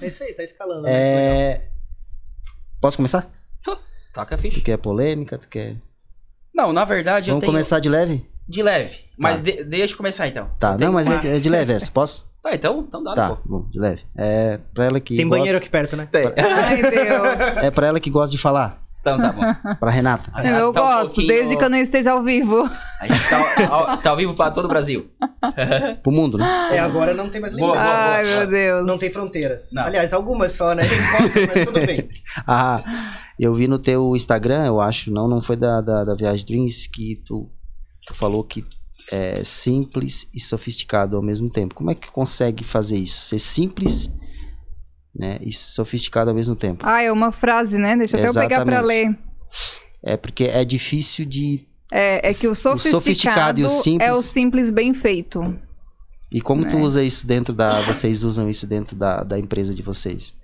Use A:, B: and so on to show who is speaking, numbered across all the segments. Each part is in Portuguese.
A: É isso aí, tá escalando. né?
B: É... Posso começar?
C: Taca a
B: Tu
C: ficha.
B: quer polêmica? Tu quer...
C: Não, na verdade eu
B: Vamos
C: tenho.
B: começar de leve?
C: De leve. Mas de- deixa eu começar então.
B: Tá,
C: Eu tenho
B: não, mas
C: uma-
B: é é de leve essa, posso?
C: Tá, então, então dá,
B: Tá,
C: pô.
B: bom, de leve. É pra ela que
A: Tem
B: gosta-
A: banheiro aqui perto, né?
C: É.
D: Ai, Deus.
B: É pra ela que gosta de falar,
C: Então tá bom.
B: pra Renata.
C: A gente
D: Eu
C: tá um
D: gosto,
C: pouquinho-
D: desde que eu não esteja ao vivo.
C: A gente tá ao, tá ao vivo pra todo o Brasil.
B: Pro mundo, né?
A: É, agora não tem mais
C: Boa,
A: limite.
C: boa.
D: Ai, meu Deus.
A: Não tem fronteiras.
C: Não.
A: Aliás, algumas só, né? Tem costa, mas tudo bem.
B: Ah, eu vi no teu Instagram, eu acho, não, não foi da, da, da Viagem Dreams, que tu, tu falou que é simples e sofisticado ao mesmo tempo. Como é que consegue fazer isso? Ser simples né, e sofisticado ao mesmo tempo?
D: Ah, é uma frase, né? Deixa até eu pegar pra
B: Exatamente.
D: ler.
B: É porque é difícil de.
D: É, é que
B: O
D: o sofisticado,
B: sofisticado e o simples-
D: é o simples bem feito.
B: E como tu
D: Né?
B: usa isso dentro da. Vocês usam isso dentro da, da empresa de vocês?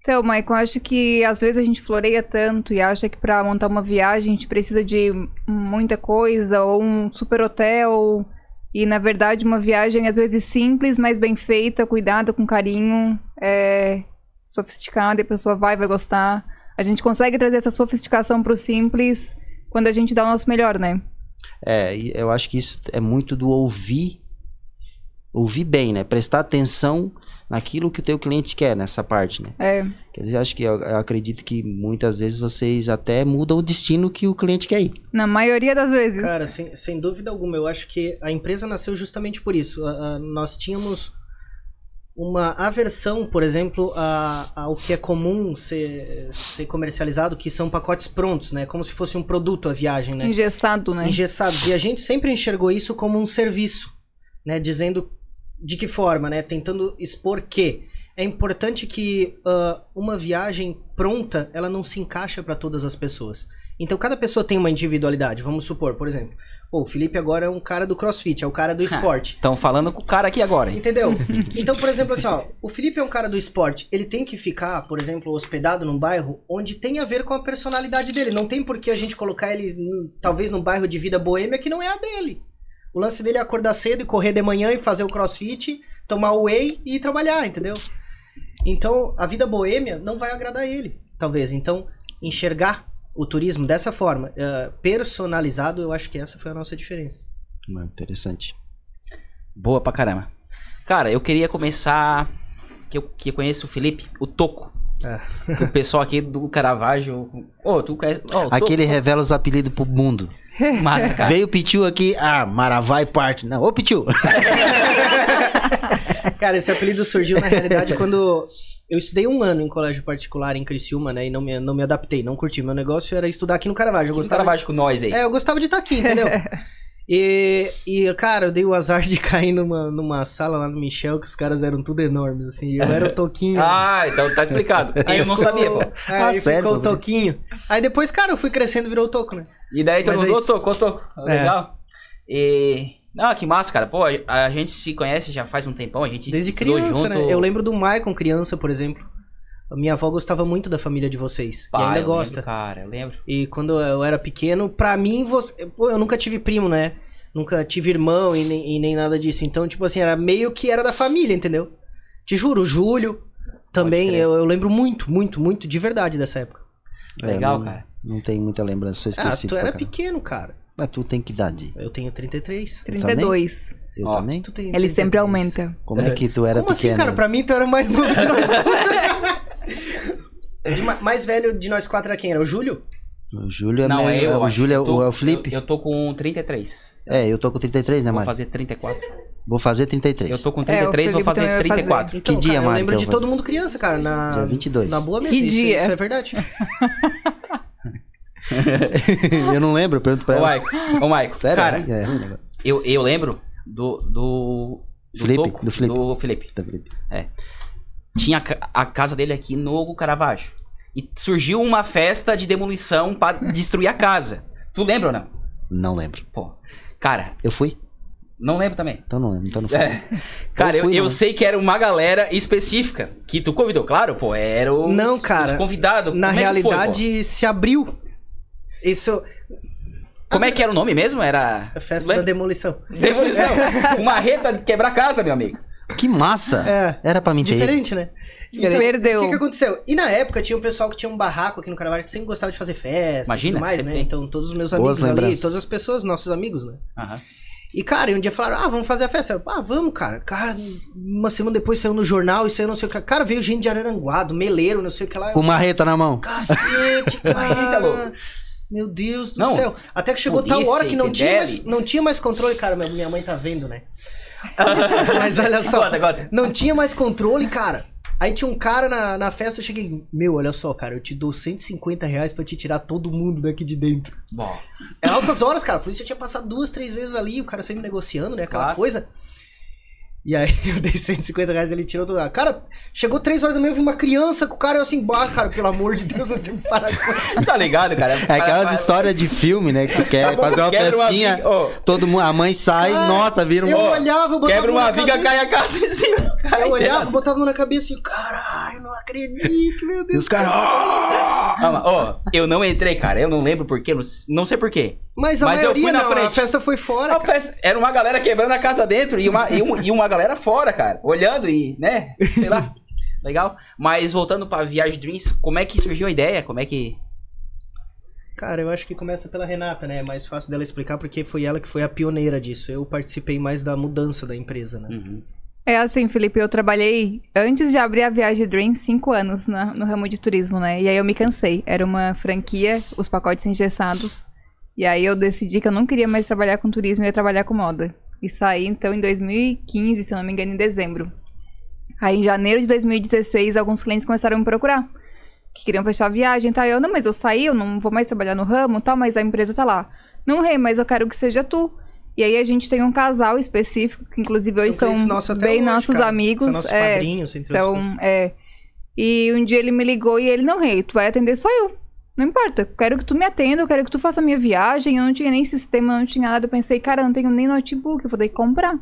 D: Então, Maicon, acho que às vezes a gente floreia tanto e acha que pra montar uma viagem a gente precisa de muita coisa ou um super hotel. E na verdade, uma viagem às vezes simples, mas bem feita, cuidada, com carinho, é sofisticada e a pessoa vai, vai gostar. A gente consegue trazer essa sofisticação pro simples quando a gente dá o nosso melhor, né?
B: É, e eu acho que isso é muito do ouvir, ouvir bem, né? Prestar atenção naquilo que o teu cliente quer nessa parte, né?
D: É.
B: Quer dizer, acho que eu, eu acredito que muitas vezes vocês até mudam o destino que o cliente quer ir.
D: Na maioria das vezes.
A: Cara, sem, sem dúvida alguma, eu acho que a empresa nasceu justamente por isso. A- a- nós tínhamos uma aversão, por exemplo, a- ao que é comum ser, ser comercializado, que são pacotes prontos, né? Como se fosse um produto a viagem, né?
D: Engessado, né?
A: engessados. E a gente sempre enxergou isso como um serviço, né? Dizendo de que forma, né? Tentando expor que é importante que ah, uma viagem pronta, ela não se encaixa para todas as pessoas. Então cada pessoa tem uma individualidade. Vamos supor, por exemplo, pô, o Felipe agora é um cara do CrossFit, é o cara do esporte.
C: Estão falando com o cara aqui agora, hein?
A: Entendeu? Então, por exemplo, assim, ó, o Felipe é um cara do esporte. Ele tem que ficar, por exemplo, hospedado num bairro onde tem a ver com a personalidade dele. Não tem por que a gente colocar ele, hum, talvez, num bairro de vida boêmia que não é a dele. O lance dele é acordar cedo e correr de manhã e fazer o crossfit, tomar o whey e ir trabalhar, entendeu? Então, a vida boêmia não vai agradar ele, talvez. Então, enxergar o turismo dessa forma, eh, personalizado, eu acho que essa foi a nossa diferença.
B: Não, Hum, interessante.
C: Boa pra caramba. Cara, eu queria começar. Que eu que eu conheço o Felipe, o Toco.
A: Ah.
C: O pessoal aqui do Caravaggio. Ô, tu conhece. Ô, o Toco,
B: Aquele revela os apelidos pro mundo.
C: Massa, cara.
B: Veio o Pichu aqui, ah, Maravai parte. Não, ô Pichu!
A: Cara, esse apelido surgiu na realidade quando eu estudei um ano em colégio particular em Criciúma, né? E não me, não me adaptei, não curti. Meu negócio era estudar aqui no Caravaggio. Eu
C: O
A: gostava,
C: Caravaggio com nós aí.
A: de- é, eu gostava de estar aqui, entendeu? E, e, cara, eu dei o azar de cair numa, numa sala lá no Michel que os caras eram tudo enormes, assim. e Eu era o Toquinho.
C: Ah, então tá explicado.
A: Aí
C: eu não
A: ficou- é,
C: sabia, pô.
A: Aí
B: Ah,
A: ficou
B: sério?
A: o Toquinho. Aí depois, cara, eu fui crescendo e virou o Toco, né?
C: E daí todo
A: Mas é
C: mundo, ô
A: isso.
C: Toco, ô Toco. Ah,
A: É.
C: Legal. E. Não, que massa, cara. Pô, a, a gente se conhece já faz um tempão, a gente
A: Desde
C: estudou
A: criança,
C: junto.
A: né? Eu lembro do Maicon criança, por exemplo. A minha avó gostava muito da família de vocês.
C: Pá,
A: e ainda
C: eu
A: gosta.
C: Lembro, cara, eu lembro.
A: E quando eu era pequeno, pra mim, você... Pô, eu nunca tive primo, né? Nunca tive irmão e nem, e nem nada disso. Então, tipo assim, era meio que era da família, entendeu? Te juro, o Júlio também,
C: crer.
A: eu, eu lembro muito, muito, muito de verdade dessa época.
B: É,
C: Legal,
B: não,
C: cara.
B: Não tem muita lembrança, sou
A: Ah,
B: esquecido.
A: tu
B: pra
A: era
B: caramba.
A: pequeno, cara.
B: Mas tu tem que idade.
A: Eu tenho 33.
D: 32.
B: Eu
C: Ó,
B: também?
A: Tu tem
D: Ele
A: 33.
D: sempre aumenta.
B: Como é que tu era
A: Como
B: pequeno?
A: assim, cara? Pra mim, tu era o mais novo de nós De ma- mais velho de nós quatro era quem? Era o Júlio?
B: O Júlio é,
C: não,
B: minha-
C: eu.
B: o
C: acho.
B: Júlio é,
C: Eu tô-
B: o, é o Felipe?
C: Eu, eu tô com 33.
B: É, eu tô com 33, né,
C: Vou
B: Mário?
C: fazer 34.
B: Vou fazer 33.
C: Eu tô com
D: É, o
C: 33, vou
D: Felipe também
C: fazer
D: vai fazer.
C: 34.
A: Então,
B: Que dia,
A: cara, Eu
B: Mário,
A: lembro
B: que
A: de
B: eu
A: todo
B: vou-
A: mundo criança, cara. Na,
B: Dia 22.
A: Na boa mesmo.
D: Que
A: isso-
D: dia?
A: Isso é verdade.
B: eu não lembro, eu pergunto pra
C: Ô,
B: ela.
C: Maico, ô, Maico,
B: Sério?
C: cara,
B: É, ruim o negócio.
C: eu, eu lembro do. do. do
B: Felipe,
C: Toco,
B: do Felipe.
C: do Felipe.
B: Tá, Felipe.
C: Tinha a, ca- a casa dele aqui no Caravaggio. E surgiu uma festa de demolição pra destruir a casa. Tu lembra ou não?
B: Não lembro.
C: Pô. Cara,
B: Eu fui?
C: não lembro também.
B: Então não lembro. Então não fui.
C: É.
B: Eu
C: Cara, eu,
B: fui,
C: eu
B: mano.
C: sei que era uma galera específica que tu convidou, claro, pô, era o
A: Não, cara,
C: convidado.
A: Na
C: Como é que foi, pô?
A: realidade, se abriu. Isso
C: como é que era o nome mesmo? Era
A: é festa da
C: Lembra?
A: demolição.
C: demolição, uma reta de quebrar casa, meu amigo.
B: Que
C: Ah.
B: massa!
A: É.
B: Era pra mim ter. ido.
A: Diferente, né? Então,
D: Perdeu.
A: O que, que aconteceu? E na época tinha um pessoal que tinha um barraco aqui no Caravaggio que sempre gostava de fazer festa
C: Imagina,
A: e tudo mais,
C: sempre
A: né?
C: tem.
A: Então todos os meus
B: Boas
A: amigos ali,
B: lembranças.
A: todas as pessoas, nossos amigos, né?
C: Aham.
A: E, cara, e um dia falaram, ah, vamos fazer a festa. Eu, ah, vamos, cara. Cara, uma semana depois saiu no jornal e saiu não sei o que. Cara, veio gente de Araranguá, do Meleiro, não sei o que lá. Eu,
B: Com marreta na mão.
A: Cacete, cara.
C: Eita, tá louco.
A: Meu Deus do
C: Não.
A: céu. Até que chegou
C: Não
A: tal
C: disse,
A: hora que não
C: que
A: tinha,
C: deve.
A: mais, não tinha mais controle. Cara, minha- minha mãe tá vendo, né? Mas olha só.
C: Conta, conta.
A: Não tinha mais controle, cara. Aí tinha um cara na, na festa, eu cheguei, meu, olha só, cara, eu te dou 150 reais pra te tirar todo mundo daqui de dentro.
C: Bom,
A: É altas horas, cara, por isso eu tinha passado duas, três vezes ali, o cara sempre negociando, né, aquela
C: Claro.
A: coisa. E aí eu dei 150 reais, ele tirou todo Cara, chegou três horas da manhã, eu vi uma criança com o cara, eu assim, bah, cara, pelo amor de Deus, nós temos que parar com isso.
C: tá ligado, cara?
B: É aquelas histórias de filme, né? Que quer fazer uma
C: Quebra uma Ah,
B: festinha,
C: viga- ô,
B: todo mundo, a mãe sai,
A: Cara,
B: nossa, vira um.
A: Eu
C: Ó,
A: olhava, eu botava
C: Quebra
A: a mão
C: uma
A: na
C: viga,
A: cabeça,
C: cai a casa em cima. Cai né?
A: Eu olhava,
C: inteira.
A: botava a mão na cabeça assim, caralho, não acredito, meu
B: E
A: Deus.
B: os caras. "Ah!"
C: Calma, ó, eu não entrei, cara. Eu não lembro porquê, não, não sei porquê.
A: Mas a
C: Mas eu fui
A: maioria
C: na
A: não, a
C: frente.
A: festa foi fora,
C: A festa- Era uma galera quebrando a casa dentro e uma, e, um- e uma galera fora, cara. Olhando e, né? Sei lá. Legal. Mas voltando pra Viagem Dreams, como é que surgiu a ideia? Como é que.
A: Cara, eu acho que começa pela Renata, né? É mais fácil dela explicar porque foi ela que foi a pioneira disso. Eu participei mais da mudança da empresa, né?
D: É assim, Felipe, eu trabalhei antes de abrir a Viagem Dream, cinco anos na- no ramo de turismo, né? E aí eu me cansei. Era uma franquia, os pacotes engessados. E aí eu decidi que eu não queria mais trabalhar com turismo, eu ia trabalhar com moda. E saí, então, em 2015, se eu não me engano, em dezembro. Aí, em janeiro de 2016, alguns clientes começaram a me procurar. Que queriam fechar a viagem, tá? Eu, não, mas eu saí, eu não vou mais trabalhar no ramo, tal, mas a empresa tá lá. Não, rei, mas eu quero que seja tu. E aí a gente tem um casal específico, que inclusive hoje são,
A: clientes nossos até
D: bem
A: hoje,
D: nossos
A: cara.
D: amigos.
A: São nossos
D: é,
A: padrinhos, entre né? outras
D: então, é. E um dia ele me ligou e ele, não, rei, tu vai atender só eu. Não importa, quero que tu me atenda, eu quero que tu faça a minha viagem. Eu não tinha nem sistema, eu não tinha nada. Eu pensei, cara, eu não tenho nem notebook, eu vou ter que comprar.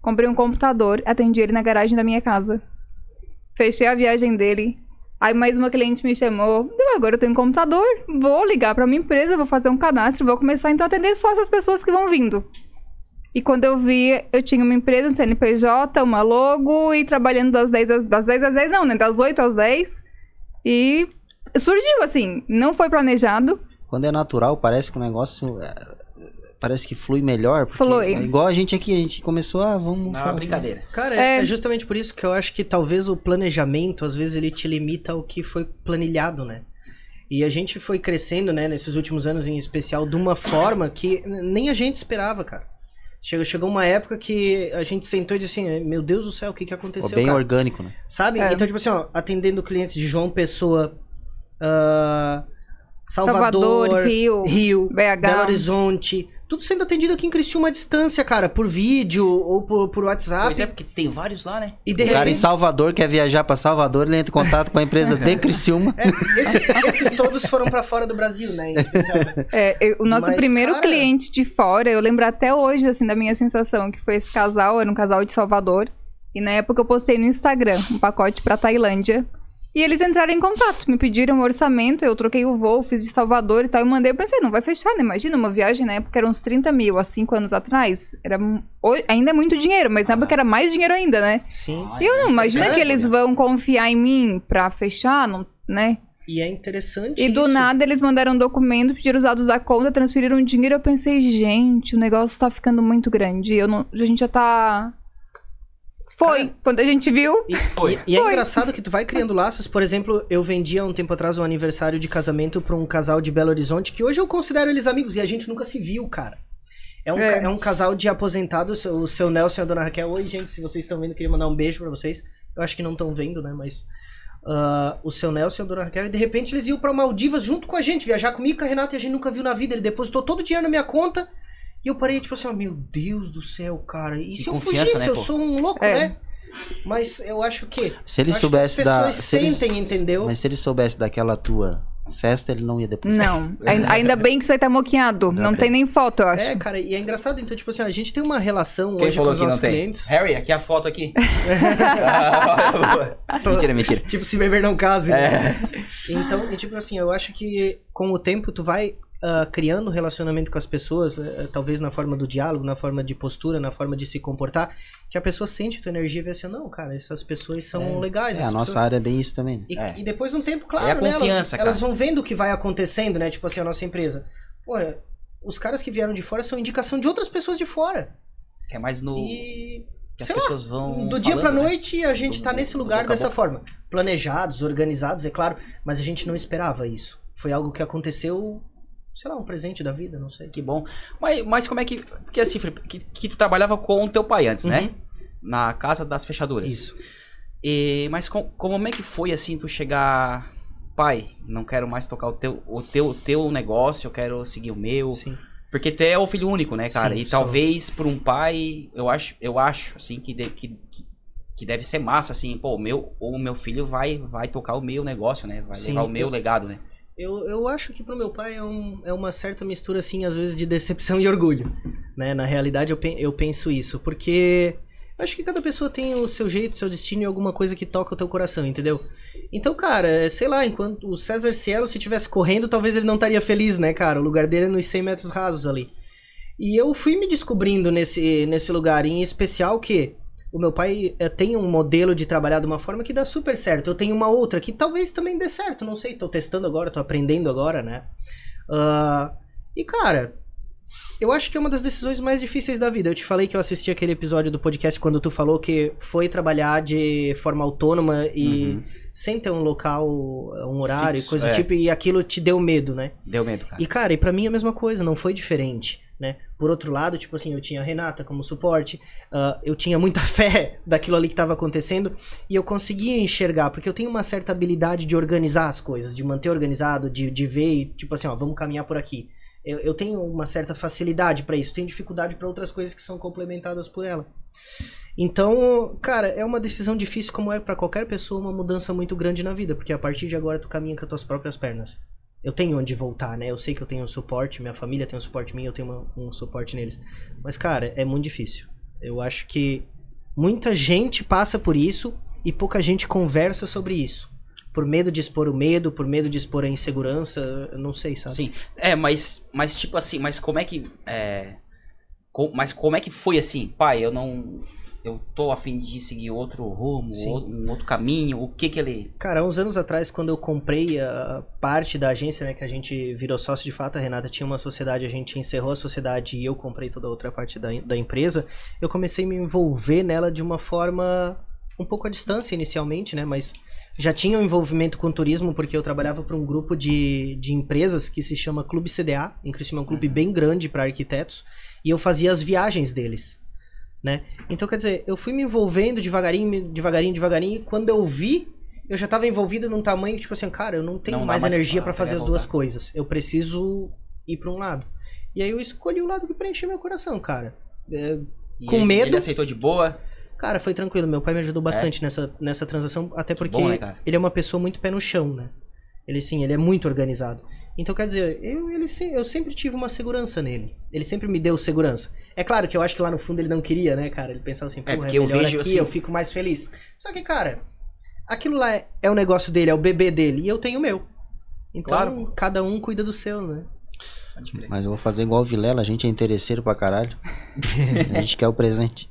D: Comprei um computador, atendi ele na garagem da minha casa. Fechei a viagem dele. Aí mais uma cliente me chamou. "Não, Agora eu tenho um computador, vou ligar pra minha empresa, vou fazer um cadastro, vou começar então a atender só essas pessoas que vão vindo. E quando eu vi, eu tinha uma empresa, um CNPJ, uma logo e trabalhando das 10 às, das 10, às 10 não, né? Das 8 às 10. E surgiu assim, não foi planejado.
B: Quando é natural, parece que o negócio. é, Parece que flui melhor. porque
D: Flui.
B: é igual a gente aqui, a gente começou, ah, vamos.
C: Não, é uma
B: falar.
C: brincadeira.
A: coisas. Cara,
D: É.
A: é. é justamente por isso que eu acho que talvez o planejamento, às vezes, ele te limita ao que foi planilhado, né? E a gente foi crescendo, né, nesses últimos anos em especial, de uma forma que nem a gente esperava, cara. Chegou, chegou uma época que a gente sentou e disse assim, meu Deus do céu, o que, que
B: Pô,
A: aconteceu,
B: bem
A: cara?
B: orgânico, né?
A: Sabe?
D: É.
A: Então, tipo assim, ó, atendendo clientes de João Pessoa, ah, Salvador,
D: Salvador, Rio,
A: Rio, Belo
D: BH.
A: Horizonte, tudo sendo atendido aqui em Criciúma à distância, cara, por vídeo ou por, por
C: Pois
A: WhatsApp.
C: é, porque tem vários lá, né?
A: E de
B: O cara em
A: repente,
B: Salvador quer viajar pra Salvador, ele entra em contato com a empresa de Criciúma.
A: é, esses, esses todos foram pra fora do Brasil, né? Em especial. né?
D: É, eu- o nosso
A: Mas,
D: primeiro
A: cara-
D: cliente de fora, eu lembro até hoje, assim, da minha sensação, que foi esse casal, era um casal de Salvador. E na época eu postei no Instagram um pacote pra Tailândia. E eles entraram em contato, me pediram um orçamento, eu troquei o voo, fiz de Salvador e tal, e mandei. Eu pensei, não vai fechar, né? Imagina, uma viagem na época era uns 30 mil, há cinco anos atrás. Era, mu- ho- ainda é muito dinheiro, mas na época era mais dinheiro ainda, né?
A: Sim.
D: E eu não, imagina
A: é sério,
D: que eles vão confiar em mim pra fechar, não, né?
A: E é interessante
D: E do
A: isso.
D: nada eles mandaram um documento, pediram os dados da conta, transferiram dinheiro. Eu pensei, gente, o negócio tá ficando muito grande. Eu não, a gente já tá. Foi. Quando a gente viu.
C: Foi.
A: E é
D: Foi.
A: engraçado que tu vai criando laços. Por exemplo, eu vendi há um tempo atrás um aniversário de casamento pra um casal de Belo Horizonte, que hoje eu considero eles amigos e a gente nunca se viu, cara. É um,
D: É.
A: ca- é um casal de aposentados, o seu Nelson e a dona Raquel. Oi, gente, se vocês estão vendo, queria mandar um beijo pra vocês. Eu acho que não estão vendo, né? Mas. ah, o seu Nelson e a dona Raquel, e de repente eles iam pra Maldivas junto com a gente, viajar comigo, com a Renata, e a gente nunca viu na vida. Ele depositou todo o dinheiro na minha conta. E eu parei, tipo assim, ó, meu Deus do céu, cara. E se eu
C: confiança,
A: fugisse?
C: né,
A: eu
C: pô?
A: sou um louco,
D: É.
A: né? Mas eu acho que. né,
B: Se
A: Acho que
B: ele
A: as
B: soubesse da.
A: pessoas
B: se ele-
A: sentem, entendeu?
B: Mas se ele soubesse daquela tua festa, ele não ia depois.
D: Não. Ai- Ainda bem que isso aí tá moqueado.
B: Ainda
D: Não
B: bem.
D: tem nem foto, eu acho.
A: É, cara, e é engraçado, então, tipo assim, a gente tem uma relação
C: Quem
A: hoje com
C: falou
A: os
C: que não
A: nossos
C: tem?
A: clientes.
C: Harry, aqui a foto aqui. Ah, mentira, mentira.
A: Tipo, se beber não case. né?
C: É.
A: Então, e, tipo assim, eu acho que com o tempo tu vai ah, criando um relacionamento com as pessoas, eh, talvez na forma do diálogo, na forma de postura, na forma de se comportar, que a pessoa sente a tua energia e vê assim, não, cara, essas pessoas são
B: É.
A: legais.
B: É, a
A: essas
B: nossa
A: pessoas-
B: área é bem isso também. né?
A: E,
C: É.
A: e depois de um tempo, claro,
C: É a
A: né? Elas,
C: confiança, cara.
A: elas vão vendo o que vai acontecendo, né? Tipo assim, a nossa empresa. Porra, os caras que vieram de fora são indicação de outras pessoas de fora.
C: É mais no.
A: E
C: que as
A: sei lá,
C: pessoas vão.
A: do dia
C: falando,
A: pra
C: né?
A: noite a gente
C: Do-
A: tá
C: do-
A: nesse
C: do
A: lugar
C: boca a
A: dessa forma. Planejados, organizados, é claro, mas a gente não esperava isso. Foi algo que aconteceu, sei lá, um presente da vida, não sei.
C: Que bom. Mas, mas como é que. Porque assim, Felipe, que, que tu trabalhava com o teu pai antes, né? Na casa das fechaduras.
A: Uhum. Isso.
C: E, mas com- como é que foi assim tu chegar. Pai, não quero mais tocar o teu, o teu, o teu negócio, eu quero seguir o meu.
A: Sim.
C: Porque tu é o filho único, né, cara?
A: Sim,
C: e
A: sou.
C: talvez por um pai, eu acho, eu acho assim que, de- que, que- que deve ser massa assim, pô, o meu o meu filho vai vai tocar o meu negócio, né? Vai
A: Sim.
C: levar o meu legado, né?
A: Eu, eu acho que pro meu pai é, um- é uma certa mistura, assim, às vezes de decepção e orgulho. Né? Na realidade, eu, pen- eu penso isso, porque eu acho que cada pessoa tem o seu jeito, seu destino e alguma coisa que toca o teu coração, entendeu? Então, cara, é, sei lá, enquanto o César Cielo, se tivesse correndo, talvez ele não estaria feliz, né, cara? O lugar dele é nos 100 metros rasos ali. E eu fui me descobrindo nesse, nesse lugar, em especial que o meu pai eh, tem um modelo de trabalhar de uma forma que dá super certo. Eu tenho uma outra que talvez também dê certo, não sei, tô testando agora, tô aprendendo agora, né? Ah, e cara, eu acho que é uma das decisões mais difíceis da vida. Eu te falei que eu assisti aquele episódio do podcast quando tu falou que foi trabalhar de forma autônoma e
C: Uhum.
A: sem ter um local, um horário, e
C: Fixo,
A: coisa
C: é.
A: do tipo, e aquilo te deu medo, né?
C: Deu medo, cara.
A: E, cara, e pra mim é a mesma coisa, não foi diferente, né? Por outro lado, tipo assim, eu tinha a Renata como suporte, ah, eu tinha muita fé daquilo ali que tava acontecendo, e eu conseguia enxergar, porque eu tenho uma certa habilidade de organizar as coisas, de manter organizado, de, de ver e, tipo assim, ó, vamos caminhar por aqui. Eu, eu tenho uma certa facilidade pra isso, tenho dificuldade pra outras coisas que são complementadas por ela. Então, cara, é uma decisão difícil como é pra qualquer pessoa uma mudança muito grande na vida, porque a partir de agora tu caminha com as tuas próprias pernas eu tenho onde voltar, né? Eu sei que eu tenho um suporte, minha família tem um suporte em mim, eu tenho uma- um suporte neles. Mas, cara, é muito difícil. Eu acho que muita gente passa por isso e pouca gente conversa sobre isso. Por medo de expor o medo, por medo de expor a insegurança, eu não sei, sabe?
C: Sim. É, mas, mas tipo assim, mas como é que. É, co- mas como é que foi assim? Pai, eu não. Eu tô afim de seguir outro rumo,
A: Sim.
C: ou- um outro caminho. O que que ele.
A: Cara, há uns anos atrás, quando eu comprei a parte da agência, né, que a gente virou sócio de fato, a Renata tinha uma sociedade, a gente encerrou a sociedade e eu comprei toda a outra parte da, da empresa, eu comecei a me envolver nela de uma forma um pouco à distância inicialmente, né, mas já tinha um envolvimento com turismo, porque eu trabalhava para um grupo de, de empresas que se chama Clube CDA, em Criciúma é um
C: Uhum.
A: clube bem grande para arquitetos, e eu fazia as viagens deles. Né? Então, quer dizer, eu fui me envolvendo devagarinho, me- devagarinho, devagarinho, e quando eu vi, eu já tava envolvido num tamanho que, tipo assim, cara, eu não tenho
C: Não dá
A: mais,
C: mais
A: energia
C: pra-
A: para fazer
C: pra
A: as duas
C: voltar.
A: coisas. Eu preciso ir para um lado. E aí eu escolhi o lado que preencheu meu coração, cara. É,
C: e
A: Com
C: ele-
A: medo.
C: Ele aceitou de boa.
A: cara, foi tranquilo. Meu pai me ajudou bastante nessa, nessa transação, até porque
C: É? bom, né, cara?
A: ele é uma pessoa muito pé no chão, né? Ele sim, ele é muito organizado. Então, quer dizer, eu, ele, se- eu sempre tive uma segurança nele. Ele sempre me deu segurança. É claro que eu acho que lá no fundo ele não queria, né, cara? Ele pensava assim, pô, é,
C: porque eu
A: melhor
C: vejo,
A: aqui,
C: assim-
A: eu fico mais feliz. Só que, cara, aquilo lá é, é o negócio dele, é o bebê dele, e eu tenho o meu. Então,
C: Claro.
A: cada um cuida do seu, né?
C: Pode crer.
B: Mas eu vou fazer igual o Vilela, a gente é interesseiro pra caralho. a gente quer o presente.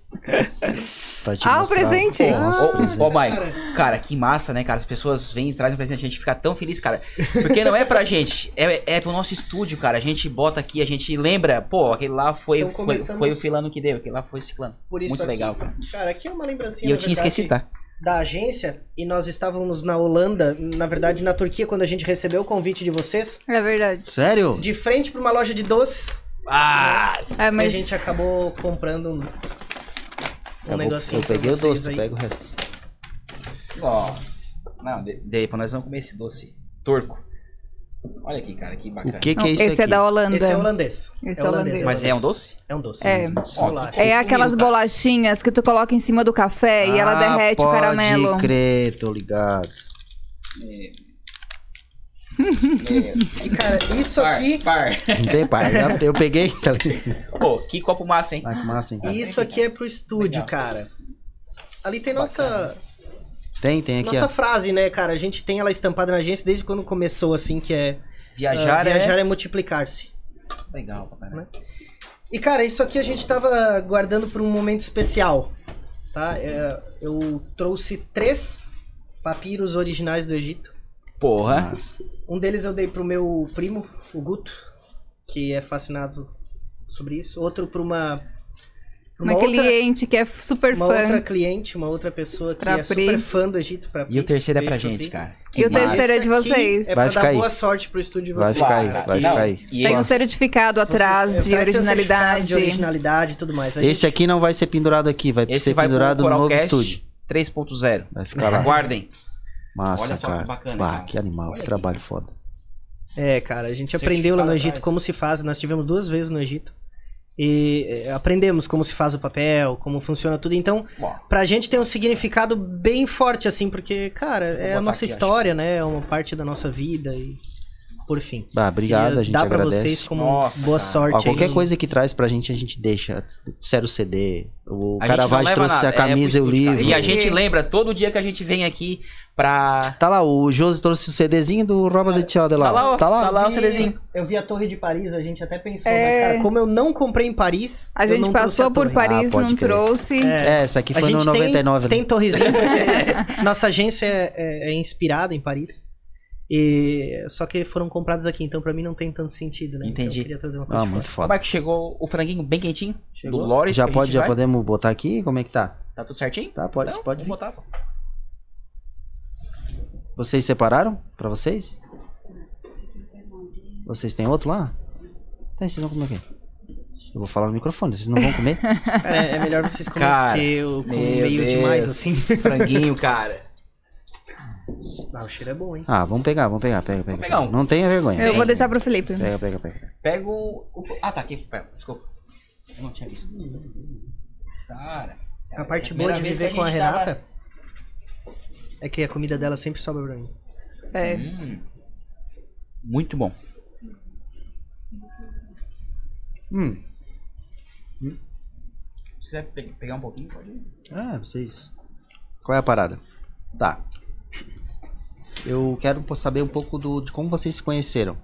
B: Pra te
D: Ah, o
B: mostrar
D: presente?
B: O nosso
A: Ah.
C: Ô,
B: presente.
C: ô, Maicon,
A: Cara,
C: cara, que massa, né, cara? As pessoas vêm e trazem um presente, a gente fica tão feliz, cara. Porque não é pra gente, é, é pro nosso estúdio, cara. A gente bota aqui, a gente lembra, pô, aquele lá foi,
A: Então
C: foi,
A: começamos-
C: foi o filano que deu, aquele lá foi esse plano.
A: por
C: Muito
A: aqui-
C: legal, cara.
A: Cara, aqui é uma lembrancinha.
C: E eu
A: na
C: tinha
A: verdade, É.
C: esquecido, tá?
A: da agência e nós estávamos na Holanda, na verdade na Turquia, quando a gente recebeu o convite de vocês,
D: É verdade.
B: Sério?
A: de frente para uma loja de doces,
C: Ah!
D: É,
A: e a
D: mas
A: gente acabou comprando um, um
B: eu, vou-
A: negocinho.
B: eu peguei
A: pra
B: o doce,
A: vocês aí.
B: tu pega o resto.
C: Nossa. Não, de- daí pra nós não comer esse doce turco. Olha aqui, cara, que
B: O
C: bacana.
B: que que
D: Não,
B: é isso
D: esse
B: aqui?
D: é da Holanda.
A: Esse é holandês. é
D: Esse
A: holandês.
D: é holandês.
C: Mas é um doce?
A: É um doce.
D: É.
C: Ó,
D: É aquelas bolachinhas que tu coloca em cima do café e ela
B: Ah,
D: derrete o caramelo.
B: Pode crer, tô ligado.
C: É,
A: E, cara, isso
C: par,
A: aqui,
C: par.
B: Não tem, pai? Eu- Eu peguei, tá ligado?
C: Pô, que copo massa, hein?
B: Ah, que massa, hein, cara.
A: isso aqui é pro estúdio,
C: Legal.
A: cara. Ali tem nossa,
B: Tem, tem aqui,
A: nossa
B: ó.
A: frase, né, cara? A gente tem ela estampada na agência desde quando começou, assim, que é
C: Viajar,
A: Ah, viajar é multiplicar-se.
C: é legal, papai. né?
A: E cara, isso aqui a gente tava guardando para um momento especial, tá? É, eu trouxe três papiros originais do Egito.
C: Porra.
B: Mas,
A: Um deles eu dei pro meu primo, o Guto, que é fascinado sobre isso. Outro para uma pra uma
D: Uma
A: outra,
D: cliente que é super
A: uma
D: fã.
A: outra cliente, uma outra pessoa que
D: Pra
A: é
D: Pri.
A: super fã do Egito para
C: E o terceiro é pra gente, cara.
D: E o
A: Esse
C: massa.
D: terceiro é de
A: aqui
D: vocês.
A: É
B: Vai
A: pra
B: ficar
A: dar
B: aí.
A: boa sorte pro estúdio de
B: Vai
A: vocês.
B: ficar aí,
A: cara.
B: vai
C: Não,
B: ficar aí.
C: e
D: Tem um
C: esse-
D: certificado
A: Vocês-
D: atrás de
A: traz teu certificado
D: originalidade.
A: De originalidade e tudo mais. A
B: Esse aqui não vai ser pendurado aqui, vai
C: Esse
B: ser
C: vai pro
B: pendurado no novo
C: Coralcast
B: estúdio.
C: 3.0.
B: Vai ficar lá.
C: Aguardem.
B: Massa,
C: Olha só que
B: cara.
C: bacana,
B: Bah,
C: cara.
B: que animal,
C: Olha
B: que
C: aqui.
B: trabalho foda.
A: É, cara, a gente
C: Certificado
A: aprendeu lá no
C: atrás.
A: Egito como se faz. Nós tivemos duas vezes no Egito. E é, aprendemos como se faz o papel, como funciona tudo. Então,
C: Bom,
A: pra gente tem um significado bem forte, assim, porque, cara,
C: Vou
A: é a
C: botar
A: nossa
C: aqui,
A: história, né? É uma parte da nossa vida e. Por fim.
B: Bah, obrigado,
A: E
B: a gente
A: Dá pra vocês
B: agradece.
A: como
C: Nossa,
A: boa
C: cara.
A: sorte
B: Ó, qualquer
A: aí.
B: coisa que traz pra gente, a gente deixa. Sério CD. O
C: a gente
B: Caravaggio
C: não leva
B: trouxe
C: nada,
B: a camisa
C: é
B: e o
C: pro estúdio, cara.
B: livro.
C: E a gente lembra todo dia que a gente vem aqui pra.
B: Tá lá, o Josi trouxe o CDzinho do Robert Child lá.
C: Tá lá, ó,
B: Tá lá.
C: tá lá o
A: Vi-
C: CDzinho.
A: Eu vi a Torre de Paris, a gente até pensou,
D: É.
A: mas, cara, como eu não comprei em Paris.
D: A
A: eu
D: gente
A: não trouxe
D: passou
A: a
D: por
A: torre.
D: Paris,
B: Ah, pode
D: não
B: crer.
D: trouxe.
B: É, essa aqui
A: A
B: foi no
A: gente
B: 99.
A: tem, tem
B: né?
A: torrezinha, porque nossa agência é, é- é inspirada em Paris. E, só que foram comprados aqui, então pra mim não tem tanto sentido, né? Então,
C: Entendi.
A: eu queria trazer uma coisa
B: Ah,
A: de
B: muito
A: fora.
C: Como
B: foda.
C: é que chegou o franguinho bem quentinho?
A: Chegou?
C: Do Lores.
B: Já,
C: é que a
B: pode,
C: gente
B: já
C: vai?
B: podemos botar aqui? Como é que tá?
C: Tá tudo certinho?
B: Tá, pode,
C: Então,
B: pode.
C: vamos
B: vir.
C: botar, pô.
B: Vocês separaram pra vocês? Vocês têm outro lá? Tá, e vocês vão comer o quê? Eu vou falar no microfone, vocês não vão comer?
A: Cara, é, é melhor vocês comerem,
C: Cara,
A: porque eu como
C: meu
A: meio
C: Deus.
A: demais, assim.
C: Franguinho, cara.
A: Ah, o cheiro é bom, hein?
B: Ah, vamos pegar, vamos pegar, pega, pega.
C: pegar um.
B: Não tenha vergonha.
D: Eu vou deixar pro Felipe.
B: Pega, pega, pega.
C: Pega o. o- Ah, tá aqui. pera, Desculpa. Eu não tinha visto. Cara.
A: A parte
C: é
A: boa
C: primeira
A: de
C: vez
A: viver
C: que
A: com a
C: gente tava-
A: Renata é que a comida dela sempre sobra pra mim.
D: É.
C: Hum. Muito bom.
B: Hum.
C: Hum. Se quiser pe- pegar um pouquinho, pode.
B: Ah, vocês. Qual é a parada? Tá. Eu quero po- saber um pouco do, de como vocês se conheceram.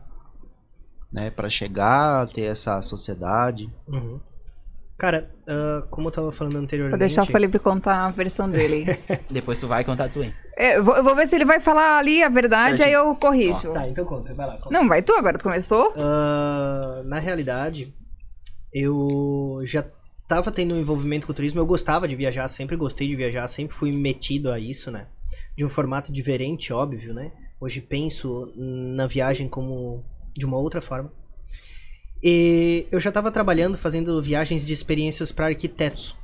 B: Né, pra chegar, a ter essa sociedade.
A: Uhum. Cara, ah, como eu tava falando anteriormente...
D: Vou deixar o Felipe contar a versão dele.
C: Depois tu vai contar tu, hein?
D: É, eu, vou, eu vou ver se ele vai falar ali a verdade, aí eu corrijo.
A: Tá, então conta, vai lá. Conta.
D: Não, vai tu agora, tu começou?
A: Ah, na realidade, eu já tava tendo um envolvimento com o turismo. Eu gostava de viajar, sempre gostei de viajar, sempre fui metido a isso, né? De um formato diferente, óbvio, né? Hoje penso na viagem como de uma outra forma. E eu já estava trabalhando, fazendo viagens de experiências para arquitetos.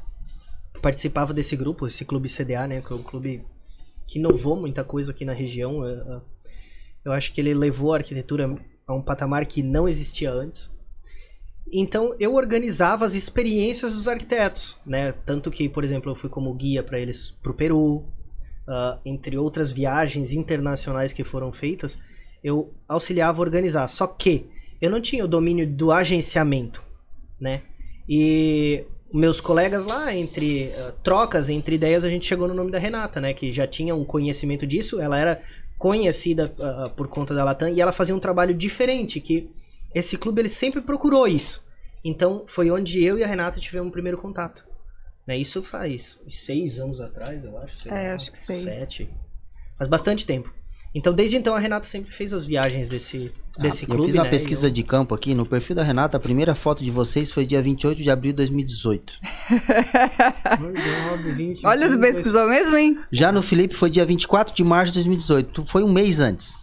A: Participava desse grupo, esse clube CDA, né? Que é um clube que inovou muita coisa aqui na região. Eh, eh, Eu acho que ele levou a arquitetura a um patamar que não existia antes. Então eu organizava as experiências dos arquitetos, né? Tanto que, por exemplo, eu fui como guia para eles para o Peru, ah, entre outras viagens internacionais que foram feitas, eu auxiliava a organizar. Só que eu não tinha o domínio do agenciamento, né? E meus colegas lá, entre ah, trocas, entre ideias, a gente chegou no nome da Renata, né? Que já tinha um conhecimento disso, ela era conhecida ah, por conta da Latam e ela fazia um trabalho diferente que esse clube ele sempre procurou isso então foi onde eu e a Renata tivemos o primeiro contato né isso faz uns seis anos atrás eu acho sei
D: É,
A: lá,
D: acho que seis.
A: sete faz bastante tempo então desde então a Renata sempre fez as viagens desse desse
B: Ah,
A: clube
B: eu fiz uma
A: né?
B: pesquisa
A: E eu-
B: de campo aqui. No perfil da Renata, a primeira foto de vocês foi dia 28 de abril de 2018.
A: Nove, vinte, um
D: Olha, tu
A: trinta,
D: pesquisou mesmo, hein?
B: Já no Felipe foi dia 24 de março de 2018. Tu Foi um mês antes.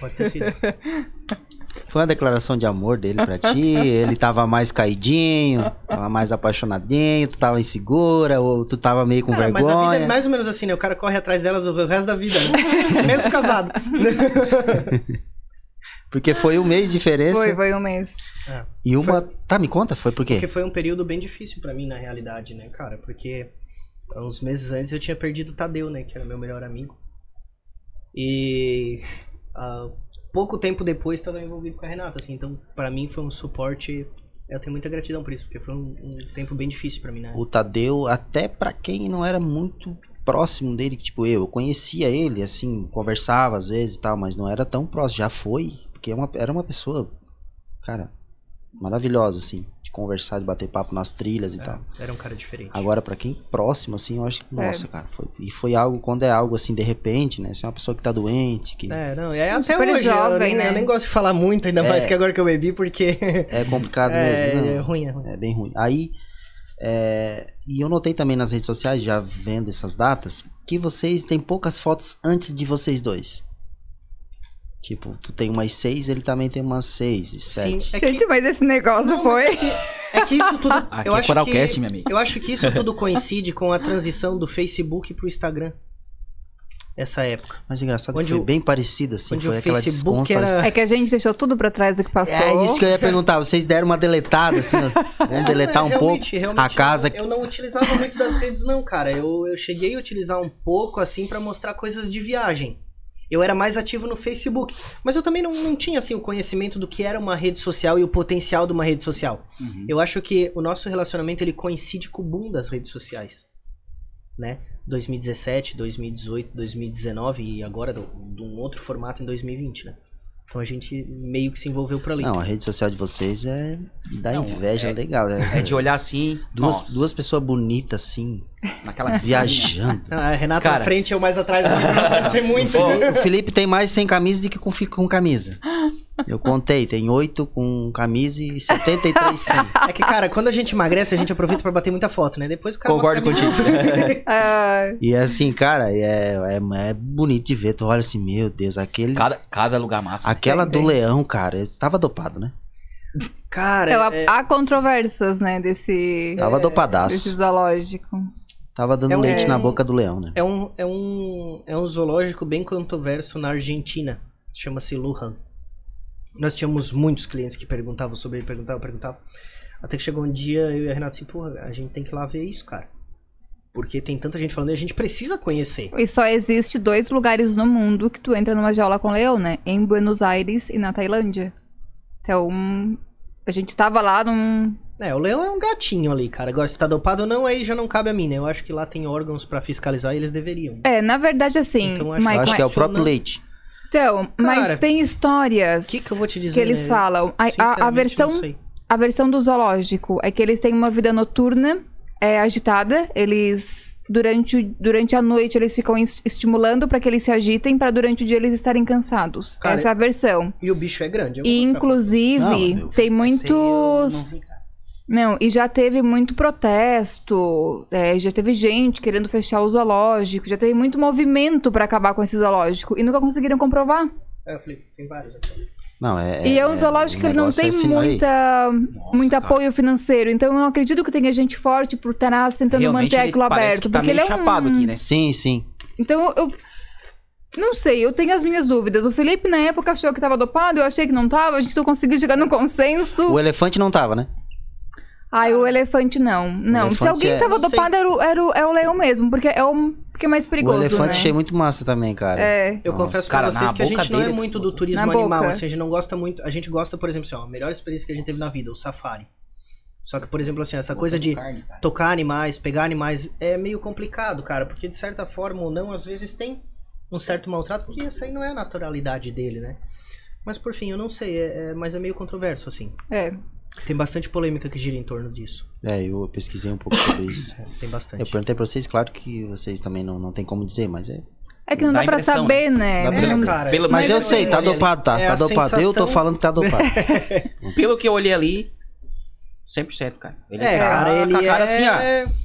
A: pode ter sido Ah,
B: Foi uma declaração de amor dele pra ti. ele tava mais caidinho, tava mais apaixonadinho, tu tava insegura, ou tu tava meio com
A: Cara, mas
B: vergonha.
A: a vida é mais ou menos assim, né? O cara corre atrás delas o resto da vida, né? Mesmo casado.
B: Porque foi um mês de diferença.
D: Foi, foi um mês.
A: Ah.
B: E uma. Tá, me conta, foi por quê?
A: Porque foi um período bem difícil pra mim, na realidade, né, cara? Porque há uns meses antes eu tinha perdido o Tadeu, né? Que era meu melhor amigo. E ah, pouco tempo depois estava envolvido com a Renata, assim. Então, pra mim foi um suporte. Eu tenho muita gratidão por isso, porque foi um, um tempo bem difícil pra mim, né?
B: O Tadeu, até pra quem não era muito próximo dele, que, tipo eu, eu conhecia ele, assim, conversava às vezes e tal, mas não era tão próximo, já foi, porque é uma- era uma pessoa, cara, maravilhosa, assim, de conversar, de bater papo nas trilhas e tal.
A: É, era um cara diferente.
B: Agora, pra quem próximo, assim, eu acho que,
D: É.
B: nossa, cara, foi, e foi algo, quando é algo assim, de repente, né, se é uma pessoa que tá doente, que é,
A: É, não, é até
D: super
A: hoje, eu,
D: jovem,
A: nem,
D: né?
A: eu nem gosto de falar muito, ainda mais
B: É.
A: que agora que eu bebi, porque
B: complicado
A: é,
B: mesmo, não.
A: é ruim, é ruim.
B: É bem ruim. Aí, é, e eu notei também nas redes sociais, já vendo essas datas, que vocês têm poucas fotos antes de vocês dois. Tipo, tu tem umas seis, ele também tem umas seis e sete.
A: Sim, é que,
D: Gente, mas esse negócio
A: Não,
D: foi.
A: é que isso tudo...
B: Ah,
C: Aqui
A: eu
C: é
A: acho que...
C: Coralcast, minha amiga.
A: Eu acho que isso tudo coincide com a transição do Facebook pro Instagram. Essa época.
B: Mas é engraçado,
A: Onde
B: que foi
A: o-
B: bem parecido assim.
A: onde
B: Foi
A: o
B: aquela
A: Facebook
B: desconta.
A: era- um.
D: É que a gente deixou tudo pra trás do que passou.
B: É isso que eu ia perguntar. Vocês deram uma deletada, assim. ó. Vamos deletar um pouco.
A: Realmente, realmente,
B: A casa.
A: Eu não utilizava muito das redes, não, cara. Eu, eu cheguei a utilizar um pouco, assim, pra mostrar coisas de viagem. Eu era mais ativo no Facebook. Mas eu também não, não tinha, assim, o conhecimento do que era uma rede social e o potencial de uma rede social.
C: Uhum.
A: Eu acho que o nosso relacionamento, ele coincide com o boom das redes sociais. Né? 2017, 2018, 2019 e agora do- de um outro formato em 2020, né? Então a gente meio que se envolveu por ali.
B: Não, a rede social de vocês é. dá
C: Não,
B: inveja
C: é-
B: legal. né?
C: É de olhar assim.
B: duas,
C: nossa,
B: duas pessoas bonitas, assim,
C: Naquela viagem.
B: viajando.
A: Ah, Renato
C: Cara.
A: na frente, eu mais atrás, assim, pra aparecer muito.
B: O Felipe- O Felipe tem mais sem camisa do que com, fi- com camisa. Eu contei, tem 8 com camisa e 73 sem.
A: É que, cara, quando a gente emagrece, a gente aproveita pra bater muita foto, né? Depois o cara
C: Concordo
A: bota a camisa.
D: Ah,
B: E assim, cara, é, é, é bonito de ver. Tu olha assim, meu Deus, aquele,
C: Cada, cada lugar massa.
A: é
B: aquela
D: Tem,
B: do
D: tem.
B: leão, cara. Eu estava dopado, né?
A: Cara,
D: então, há-
A: é,
D: há controvérsias, né, desse,
B: Tava
D: desse
B: dopadaço.
D: zoológico.
B: Tava dando
A: É um-
B: leite na boca do leão, né?
A: é um, é, um, é um zoológico bem controverso na Argentina. Chama-se Lujan. Nós tínhamos muitos clientes que perguntavam sobre ele, perguntavam, perguntavam. Até que chegou um dia, eu e a Renata assim, porra, a gente tem que ir lá ver isso, cara. Porque tem tanta gente falando e a gente precisa conhecer.
D: E só existe dois lugares no mundo que tu entra numa jaula com leão, né? Em Buenos Aires e na Tailândia. Então, a gente tava lá num.
A: É, o leão é um gatinho ali, cara. Agora, se tá dopado ou não, aí já não cabe a mim, né? Eu acho que lá tem órgãos pra fiscalizar e eles deveriam.
D: É, na verdade, assim.
A: Então, acho-
D: mas,
B: Eu acho
D: mas-
B: que é o próprio
A: Não.
B: leite.
D: Então,
A: Cara,
D: mas tem histórias
A: O que, que eu vou te dizer?
D: que eles
A: né?
D: falam. A- a- a
A: Sinceramente,
D: versão
A: não sei.
D: A versão do zoológico é que eles têm uma vida noturna é, agitada. Eles durante, o- durante a noite eles ficam es- estimulando para que eles se agitem para durante o dia eles estarem cansados.
A: Cara,
D: Essa é a versão.
A: E o bicho é grande. eu vou
D: E
A: mostrar.
D: inclusive
B: Não, meu, assim,
D: tem muitos não, e já teve muito protesto, é, já teve gente querendo fechar o zoológico, já teve muito movimento para acabar com esse zoológico e nunca conseguiram comprovar.
A: É, eu falei, tem vários aqui.
B: Não, é.
D: e é um
B: é-
D: zoológico
B: o
D: que não
B: negócio é Tá.
D: tem
B: esse daí.
D: muita
C: Nossa,
D: muito
C: cara.
D: apoio financeiro. Então eu não acredito que tenha gente forte por estar tentando
C: Realmente,
D: manter
C: ele
D: aquilo
C: parece
D: aberto.
C: que tá
D: porque ele
C: meio
D: é um.
C: chapado aqui, né?
B: Sim, sim.
D: Então eu. Não sei, eu tenho as minhas dúvidas. O Felipe, na época, achou que tava dopado, eu achei que não tava, a gente não conseguiu chegar num consenso.
B: O elefante não tava, né?
D: Ai, o elefante não. Não, se
B: elefante
D: alguém
B: é-
D: tava
A: Não sei.
D: dopado, era o, era o- é o leão mesmo, porque é o porque é mais perigoso.
B: o elefante
D: né?
B: achei muito massa também, cara.
D: É.
A: Eu
B: Nossa,
A: confesso
C: cara,
A: pra vocês
C: na
A: que a
C: boca
A: gente não é
C: dele é
A: muito
C: tudo.
A: do turismo
D: Na
A: animal.
D: boca.
A: Assim, a gente não gosta muito. A gente gosta, por exemplo, assim, ó, a melhor experiência que a gente teve na vida, o safari. Só que, por exemplo, assim, essa coisa de
C: Carne, cara.
A: tocar animais, pegar animais, é meio complicado, cara. Porque de certa forma ou não, às vezes tem um certo maltrato, porque essa aí não é a naturalidade dele, né? Mas por fim, eu não sei, é- é- mas é meio controverso, assim.
D: É.
A: Tem bastante polêmica que gira em torno disso.
B: É, eu pesquisei um pouco sobre isso.
A: É, Tem bastante.
B: Eu perguntei pra vocês, claro que vocês também não, não tem como dizer, mas é.
D: É que não
C: Dá
D: dá, pra
C: impressão,
D: saber, né?
B: Dá pra
D: Não-
B: saber.
A: cara.
C: Pelo-
B: Mas
C: Mas
B: eu
C: eu
B: sei, tá
C: olhei ali.
B: dopado, tá?
A: É
B: tá
A: a
B: dopado. Eu tô
A: sensação-
B: falando que tá dopado.
C: Pelo que eu olhei ali, 100%, cara. Ele
A: É,
C: tá
A: cara, ele
C: com a cara
A: é...
C: assim, ó.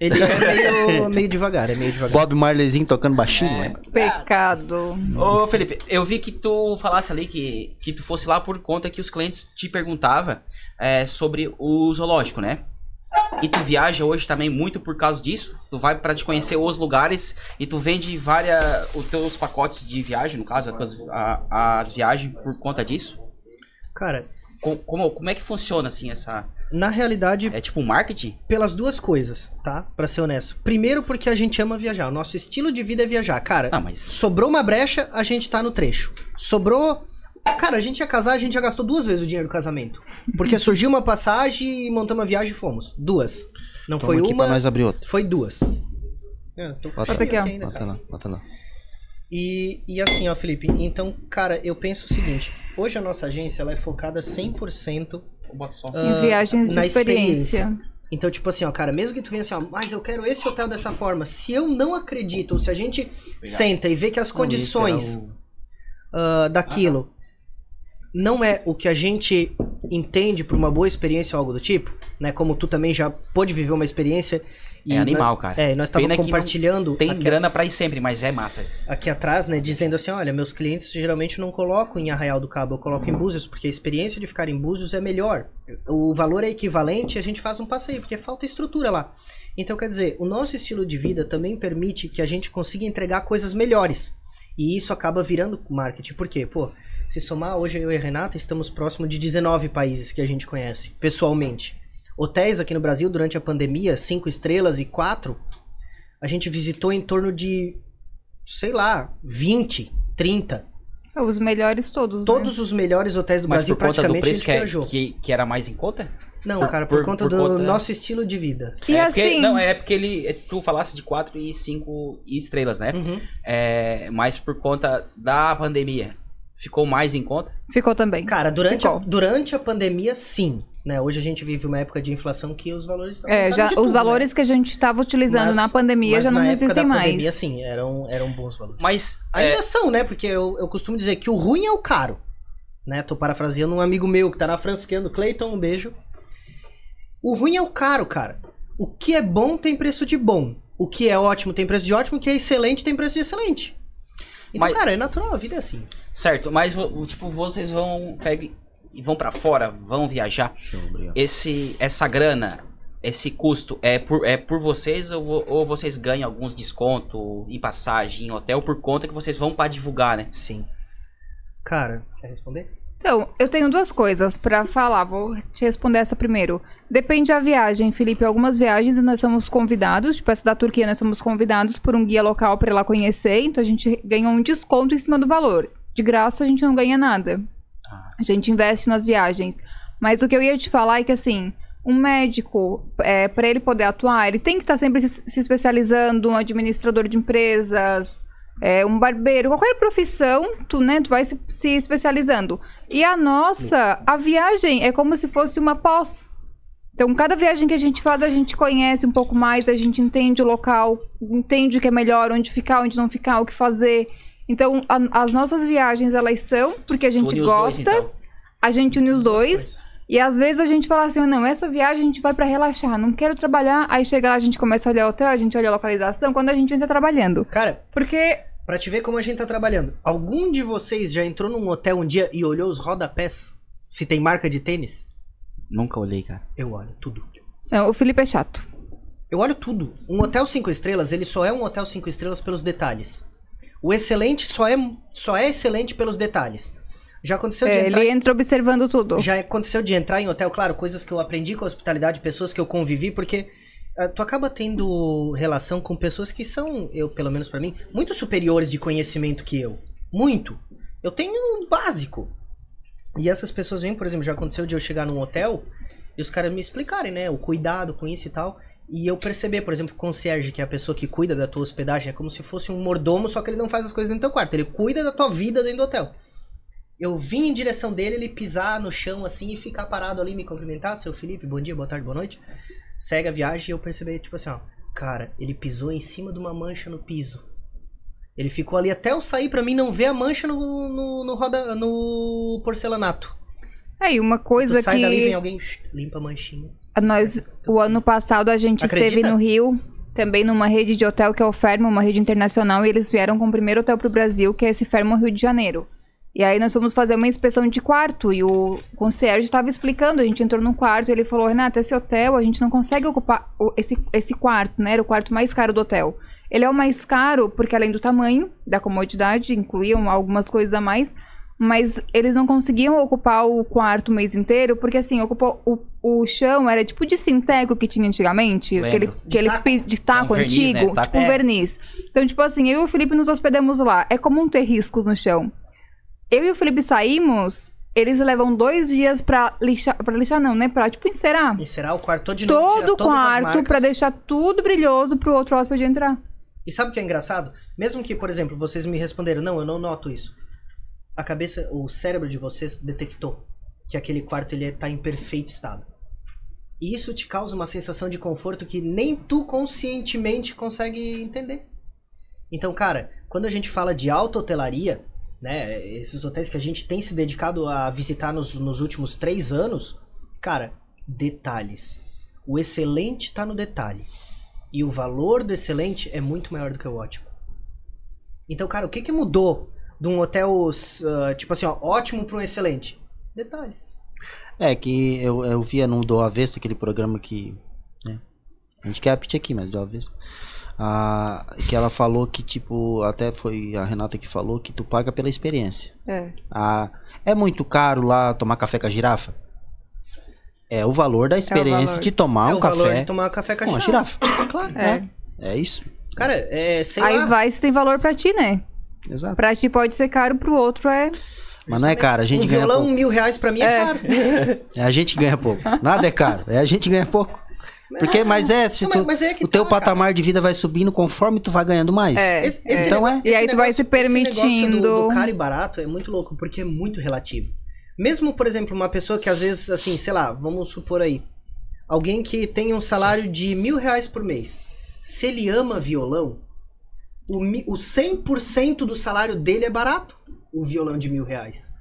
A: Ele é meio, meio devagar, é meio devagar.
B: Bob Marleyzinho tocando baixinho,
C: É.
B: né?
D: Pecado.
C: Ô, Felipe, eu vi que tu falasse ali que, que tu fosse lá por conta que os clientes te perguntavam é, sobre o zoológico, né? E tu viaja hoje também muito por causa disso. Tu vai pra te conhecer os lugares e tu vende várias os teus pacotes de viagem, no caso, as, tuas- a- as viagens por conta disso.
A: Cara,
C: Co- Como, como é que funciona assim essa?
A: na realidade,
C: É tipo marketing?
A: pelas duas coisas, tá? Pra ser honesto. Primeiro, porque a gente ama viajar. O nosso estilo de vida é viajar. Cara,
C: Ah, mas
A: sobrou uma brecha, a gente tá no trecho. Sobrou. Cara, a gente ia casar, a gente já gastou duas vezes o dinheiro do casamento. Porque surgiu uma passagem, montamos a viagem e fomos. Duas. Não
B: Toma
A: foi
B: aqui pra
A: uma,
B: nós abrir outro.
A: foi duas. É, tô com
B: Bota
A: frio
D: aqui, ó.
A: ainda,
B: Bota
A: cara.
B: lá, bota lá.
A: E, e assim, ó, Felipe, então, cara, eu penso o seguinte: hoje a nossa agência ela é focada 100%.
C: Bota só. um
A: Ah,
D: Em viagens de
A: na
D: experiência.
A: Então, tipo assim, ó, cara, mesmo que tu venha assim, ó, mas eu quero esse hotel dessa forma. Se eu não acredito, ou se a gente senta e vê que
C: é
A: as condições
B: é
A: ah, daquilo não é o que a gente entende por uma boa experiência ou algo do tipo, né? Como tu também já pôde viver uma experiência.
C: É
A: nós-
C: animal, cara.
A: É, e nós estávamos
C: Pena que não
A: compartilhando
C: Tem
A: aquela-
C: grana pra ir sempre, mas é massa.
A: aqui atrás, né, dizendo assim, olha, meus clientes geralmente não colocam em Arraial do Cabo, eu coloco em Búzios, porque a experiência de ficar em Búzios é melhor. O valor é equivalente e a gente faz um passeio, porque falta estrutura lá. Então, quer dizer, o nosso estilo de vida também permite que a gente consiga entregar coisas melhores. E isso acaba virando marketing. Por quê? Pô, se somar hoje eu e a Renata, estamos próximo de 19 países que a gente conhece, pessoalmente. Hotéis aqui no Brasil, durante a pandemia, 5 estrelas e 4, a gente visitou em torno de sei lá, 20, 30.
D: Os melhores todos. né?
A: Todos os melhores hotéis do
C: mas
A: Brasil
C: por conta do
A: praticamente a
C: preço
A: gente
C: que, é-
A: viajou.
C: que, que era mais em conta?
A: Não,
C: por-
A: cara, por,
C: por-
A: conta
C: por
A: do
C: conta- né?
A: nosso estilo de vida.
D: né? E
C: é porque-
D: assim,
C: não, é porque ele. Tu falasse de 4 e 5 estrelas,
D: Hum.
C: né?
A: Uhum.
C: É, mas por conta da pandemia, ficou mais em conta?
D: ficou também.
A: Cara, durante a,
D: Ficou.
A: durante a pandemia, sim. Né? Hoje a gente vive uma época de inflação que os valores...
D: É,
A: aumentaram
D: já,
A: de
D: os
A: tudo, né?
D: valores que a gente estava utilizando
A: Mas-
D: na
A: né?
D: pandemia
A: Mas
D: já não
A: na época
D: existem
A: da
D: mais.
A: pandemia, sim, eram, eram bons valores.
C: Mas. é,
A: Ainda são, né? Porque eu, eu costumo dizer que o ruim é o caro. Né? Tô parafraseando um amigo meu que tá na França, que é do Clayton, um beijo. O ruim é o caro, cara. O que é bom tem preço de bom. O que é ótimo tem preço de ótimo. O que é excelente tem preço de excelente. Então,
C: Mas-
A: cara, é natural, a vida é assim.
C: Certo, mas vo- tipo, vocês vão pegue- e vão pra fora, vão viajar.
B: Show, obrigado.
C: Esse essa grana, esse custo é por é por vocês ou, vo- ou vocês ganham alguns desconto em passagem, em hotel por conta que vocês vão pra divulgar, né?
A: Sim. Cara, quer responder?
D: Então, eu tenho duas coisas pra falar. Vou te responder essa primeiro. Depende da viagem, Felipe. Algumas viagens nós somos convidados, tipo essa da Turquia, nós somos convidados por um guia local pra ir lá conhecer, então a gente ganhou um desconto em cima do valor. De graça a gente não ganha nada. A gente investe nas viagens. Mas o que eu ia te falar é que, assim, um médico, é, para ele poder atuar, ele tem que estar sempre se, se especializando, um administrador de empresas, é, um barbeiro, qualquer profissão, tu, né, tu vai se, se especializando. E a nossa, a viagem é como se fosse uma pós. Então, cada viagem que a gente faz, a gente conhece um pouco mais, a gente entende o local, entende o que é melhor, onde ficar, onde não ficar, o que fazer. Então, a- as nossas viagens, elas são porque a gente
C: Une os dois,
D: gosta,
C: então.
D: a gente une os dois. E às vezes a gente fala assim, não, essa viagem a gente vai pra relaxar, não quero trabalhar. Aí chega lá, a gente começa a olhar o hotel, a gente olha a localização, quando a gente ainda tá trabalhando.
A: Cara,
D: Porque
A: pra te ver como a gente tá trabalhando. Algum de vocês já entrou num hotel um dia e olhou os rodapés? Se tem marca de tênis?
C: Nunca olhei, cara.
A: Eu olho tudo.
D: não, o Felipe é chato.
A: Eu olho tudo. Um hotel cinco estrelas, ele só é um hotel cinco estrelas pelos detalhes. O excelente só é, só é excelente pelos detalhes. Já aconteceu de
D: É,
A: entrar,
D: ele entra observando tudo.
A: já aconteceu de entrar em hotel, claro, coisas que eu aprendi com a hospitalidade, pessoas que eu convivi, porque ah, tu acaba tendo relação com pessoas que são, eu pelo menos pra mim, muito superiores de conhecimento que eu. Muito. Eu tenho um básico. E essas pessoas vêm, por exemplo, já aconteceu de eu chegar num hotel e os caras me explicarem, né, o cuidado com isso e tal. E eu perceber, por exemplo, o concierge, que é a pessoa que cuida da tua hospedagem, é como se fosse um mordomo, só que ele não faz as coisas dentro do teu quarto, ele cuida da tua vida dentro do hotel. Eu vim em direção dele, ele pisar no chão assim e ficar parado ali, me cumprimentar, seu Felipe, bom dia, boa tarde, boa noite. Segue a viagem e eu percebi, tipo assim, ó, cara, ele pisou em cima de uma mancha no piso. Ele ficou ali até eu sair pra mim não ver a mancha no, no, no roda, no porcelanato.
D: É, e uma
A: Tu
D: coisa
A: sai dali vem
D: que
A: alguém, shh, limpa a manchinha.
D: nós, o ano passado a gente esteve
A: Acredita?
D: no Rio, também numa rede de hotel que é o Fermo, uma rede internacional, e eles vieram com o primeiro hotel pro Brasil, que é esse Fermo Rio de Janeiro. E aí nós fomos fazer uma inspeção de quarto e o concierge estava explicando, a gente entrou num quarto e ele falou, Renata, esse hotel a gente não consegue ocupar o- esse, esse quarto, né? Era o quarto mais caro do hotel. Ele é o mais caro porque além do tamanho, da comodidade, incluíam algumas coisas a mais, mas eles não conseguiam ocupar o quarto o mês inteiro porque assim, ocupou o, o chão era tipo de sinteco que tinha antigamente,
C: Lembro.
D: aquele,
A: De
D: aquele
A: taco.
D: pi- de taco
C: Um verniz,
D: antigo,
C: né? Taco.
D: tipo um
A: É.
D: verniz. Então, tipo assim, eu e o Felipe nos hospedamos lá. É comum ter riscos no chão. Eu e o Felipe saímos, eles levam dois dias pra lixar. Pra lixar, não, né? Pra, tipo, encerar.
A: E será o quarto todo de novo,
D: Todo
A: tira
D: o
A: um todas as
D: quarto
A: marcas.
D: pra deixar tudo brilhoso pro outro hóspede entrar.
A: E sabe o que é engraçado? Mesmo que, por exemplo, vocês me responderam, não, eu não noto isso. A cabeça, o cérebro de vocês detectou que aquele quarto ele tá em perfeito estado. E isso te causa uma sensação de conforto que nem tu conscientemente consegue entender. Então, cara, quando a gente fala de alta hotelaria, né, esses hotéis que a gente tem se dedicado a visitar nos, nos últimos três anos, cara, detalhes. O excelente está no detalhe. E o valor do excelente é muito maior do que o ótimo. Então, cara, o que, que mudou de um hotel, ah, tipo assim, ó, ótimo para um excelente? Detalhes.
B: É que eu, eu via no Do Avesso, aquele programa que. né, A gente quer repetir aqui, mas Do Avesso. Ah, que ela falou que, tipo, até foi a Renata que falou que tu paga pela experiência.
D: É.
B: Ah, é muito caro lá tomar café com a girafa? É o valor da experiência
D: valor.
B: de tomar
A: é
B: um
A: o valor
B: café
A: de tomar café com
B: com a
A: a
B: girafa.
A: Claro.
D: É.
A: né?
B: É isso?
A: Cara, é, sei
D: Aí
A: lá.
D: vai se tem valor pra ti, né?
B: Exato.
D: Pra ti pode ser caro, pro outro é.
B: Mas não é caro, a gente
A: um
B: ganha
A: violão,
B: pouco.
A: mil reais pra mim é,
D: É.
A: caro.
B: É a gente que ganha pouco. Nada é caro, é a gente que ganha pouco. Porque, mas é, se
A: Não, mas,
B: tu,
A: mas é que
B: o teu
A: tá, cara.
B: patamar de vida vai subindo conforme tu vai ganhando mais.
D: É.
A: Esse- esse
B: Então
A: nego-
B: é.
D: E
A: esse
D: aí tu vai
A: negócio- esse
D: se
A: negócio
D: permitindo.
A: Do, do caro e barato é muito louco, porque é muito relativo. Mesmo, por exemplo, uma pessoa que às vezes, assim, sei lá, vamos supor aí. Alguém que tem um salário de mil reais por mês. Se ele ama violão, o, mi- o 100% do salário dele é barato. O violão de mil reais.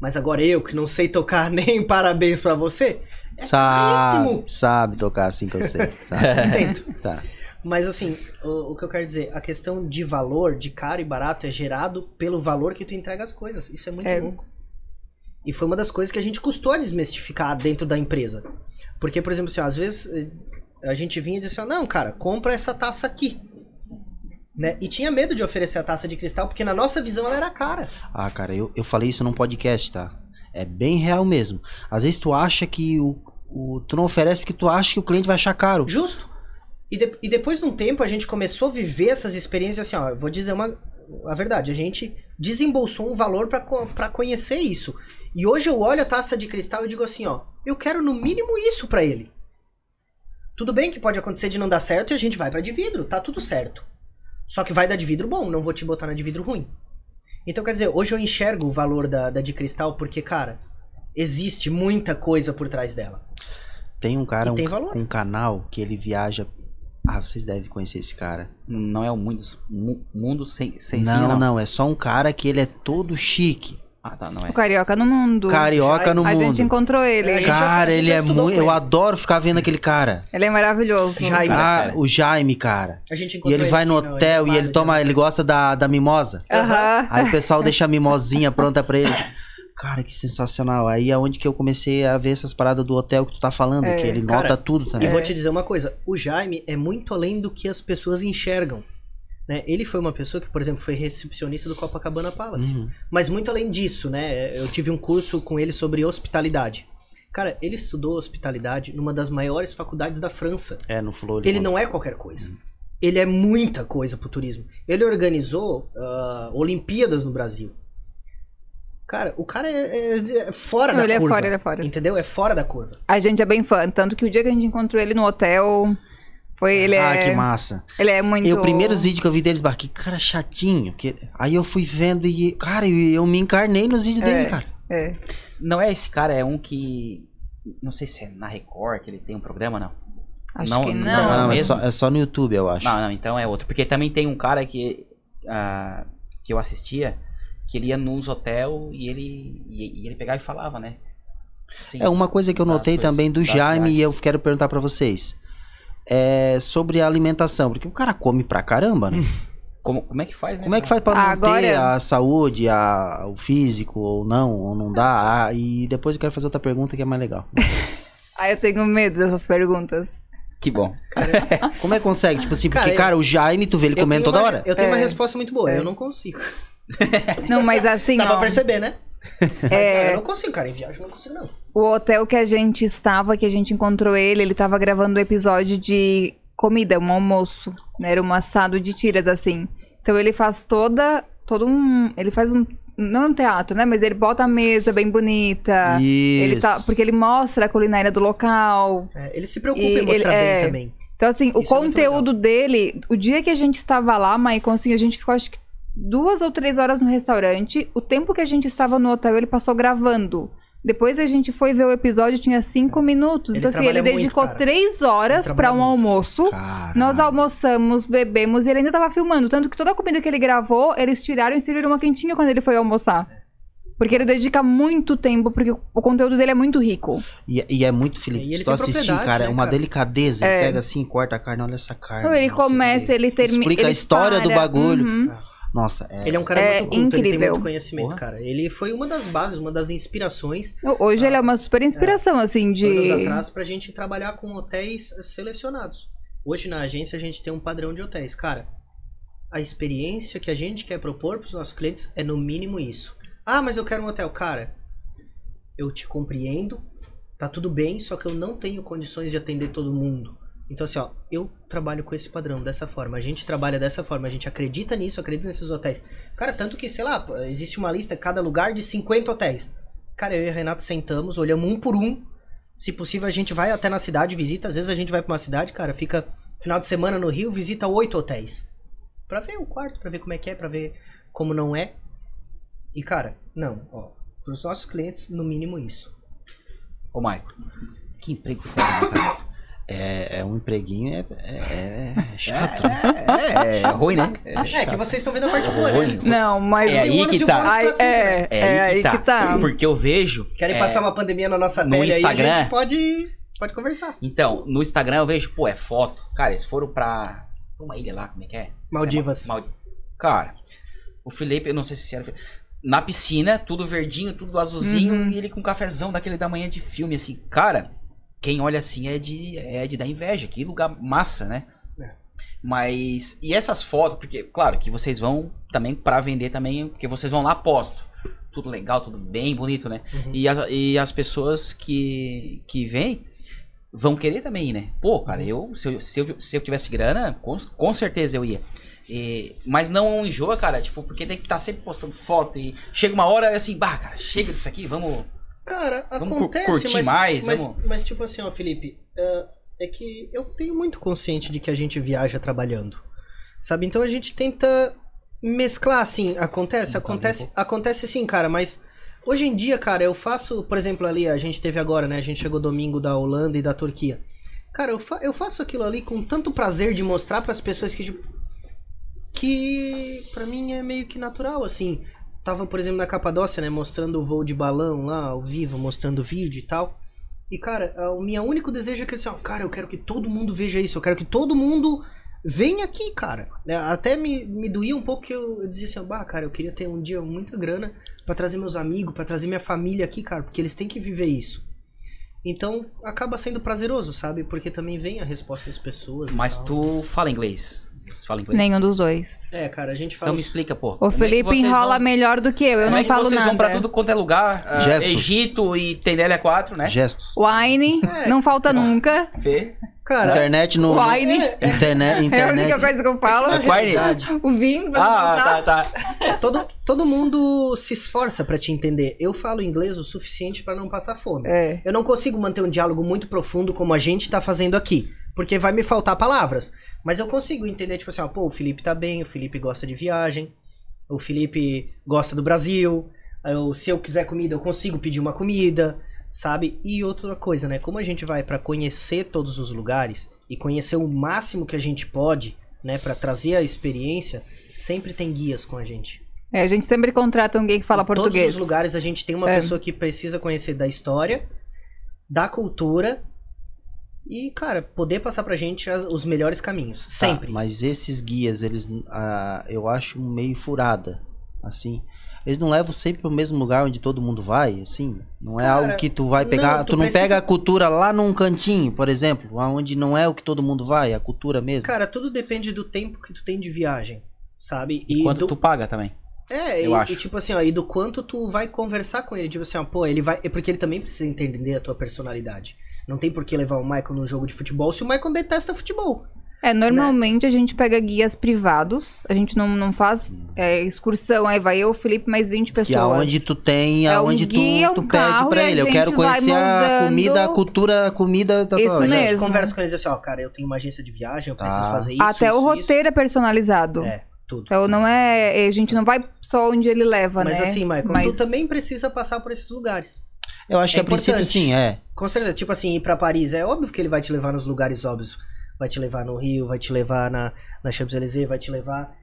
A: Mas agora eu, que não sei tocar nem parabéns pra você, é
B: Sabe,
A: caríssimo.
B: sabe tocar assim que eu sei. Sabe?
A: Entendo.
B: tá.
A: Mas assim, o, o que eu quero dizer, a questão de valor, de caro e barato, é gerado pelo valor que tu entrega as coisas. Isso é muito
D: É.
A: louco. E foi uma das coisas que a gente custou a desmistificar dentro da empresa. Porque, por exemplo, assim, ó, às vezes eh, a gente vinha e dizia assim, ó, não, cara, compra essa taça aqui. Né? E tinha medo de oferecer a taça de cristal, porque na nossa visão ela era cara.
B: Ah, cara, eu, eu falei isso num podcast, tá? É bem real mesmo. Às vezes tu acha que o, o- tu não oferece porque tu acha que o cliente vai achar caro.
A: Justo. E, de- e depois de um tempo a gente começou a viver essas experiências assim, ó, eu vou dizer uma a verdade, a gente desembolsou um valor pra co- pra conhecer isso. E hoje eu olho a taça de cristal e digo assim, ó, eu quero no mínimo isso pra ele. Tudo bem que pode acontecer de não dar certo e a gente vai pra de vidro, tá tudo certo. Só que vai dar de vidro bom, não vou te botar na de vidro ruim. Então quer dizer, hoje eu enxergo o valor da, da de cristal porque, cara, existe muita coisa por trás dela.
B: Tem um cara,
A: E
B: um,
A: tem valor.
B: um canal que ele viaja. Ah, vocês devem conhecer esse cara.
C: Não é o mundo, mu- mundo sem, sem
B: não,
C: fim,
B: não, é só um cara que ele é todo chique.
C: Ah, tá, não é.
D: O carioca no mundo.
B: Carioca
A: Já-
B: no
D: a gente
B: mundo.
D: encontrou ele.
A: É, a gente já-
B: Cara,
A: a gente
B: ele
A: já
B: é
A: estudou
B: muito.
A: com
B: Eu
A: ele.
B: adoro ficar vendo aquele cara.
D: Ele é maravilhoso.
A: Jaime.
B: Ah,
C: cara.
B: o Jaime, cara.
A: A gente
B: E
A: encontrou
B: ele vai no
A: aqui
B: hotel e
A: bar
B: ele
A: de
B: toma,
A: Alves.
B: ele gosta da, da mimosa.
D: Aham.
B: Aí o pessoal deixa a mimosinha pronta pra ele. Cara, que sensacional. Aí é onde que eu comecei a ver essas paradas do hotel que tu tá falando,
D: É.
B: que ele
A: Cara,
B: nota tudo
A: E
B: também.
A: vou te dizer uma coisa, o Jaime é muito além do que as pessoas enxergam. Né? Ele foi uma pessoa que, por exemplo, foi recepcionista do Copacabana Palace.
B: Uhum.
A: Mas muito além disso, né? Eu tive um curso com ele sobre hospitalidade. Cara, ele estudou hospitalidade numa das maiores faculdades da França.
B: É, no flow.
A: Ele não é qualquer coisa.
B: Hum.
A: Ele é muita coisa pro turismo. Ele organizou ah, Olimpíadas no Brasil. Cara, o cara é, é- é fora
D: Não,
A: da
D: ele é
A: curva.
D: fora, ele é fora.
A: Entendeu? É fora da curva.
D: A gente é bem fã. Tanto que o dia que a gente encontrou ele no hotel. Foi, ele
B: Ah, que
D: é.
B: massa.
D: Ele é muito.
B: E os primeiros vídeos que eu vi deles, bah, que cara chatinho. Que... Aí eu fui vendo e, cara, eu, eu me encarnei nos vídeos
D: É.
B: dele, cara.
D: É.
C: Não é esse cara, é um que. Não sei se é na Record que ele tem um programa, não.
D: Acho
C: Não,
D: que não.
C: não,
B: Não, é
C: mesmo?
B: só, é só no YouTube, eu acho.
C: Não, não, então é outro. Porque também tem um cara que. ah, que eu assistia, que ele ia nos hotel e ele. E, e ele pegava e falava, né? Assim,
B: É uma coisa que eu
C: das
B: notei
C: coisas,
B: também do
C: das
B: Jaime e eu
C: viagens.
B: quero perguntar pra vocês. É sobre a alimentação, porque o cara come pra caramba, né?
C: Como, como é que faz, né?
B: Como é que faz pra
A: Ah,
B: manter
D: Agora-
B: a saúde, a- o físico, ou não, ou não dá? Ah, e depois eu quero fazer outra pergunta que é mais legal.
D: Ah, eu tenho medo dessas perguntas.
C: Que bom.
B: Como é que consegue? Tipo assim, porque,
A: Cara, eu-
B: cara, o Jaime, tu vê ele
A: Eu
B: comendo
A: tenho
B: toda
A: uma-
B: hora.
A: Eu tenho uma
D: É.
A: resposta muito boa.
D: É.
A: Eu não consigo.
D: Não, mas assim,
A: Dá pra
D: ó,
A: perceber, né? Mas, cara,
D: é,
A: eu não consigo, cara. Em viagem eu não consigo, não.
D: o hotel que a gente estava, que a gente encontrou ele, ele tava gravando um episódio de comida, um almoço, né? Era um assado de tiras, assim. Então ele faz toda, todo um, ele faz um, não um teatro, né? Mas ele bota a mesa bem bonita. tá,
B: Isso.
D: Ele tá, porque ele mostra a culinária do local.
A: É, ele se preocupa
D: E
A: em mostrar
D: ele-
A: bem
D: é.
A: também.
D: Então, assim, o
A: Isso é muito
D: conteúdo dele, o dia que a gente estava lá, Maicon, assim, a gente ficou acho que duas ou três horas no restaurante. O tempo que a gente estava no hotel, ele passou gravando. Depois a gente foi ver o episódio, tinha cinco minutos.
A: Ele
D: então, assim, ele
A: trabalha muito,
D: dedicou
A: cara.
D: três horas
A: Ele
D: para um
A: trabalha
D: almoço.
B: Caralho.
D: Nós almoçamos, bebemos e ele ainda tava filmando. Tanto que toda a comida que ele gravou, eles tiraram e serviram uma quentinha quando ele foi almoçar. Porque ele dedica muito tempo, porque o conteúdo dele é muito rico.
B: E, e é muito, Felipe,
A: E ele
B: se tu
A: tem
B: assistir,
A: propriedade,
B: cara, é
A: né,
B: uma
A: cara?
B: delicadeza. Ele pega assim, corta a carne, olha essa carne.
D: Então, É. ele
B: não sei o
D: começa,
B: quê.
D: ele termina.
B: Explica
D: ele
B: a história do
D: para.
B: bagulho.
D: Uhum.
B: Nossa, é.
A: Ele é um cara
D: É
A: muito culto, ele tem
D: incrível.
A: muito conhecimento,
C: Porra.
A: cara. Ele foi uma das bases, uma das inspirações
D: Hoje ele é uma super inspiração, assim,
A: anos
D: de.
A: atrás pra gente trabalhar com hotéis selecionados. Hoje na agência a gente tem um padrão de hotéis, cara. A experiência que a gente quer propor pros nossos clientes é no mínimo isso. Ah, mas eu quero um hotel, cara. Eu te compreendo, tá tudo bem, só que eu não tenho condições de atender todo mundo. Então assim, ó, eu trabalho com esse padrão dessa forma. A gente trabalha dessa forma, a gente acredita nisso, acredita nesses hotéis. Cara, tanto que, sei lá, pô, existe uma lista, cada lugar, de 50 hotéis. Cara, eu e a Renata sentamos, olhamos um por um. Se possível, a gente vai até na cidade, visita. Às vezes a gente vai pra uma cidade, cara, fica final de semana no Rio, visita oito hotéis. Pra ver o quarto, pra ver como é que é, pra ver como não é. E, cara, não, ó. Pros nossos clientes, no mínimo isso.
C: Ô, Maico. Que emprego foda, né, cara.
B: É, é um empreguinho, é, é- é chato. né?
C: É, é, é ruim, né? É,
A: É, que vocês estão vendo a parte boa,
C: ruim.
A: né?
D: Não, mas.
C: É aí
A: um
C: que tá.
D: Ai, é, é, aí que tá.
C: Porque eu vejo.
A: Querem
C: é,
A: passar uma pandemia na nossa
C: no
A: pele aí, a
C: Instagram?
A: gente pode, pode conversar.
C: Então, no Instagram eu vejo, pô, é foto. Cara, eles foram pra pra uma ilha lá, como é que é?
A: Maldivas.
C: Se é Ma- Maldi- Cara, o Felipe, eu não sei se era o Felipe, na piscina, tudo verdinho, tudo azulzinho,
D: Uhum.
C: e ele com um cafezão daquele da manhã de filme, assim. Cara, quem olha assim é de, é de dar inveja, que lugar massa, né?
A: É.
C: Mas, e essas fotos, porque, claro, que vocês vão também pra vender também, porque vocês vão lá, posto. Tudo legal, tudo bem bonito, né?
A: Uhum.
C: E, a- e as pessoas que, que vêm vão querer também, né? Pô, cara, eu se, eu, se, eu, se eu tivesse grana, com, com certeza eu ia. E- mas não enjoa, cara, tipo, porque tem que estar sempre postando foto e chega uma hora é assim, bah, cara, chega disso aqui, vamos.
A: Cara,
C: Vamos cur-
A: acontece,
C: curtir
A: mas,
C: mais,
A: mas,
C: vamos-
A: mas tipo assim, ó, Felipe, ah, é que eu tenho muito consciente de que a gente viaja trabalhando, sabe? Então a gente tenta mesclar, assim, acontece,
C: Então,
B: Botar
A: acontece,
B: um
A: acontece sim, cara, mas hoje em dia, cara, eu faço, por exemplo, ali, a gente teve agora, né, a gente chegou domingo da Holanda e da Turquia. Cara, eu, fa- eu faço aquilo ali com tanto prazer de mostrar pras pessoas que, tipo, que pra mim é meio que natural, assim. Tava, por exemplo, na Capadócia, né? Mostrando o voo de balão lá, ao vivo, mostrando o vídeo e tal. E, cara, a- o meu único desejo é que, assim, ó, cara, eu quero que todo mundo veja isso. Eu quero que todo mundo venha aqui, cara. É, Até me, me doía um pouco que eu, eu dizia assim, ó, bah, cara, eu queria ter um dia muita grana pra trazer meus amigos, pra trazer minha família aqui, cara, porque eles têm que viver isso. Então, acaba sendo prazeroso, sabe? Porque também vem a resposta das pessoas. e
C: Mas
A: tal.
C: tu fala inglês. Você fala inglês.
D: Nenhum dos dois.
A: É, cara, a gente fala
C: Então me explica, pô.
D: O Felipe enrola melhor do que eu, eu
C: como
D: não
C: é que
D: falo
C: vocês
D: nada.
C: vão pra tudo quanto é lugar? ah,
B: Gestos.
C: Egito e Tendelia 4, né?
B: Gestos.
D: Wine,
A: É.
D: não falta nunca.
A: Cara,
B: Internet no.
D: Wine
B: Internet,
D: é a única
B: internet.
D: coisa que eu falo.
A: na
C: É quarta
A: realidade,
D: O vinho,
C: Ah, tá, tá.
A: é, todo, todo mundo se esforça pra te entender. Eu falo inglês o suficiente pra não passar fome.
D: É.
A: Eu não consigo manter um diálogo muito profundo como a gente tá fazendo aqui, porque vai me faltar palavras. Mas eu consigo entender, tipo assim, ó, pô, o Felipe tá bem, o Felipe gosta de viagem, o Felipe gosta do Brasil, eu, se eu quiser comida, eu consigo pedir uma comida, sabe? E outra coisa, né? Como a gente vai pra conhecer todos os lugares e conhecer o máximo que a gente pode, né, Pra trazer a experiência, sempre tem guias com a gente.
D: É, a gente sempre contrata alguém que fala
A: Em
D: português.
A: Todos os lugares a gente tem uma
D: É.
A: pessoa que precisa conhecer da história, da cultura e, cara, poder passar pra gente a- os melhores caminhos. Sempre.
B: Tá, mas esses guias, eles. ah, eu acho meio furada. Assim. Eles não levam sempre pro mesmo lugar onde todo mundo vai, assim. Não é
A: Cara,
B: algo que tu vai pegar.
A: não,
B: tu,
A: tu
B: não
A: precisa-
B: pega a cultura lá num cantinho, por exemplo, onde não é o que todo mundo vai, a cultura mesmo.
A: Cara, tudo depende do tempo que tu tem de viagem, sabe?
C: E quanto
A: do...
C: tu paga também?
A: É,
C: eu
A: e,
C: acho.
A: e tipo assim, ó, e do quanto tu vai conversar com ele. Tipo assim, ó, pô, ele vai. É porque ele também precisa entender a tua personalidade. Não tem por que levar o Michael num jogo de futebol se o Michael detesta futebol.
D: É, normalmente a gente pega guias privados, a gente não, não faz é, excursão, aí vai eu, Felipe, mais 20 pessoas.
B: Que aonde tu tem,
D: É um
B: aonde
D: guia, um
B: tu, tu
D: carro,
B: pede pra
D: e a
B: ele. Eu quero
D: gente vai
B: conhecer a
D: mandando-
B: comida, a cultura, a comida da
D: Isso
B: tua-
A: A gente
D: mesmo.
A: conversa com eles assim, ó, cara, eu tenho uma agência de viagem, eu
B: Tá.
A: preciso fazer isso.
D: Até
A: isso,
D: o
A: isso.
D: roteiro é personalizado.
A: É, tudo.
D: Então não é. A gente não vai só onde ele leva,
A: Mas
D: né?
A: assim, Michael,
D: Mas-
A: tu também precisa passar por esses lugares.
B: Eu
A: É
B: acho que a princípio
A: importante.
B: sim, é.
A: Com certeza, tipo assim, ir pra Paris, é óbvio que ele vai te levar nos lugares óbvios. Vai te levar no Rio, vai te levar na, na Champs-Élysées, vai te levar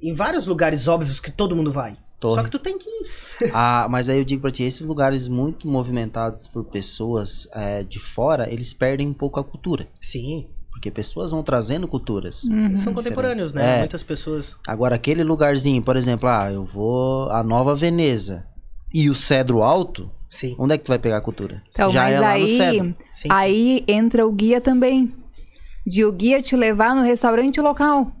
A: em vários lugares óbvios que todo mundo vai. Só
B: Torre.
A: que tu tem que ir.
B: Ah, mas aí eu digo pra ti, esses lugares muito movimentados por pessoas é, de fora, eles perdem um pouco a cultura.
A: Sim,
B: Porque pessoas vão trazendo culturas.
D: Uhum.
A: eles são contemporâneos, né?
B: É.
A: Muitas pessoas.
B: Agora, aquele lugarzinho, por exemplo, ah, eu vou a Nova Veneza e o Cedro Alto,
A: Sim,
B: onde é que tu vai pegar a cultura?
D: Então,
B: Já
D: mas
B: é lá no
D: aí,
B: Cedro.
A: sim. sim.
D: aí entra o guia também. De o guia te levar no restaurante local.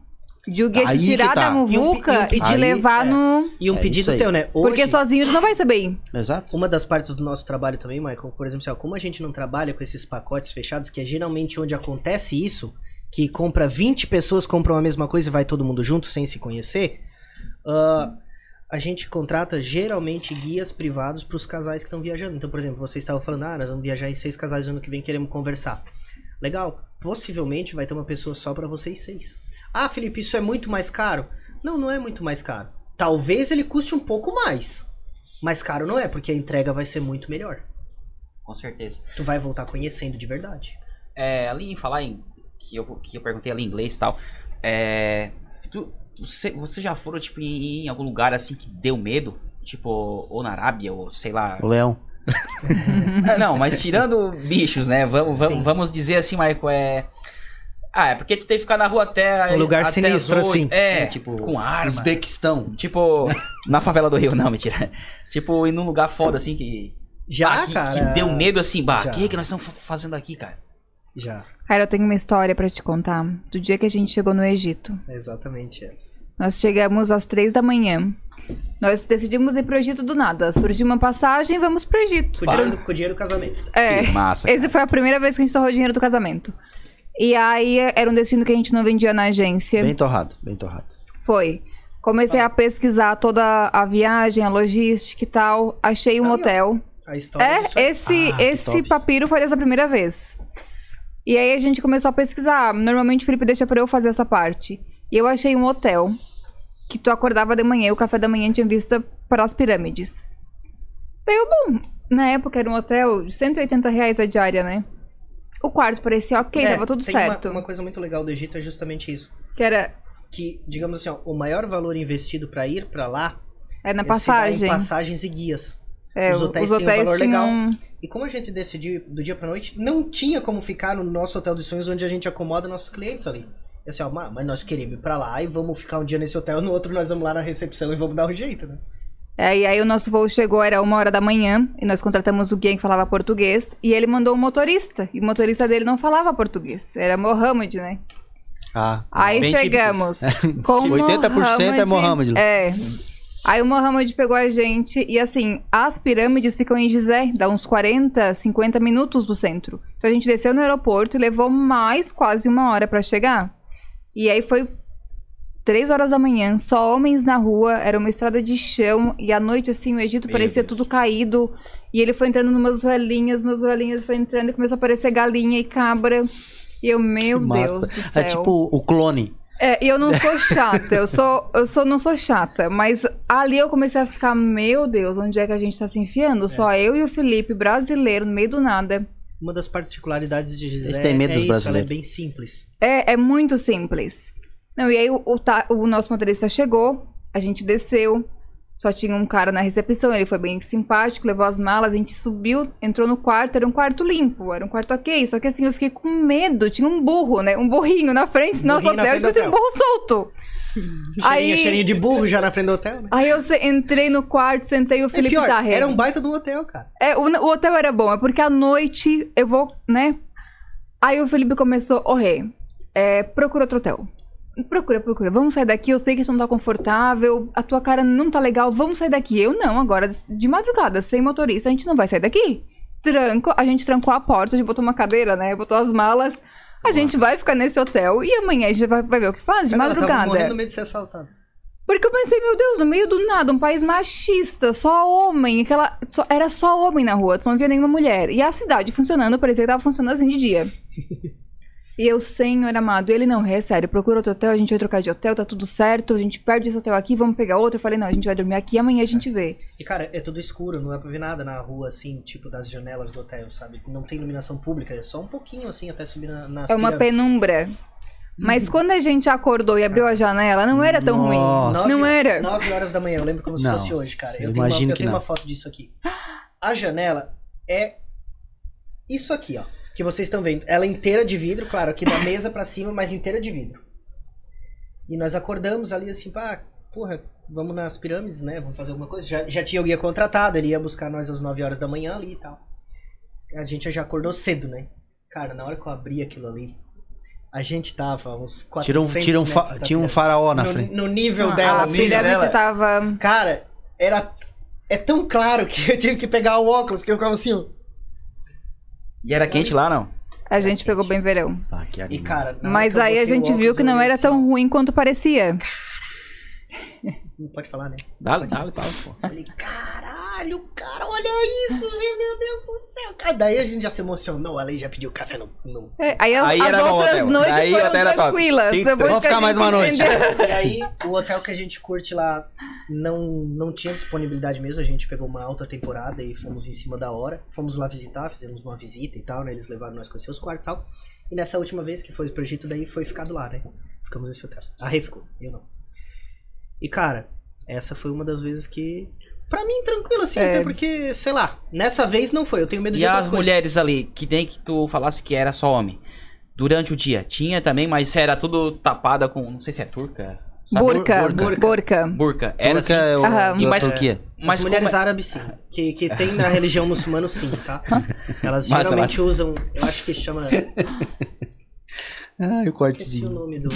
D: De o guia
B: Aí
D: te
B: que
D: tirar
B: tá.
D: da muvuca
A: E
D: e,
A: um pe- e um
D: te
B: pe-
D: levar
A: Aí, é.
D: no.
A: E um
B: É isso
A: pedido
B: aí.
A: teu, né? Hoje,
D: Porque sozinho tu não vai saber ir.
B: Exato.
A: Uma das partes do nosso trabalho também, Michael, por exemplo, assim, ó, como a gente não trabalha com esses pacotes fechados, que é geralmente onde acontece isso, que compra 20 pessoas, compram a mesma coisa e vai todo mundo junto sem se conhecer, ah, a gente contrata geralmente guias privados para os casais que estão viajando. Então, por exemplo, vocês estavam falando, ah, nós vamos viajar em seis casais ano que vem, queremos conversar. Legal, possivelmente vai ter uma pessoa só para vocês seis. Ah, Felipe, isso é muito mais caro? Não, não é muito mais caro. Talvez ele custe um pouco mais. Mas caro não é, porque a entrega vai ser muito melhor.
C: Com certeza.
A: Tu vai voltar conhecendo de verdade.
C: é, ali em falar em que eu, que eu perguntei ali em inglês e tal. É, tu, você, você já foram tipo em, em algum lugar assim que deu medo? Tipo, ou na Arábia, ou sei lá.
B: O Leão.
C: É, não, mas tirando bichos, né? Vamos,
A: Sim.
C: vamos, vamos dizer assim, Michael, é. Ah, é porque tu tem que ficar na rua até.
A: Um lugar
C: até as
A: sinistro,
C: oito.
A: assim.
C: É,
B: tipo,
C: com arma.
B: Uzbequistão.
C: Tipo, na favela do Rio, não, mentira. Tipo, em um lugar foda assim que.
A: Já,
C: ah, que,
A: cara.
C: que deu medo assim, bah.
A: já.
C: O que, que nós estamos fa- fazendo aqui, cara?
A: Já,
D: Cara, eu tenho uma história pra te contar. Do dia que a gente chegou no Egito.
A: exatamente essa.
D: Nós chegamos às três da manhã. Nós decidimos ir pro Egito do nada. Surgiu uma passagem, vamos pro Egito.
A: Com o dinheiro, com o dinheiro do casamento.
D: É.
C: Que massa.
D: Essa foi a primeira vez que a gente torrou dinheiro do casamento. E aí era um destino que a gente não vendia na agência.
B: Bem torrado, bem torrado.
D: Foi. Comecei
A: Tá.
D: a pesquisar toda a viagem, a logística e tal. Achei um
A: Aí, ó.
D: hotel.
A: A história disso
D: É,
A: aí.
D: esse,
B: Ah, que
D: esse
B: top.
D: papiro foi dessa primeira vez. E aí a gente começou a pesquisar. Normalmente o Felipe deixa pra eu fazer essa parte. E eu achei um hotel que tu acordava de manhã e o café da manhã tinha vista para as pirâmides. Daí eu, bom, na época era um hotel de 180 reais a diária, né? O quarto parecia ok,
A: É,
D: tava tudo
A: tem
D: certo.
A: Uma, uma coisa muito legal do Egito é justamente isso.
D: Que era,
A: Que, digamos assim, ó, o maior valor investido pra ir pra lá
D: era na
A: é se dar
D: passagem.
A: em passagens e guias.
D: É,
A: Os
D: o-
A: hotéis
D: os
A: têm um
D: hotéis
A: valor legal.
D: tinham.
A: E como a gente decidiu ir do dia pra noite, não tinha como ficar no nosso hotel dos sonhos onde a gente acomoda nossos clientes ali. E assim, ó, "Ma- mas nós queremos ir pra lá e vamos ficar um dia nesse hotel, no outro nós vamos lá na recepção e vamos dar um jeito, né?
D: É, e aí o nosso voo chegou, era uma hora da manhã, e nós contratamos o guia que falava português, e ele mandou um motorista, e o motorista dele não falava português, era Mohamed, né?
B: Ah,
D: Aí
B: bem
D: chegamos
B: É.
D: com o
B: 80% é Mohamed.
D: É. Aí o Mohamed pegou a gente, e assim, as pirâmides ficam em Gizé, dá uns 40, 50 minutos do centro. Então a gente desceu no aeroporto e levou mais quase uma hora pra chegar. E aí foi três horas da manhã, só homens na rua, era uma estrada de chão, e à noite, assim, o Egito
C: Meu
D: parecia
C: Deus.
D: tudo caído. E ele foi entrando numas roelinhas, umas roelinhas, foi entrando e começou a aparecer galinha e cabra. E eu, meu Deus
B: massa.
D: do
B: torrado.
D: céu.
B: É tipo o clone.
D: É, e eu não sou chata, eu sou, eu sou, não sou chata, mas ali eu comecei a ficar, meu Deus, onde é que a gente tá se enfiando? Só eu e o Felipe, brasileiro, no meio do nada.
A: Uma das particularidades de Gisele
B: Eles têm medo
A: é
B: dos
A: isso,
B: brasileiros.
A: ela é bem simples.
D: É, é muito simples. Não, e aí o, o ta- o nosso motorista chegou, a gente desceu, só tinha um cara na recepção, ele foi bem simpático, levou as malas, a gente subiu, entrou no quarto, era um quarto limpo, era um quarto ok, só que assim, eu fiquei com medo, tinha um burro, né, um burrinho na frente do nosso
A: Burrinho na
D: hotel,
A: frente do
D: tipo assim, um
A: hotel.
D: burro solto.
A: Cheirinho, cheirinho de burro já na frente do hotel, né?
D: Aí eu se- entrei no quarto, sentei o
A: É
D: Ah, Felipe
A: pior,
D: da rede.
A: era um baita de um hotel, cara.
D: É, o, o hotel era bom, é porque à noite eu vou, né? Aí o Felipe começou, ô Rê, é, procura outro hotel. Procura, procura. Vamos sair daqui, eu sei que tu não tá confortável, a tua cara não tá legal, vamos sair daqui. Eu não, agora, de madrugada, sem motorista, a gente não vai sair daqui. Tranco, a gente trancou a porta, a gente botou uma cadeira, né? Botou as malas. A gente vai ficar nesse hotel e amanhã a gente vai, vai ver o que faz de
A: Cara, ela Tava morrendo no
D: madrugada.
A: meio de ser assaltada.
D: Porque eu pensei, meu Deus, no meio do nada, um país machista, só homem, aquela. só- era só homem na rua, tu não via nenhuma mulher. E a cidade funcionando, parecia que tava funcionando assim de dia. E eu, senhor amado, ele não, é sério, procura outro hotel, a gente vai trocar de hotel, tá tudo certo, a gente perde esse hotel aqui, vamos pegar outro. Eu falei, não, a gente vai dormir aqui, amanhã a gente vê.
A: E, cara, é tudo escuro, não dá pra ver nada na rua, assim, tipo, das janelas do hotel, sabe? Não tem iluminação pública, é só um pouquinho, assim, até subir na, nas
D: É uma
A: pirâmides.
D: penumbra. Mas quando a gente acordou e abriu a janela, não era tão
B: Nossa.
D: ruim. Não era.
A: 9 horas da manhã, eu lembro como se
B: Não,
A: fosse hoje, cara. Eu,
B: eu
A: tenho, uma,
B: imagino
A: eu
B: que
A: tenho
B: não.
A: uma foto disso aqui. A janela é isso aqui, ó. Que vocês estão vendo. Ela é inteira de vidro, claro, aqui da mesa pra cima, mas inteira de vidro. E nós acordamos ali assim, pá, porra, vamos nas pirâmides, né? Vamos fazer alguma coisa. Já, já tinha alguém contratado, ele ia buscar nós às 9 horas da manhã ali e tal. A gente já acordou cedo, né? Cara, na hora que eu abri aquilo ali, a gente tava uns 400
B: Tira um, tira um, fa-
A: metros da
B: tinha um
A: pirâmide.
B: faraó na
A: no,
B: frente.
A: no nível
D: Ah,
A: dela,
D: a
A: assim,
C: filha
D: pirâmide
C: dela.
D: tava.
A: Cara, era. É tão claro que eu tive que pegar o óculos, que eu ficava assim, ó.
C: E era quente lá, não?
D: A gente pegou bem verão.
B: Ah, que
A: E
B: animal.
A: cara. na hora
D: Mas
A: que eu
D: aí a
A: botei o
D: gente viu
A: óculos,
D: que
A: eu
D: não
A: olhei
D: era
A: assim,
D: tão ruim quanto parecia.
A: Não pode falar, né?
C: Dá-lhe, dá-lhe, fala, pô.
A: Eu Falei, caralho, cara, olha isso, meu meu Deus do céu. Cara, daí a gente já se emocionou, a lei já pediu café no. no-
D: É, Aí, as-
C: Aí
D: as
C: era bom
D: outras
C: hotel.
D: noites
C: Daí
D: foram
C: até era top.
D: tranquilas.
C: Cinco
D: Depois
C: estrelas.
D: que
B: Vamos
D: a
B: ficar
D: gente
B: mais uma noite.
D: entendeu.
A: E aí, o hotel que a gente curte lá não, não tinha disponibilidade mesmo, a gente pegou uma alta temporada e fomos em cima da hora. Fomos lá visitar, fizemos uma visita e tal, né? Eles levaram nós conhecer os quartos e tal. E nessa última vez que foi pro Egito, daí foi ficado lá, né? Ficamos nesse hotel. A Rê ficou, eu não. E cara, essa foi uma das vezes que. Pra mim, tranquilo assim,
D: É.
A: até porque, sei lá, nessa vez não foi, eu tenho medo de
C: E
A: outras
C: as
A: coisas.
C: mulheres ali, que nem que tu falasse que era só homem. Durante o dia, tinha também, mas era tudo tapada com. Não sei se é turca. sabe?
D: Burca,
B: Burca.
D: burca.
C: Burca. Era
B: Turca
C: assim.
B: é o-
D: Aham.
B: da
C: E mais-
B: Turquia.
A: Mas
C: Mas
A: As
C: como
A: mulheres
C: é-
A: árabes, sim. Que, que tem na religião muçulmana, sim, tá? Elas
C: Massa,
A: geralmente
C: massa.
A: usam, eu acho que chama.
B: Ah, o
A: Esqueci o
B: cortezinho.
A: nome do.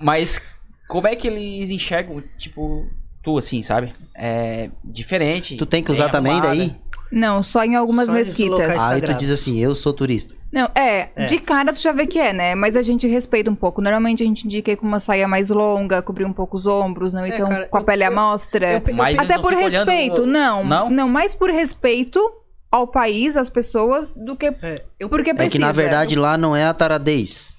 C: Mas como é que eles enxergam, tipo, tu assim, sabe? É diferente.
B: Tu tem que usar
C: bem
B: também
C: arrumada.
B: daí?
D: Não, só em algumas
A: Só em
D: mesquitas.
A: locais-
B: Aí tu
A: sagrado.
B: diz assim, eu sou turista.
D: Não, é,
A: É.
D: de cara tu já vê que é, né? Mas a gente respeita um pouco. Normalmente a gente indica ir com uma saia mais longa, cobrir um pouco os ombros, não ir
A: É,
D: tão
A: cara,
D: com a
A: eu-
D: pele à
A: eu-
D: mostra.
A: Eu pe- eu
C: Mas- Eles
D: Até
C: não
D: por
C: ficam olhando
D: respeito,
C: o-
D: né? não,
C: Não?
D: não. mais por respeito ao país, às pessoas, do que
A: É, eu,
D: porque
B: É
D: precisa.
B: que na verdade lá não é a taradez.